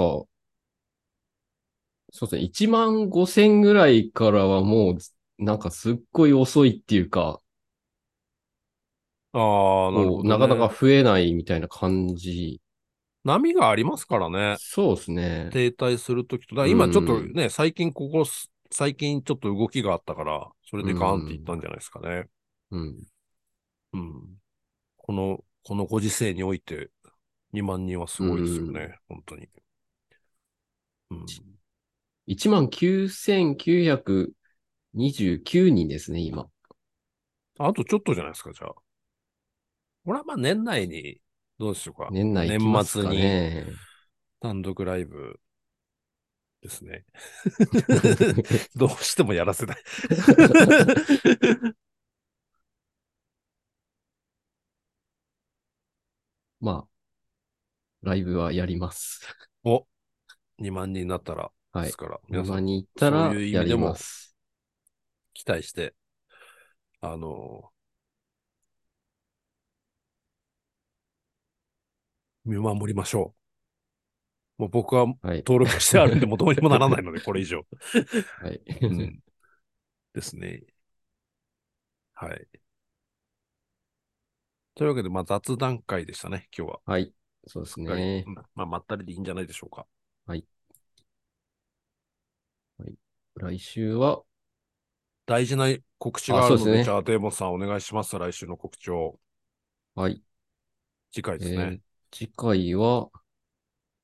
Speaker 1: そうですね。1万5千ぐらいからはもう、なんかすっごい遅いっていうか、
Speaker 2: ああ、なる
Speaker 1: こ
Speaker 2: ほど、
Speaker 1: う
Speaker 2: ね。
Speaker 1: なかなか。増えないみたいな感じ。
Speaker 2: 波がありますからね。
Speaker 1: そうですね。
Speaker 2: 停滞するときと。だから今ちょっと
Speaker 1: うん
Speaker 2: ね、最近ここす、最近ちょっと動きがあったから、それでガーンっていったんじゃないですかね。
Speaker 1: うん。
Speaker 2: うん。この、このご時世において、2万人はすごいですよね。本当に。うん。
Speaker 1: 19,929人ですね、今。
Speaker 2: あとちょっとじゃないですか、じゃあ。これはまあ年内に、どうでしょうか。
Speaker 1: 年内行きますかね。
Speaker 2: 単独ライブですね。 どうしてもやら せない。
Speaker 1: まあ、ライブはやります。
Speaker 2: お、2万人になったら、
Speaker 1: は
Speaker 2: で
Speaker 1: い
Speaker 2: す。から、皆さ
Speaker 1: 沼
Speaker 2: ん
Speaker 1: に行ったら
Speaker 2: そういう意
Speaker 1: や
Speaker 2: 味で
Speaker 1: り
Speaker 2: も
Speaker 1: ます。
Speaker 2: 期待して、あの見守りましょう。もう僕は
Speaker 1: はい。
Speaker 2: 登録して あるんで、もうどうにもならないので、これ以上。
Speaker 1: はい。
Speaker 2: うんですね。はい。というわけで、まあ雑談会でしたね、今日は。
Speaker 1: はい。そうですね
Speaker 2: う。んまあ、まったりでいいんじゃないでしょうか。
Speaker 1: 来週は、
Speaker 2: 大事な告知があるの
Speaker 1: あそ
Speaker 2: で、
Speaker 1: うですね
Speaker 2: じゃあ、デーモンさんお願いします。来週の告知を。
Speaker 1: はい。
Speaker 2: 次回
Speaker 1: え
Speaker 2: ですね
Speaker 1: ー。次回は、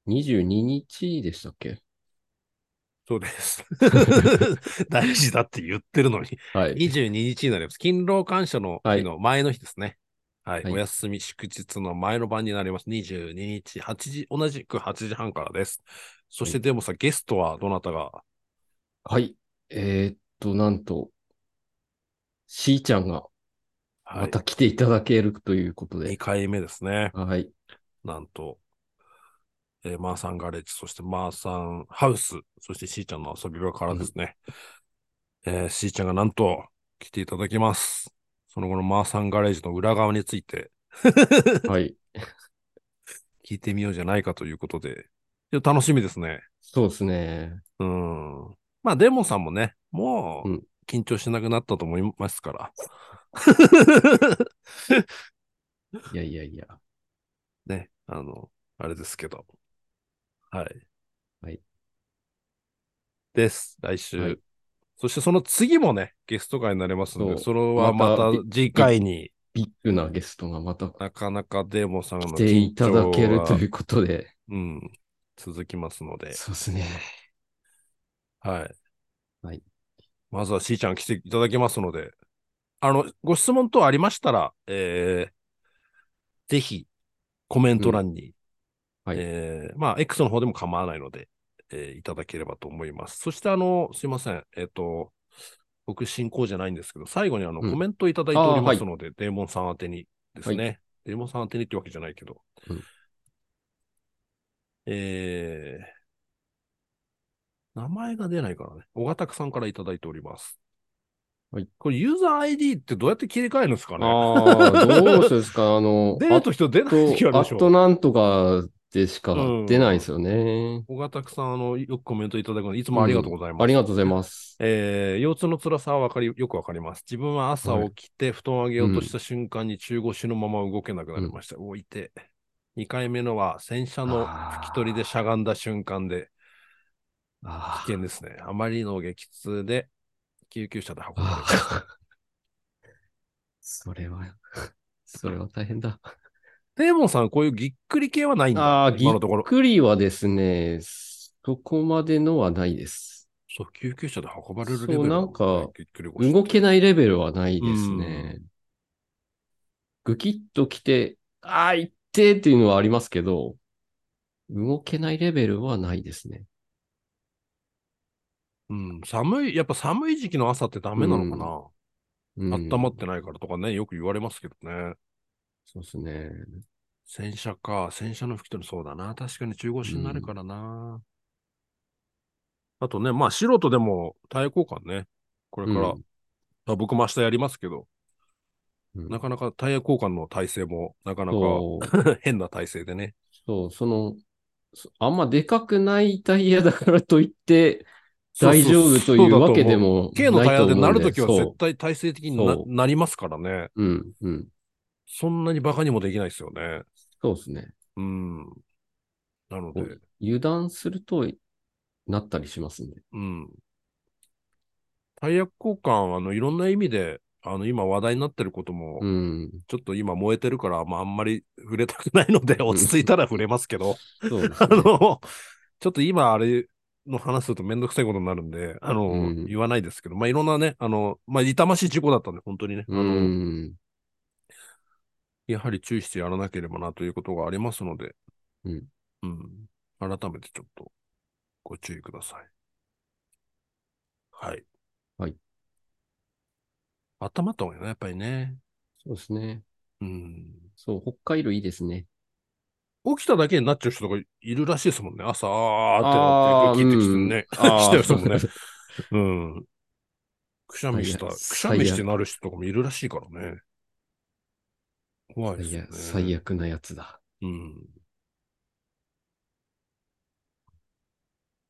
Speaker 1: 22日でしたっけ
Speaker 2: そうです。 大事だって言ってるのに。
Speaker 1: はい。
Speaker 2: 22日になります。勤労感謝の
Speaker 1: は
Speaker 2: 日
Speaker 1: い
Speaker 2: の前の日ですね。はい。
Speaker 1: はい
Speaker 2: お休み祝日の前の晩になります。22日、8時、同じく8時半からです。そして、
Speaker 1: は
Speaker 2: でもさ、ゲストはどなたが、
Speaker 1: はい。えーっと、なんと、しーちゃんが
Speaker 2: は
Speaker 1: ま
Speaker 2: い
Speaker 1: た来ていただけるということ
Speaker 2: 2
Speaker 1: で。
Speaker 2: 回目ですね。
Speaker 1: はい。
Speaker 2: なんと、えーマーサンガレージ、そしてマーサンハウス、そしてしーちゃんの遊び場からですね、えーしーちゃんがなんと来ていただきます。その後のマーサンガレージの裏側について
Speaker 1: はい。
Speaker 2: 聞いてみようじゃないかということで、いや楽しみですね。
Speaker 1: そうですね。
Speaker 2: うん。まあ、デモンさんもね、もう
Speaker 1: うん
Speaker 2: 緊張しなくなったと思います から。
Speaker 1: いやいやいや。
Speaker 2: ね、あの、あれですけど。はい。
Speaker 1: はい。
Speaker 2: です。来週。
Speaker 1: はい
Speaker 2: そしてその次もね、ゲスト会になりますので、
Speaker 1: そう
Speaker 2: それはまた
Speaker 1: また
Speaker 2: 次回に
Speaker 1: ビッグなゲストがまた来
Speaker 2: なかなかデーモンさんの
Speaker 1: て
Speaker 2: 緊
Speaker 1: いた
Speaker 2: 張が
Speaker 1: だけるということで。
Speaker 2: うん、続きますので、
Speaker 1: そうですね。
Speaker 2: はい。
Speaker 1: はい。
Speaker 2: まずはしーちゃん来ていただきますので、あの、ご質問等ありましたら、えー、ぜひ、コメント欄に、
Speaker 1: うんはい
Speaker 2: えーまあ、X の方でも構わないので、えーいただければと思います。そして、あの、すいません、えっ、と、僕、進行じゃないんですけど、最後にあの、
Speaker 1: うん
Speaker 2: コメントいただいておりますので、デーモンさん宛てにですね、デーモンさん宛てにってわけじゃないけど、
Speaker 1: うん
Speaker 2: えー、名前が出ないからね、小型さんからいただいております。
Speaker 1: はい。
Speaker 2: これ、ユーザー ID ってどうやって切り替えるんですかね
Speaker 1: ああ、どうするんです かあの、
Speaker 2: 出ると人出
Speaker 1: ア
Speaker 2: ない
Speaker 1: ッ
Speaker 2: 時あ
Speaker 1: ト、
Speaker 2: る
Speaker 1: ア
Speaker 2: でし
Speaker 1: ッ
Speaker 2: ょ
Speaker 1: トなんとかでしか出ないんですよね。
Speaker 2: 小型さん、あの、よくコメントいただくので、いつもありがとうございます。
Speaker 1: ありがとうございます。
Speaker 2: えー腰痛の辛さはわかりよくわかります。自分は朝起きて、布団を上げようとした瞬間に中腰のまま動けなくなりました。おいて。2回目のは、洗車の拭き取りでしゃがんだ瞬間で、危
Speaker 1: あー
Speaker 2: 険ですね。あまりの激痛で、救急車で運ばれま
Speaker 1: あ
Speaker 2: した。
Speaker 1: ーそれは、それは大変だ。
Speaker 2: デーモンさん、こういうぎっくり系はないんだ。
Speaker 1: ああ、ぎ
Speaker 2: 今
Speaker 1: っ
Speaker 2: のところ。
Speaker 1: くりはですね、そこまでのはないです。
Speaker 2: そう、救急車で運ばれるレベ
Speaker 1: そ
Speaker 2: ル
Speaker 1: う
Speaker 2: だも
Speaker 1: なんか
Speaker 2: ねぎっくり腰
Speaker 1: 動けないレベルはないですね。ぐきっときて、ああ、行ってっていうのはありますけど、動けないレベルはないですね。
Speaker 2: うん、寒い、やっぱ寒い時期の朝ってダメなのかな、
Speaker 1: うん、
Speaker 2: 温まってないからとかね、よく言われますけどね。
Speaker 1: そうですね。
Speaker 2: 洗車か、洗車の拭き取りそうだな。確かに中腰になるからな。あとね、まあ素人でもタイヤ交換ね。これから、
Speaker 1: うん
Speaker 2: あ僕も明日やりますけど、
Speaker 1: うん
Speaker 2: なかなかタイヤ交換の体勢も、なかなか
Speaker 1: そう、
Speaker 2: 変な体勢でね。
Speaker 1: そう、その、そあんまでかくないタイヤだからといって、大丈夫というわけでもないと思うんで。
Speaker 2: K のタイヤでなるときは
Speaker 1: そう
Speaker 2: 絶対体勢的にな
Speaker 1: そう
Speaker 2: なりますからね。
Speaker 1: うん、うん。
Speaker 2: そんなにバカにもできないですよね。
Speaker 1: そうですね。
Speaker 2: うん。なので、
Speaker 1: 油断すると、なったりしますね。
Speaker 2: うん。タイヤ交換、あの、いろんな意味で、あの、今話題になってることも、
Speaker 1: うん。
Speaker 2: ちょっと今燃えてるから、まあ、あんまり触れたくないので、落ち着いたら触れますけど、
Speaker 1: そうです
Speaker 2: あ
Speaker 1: ね。
Speaker 2: の、ちょっと今あれの話するとめんどくさいことになるんで、あの、
Speaker 1: うん
Speaker 2: 言わないですけど、まあ、いろんなね、あの、まあ、痛ましい事故だったんで、本当にね、あ
Speaker 1: う
Speaker 2: の、
Speaker 1: ん。
Speaker 2: やはり注意してやらなければなということがありますので、
Speaker 1: うん。
Speaker 2: うん。改めてちょっとご注意ください。はい。
Speaker 1: はい。
Speaker 2: 頭とがね、やっぱりね。
Speaker 1: そうですね。
Speaker 2: うん。
Speaker 1: そう、北海道いいですね。
Speaker 2: 起きただけになっちゃう人がいるらしいですもんね。朝、あ
Speaker 1: あ
Speaker 2: ーってなって、聞いてきてね。
Speaker 1: あ
Speaker 2: し
Speaker 1: ー
Speaker 2: てる人もね。うん。くしゃみし
Speaker 1: 最悪
Speaker 2: た、くしゃみしてなる人とかもいるらしいからね。怖いです
Speaker 1: い
Speaker 2: よ
Speaker 1: や
Speaker 2: ね、。
Speaker 1: 最悪なやつだ。
Speaker 2: うん。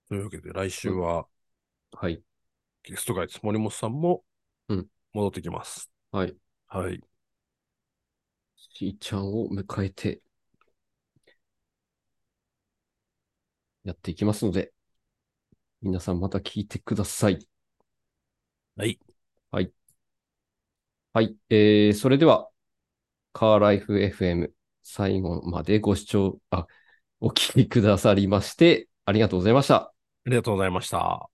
Speaker 2: というわけで、来週は
Speaker 1: はい。
Speaker 2: ゲストガイツ森本さんも
Speaker 1: うん
Speaker 2: 戻ってきます。
Speaker 1: はい。
Speaker 2: はい。
Speaker 1: しーちゃんを迎えて、やっていきますので、皆さんまた聞いてください。
Speaker 2: はい。
Speaker 1: はい。はい。えー、それでは、カーライフ FM 最後までご視聴、あ、お聞きくださりまして、ありがとうございました。
Speaker 2: ありがとうございました。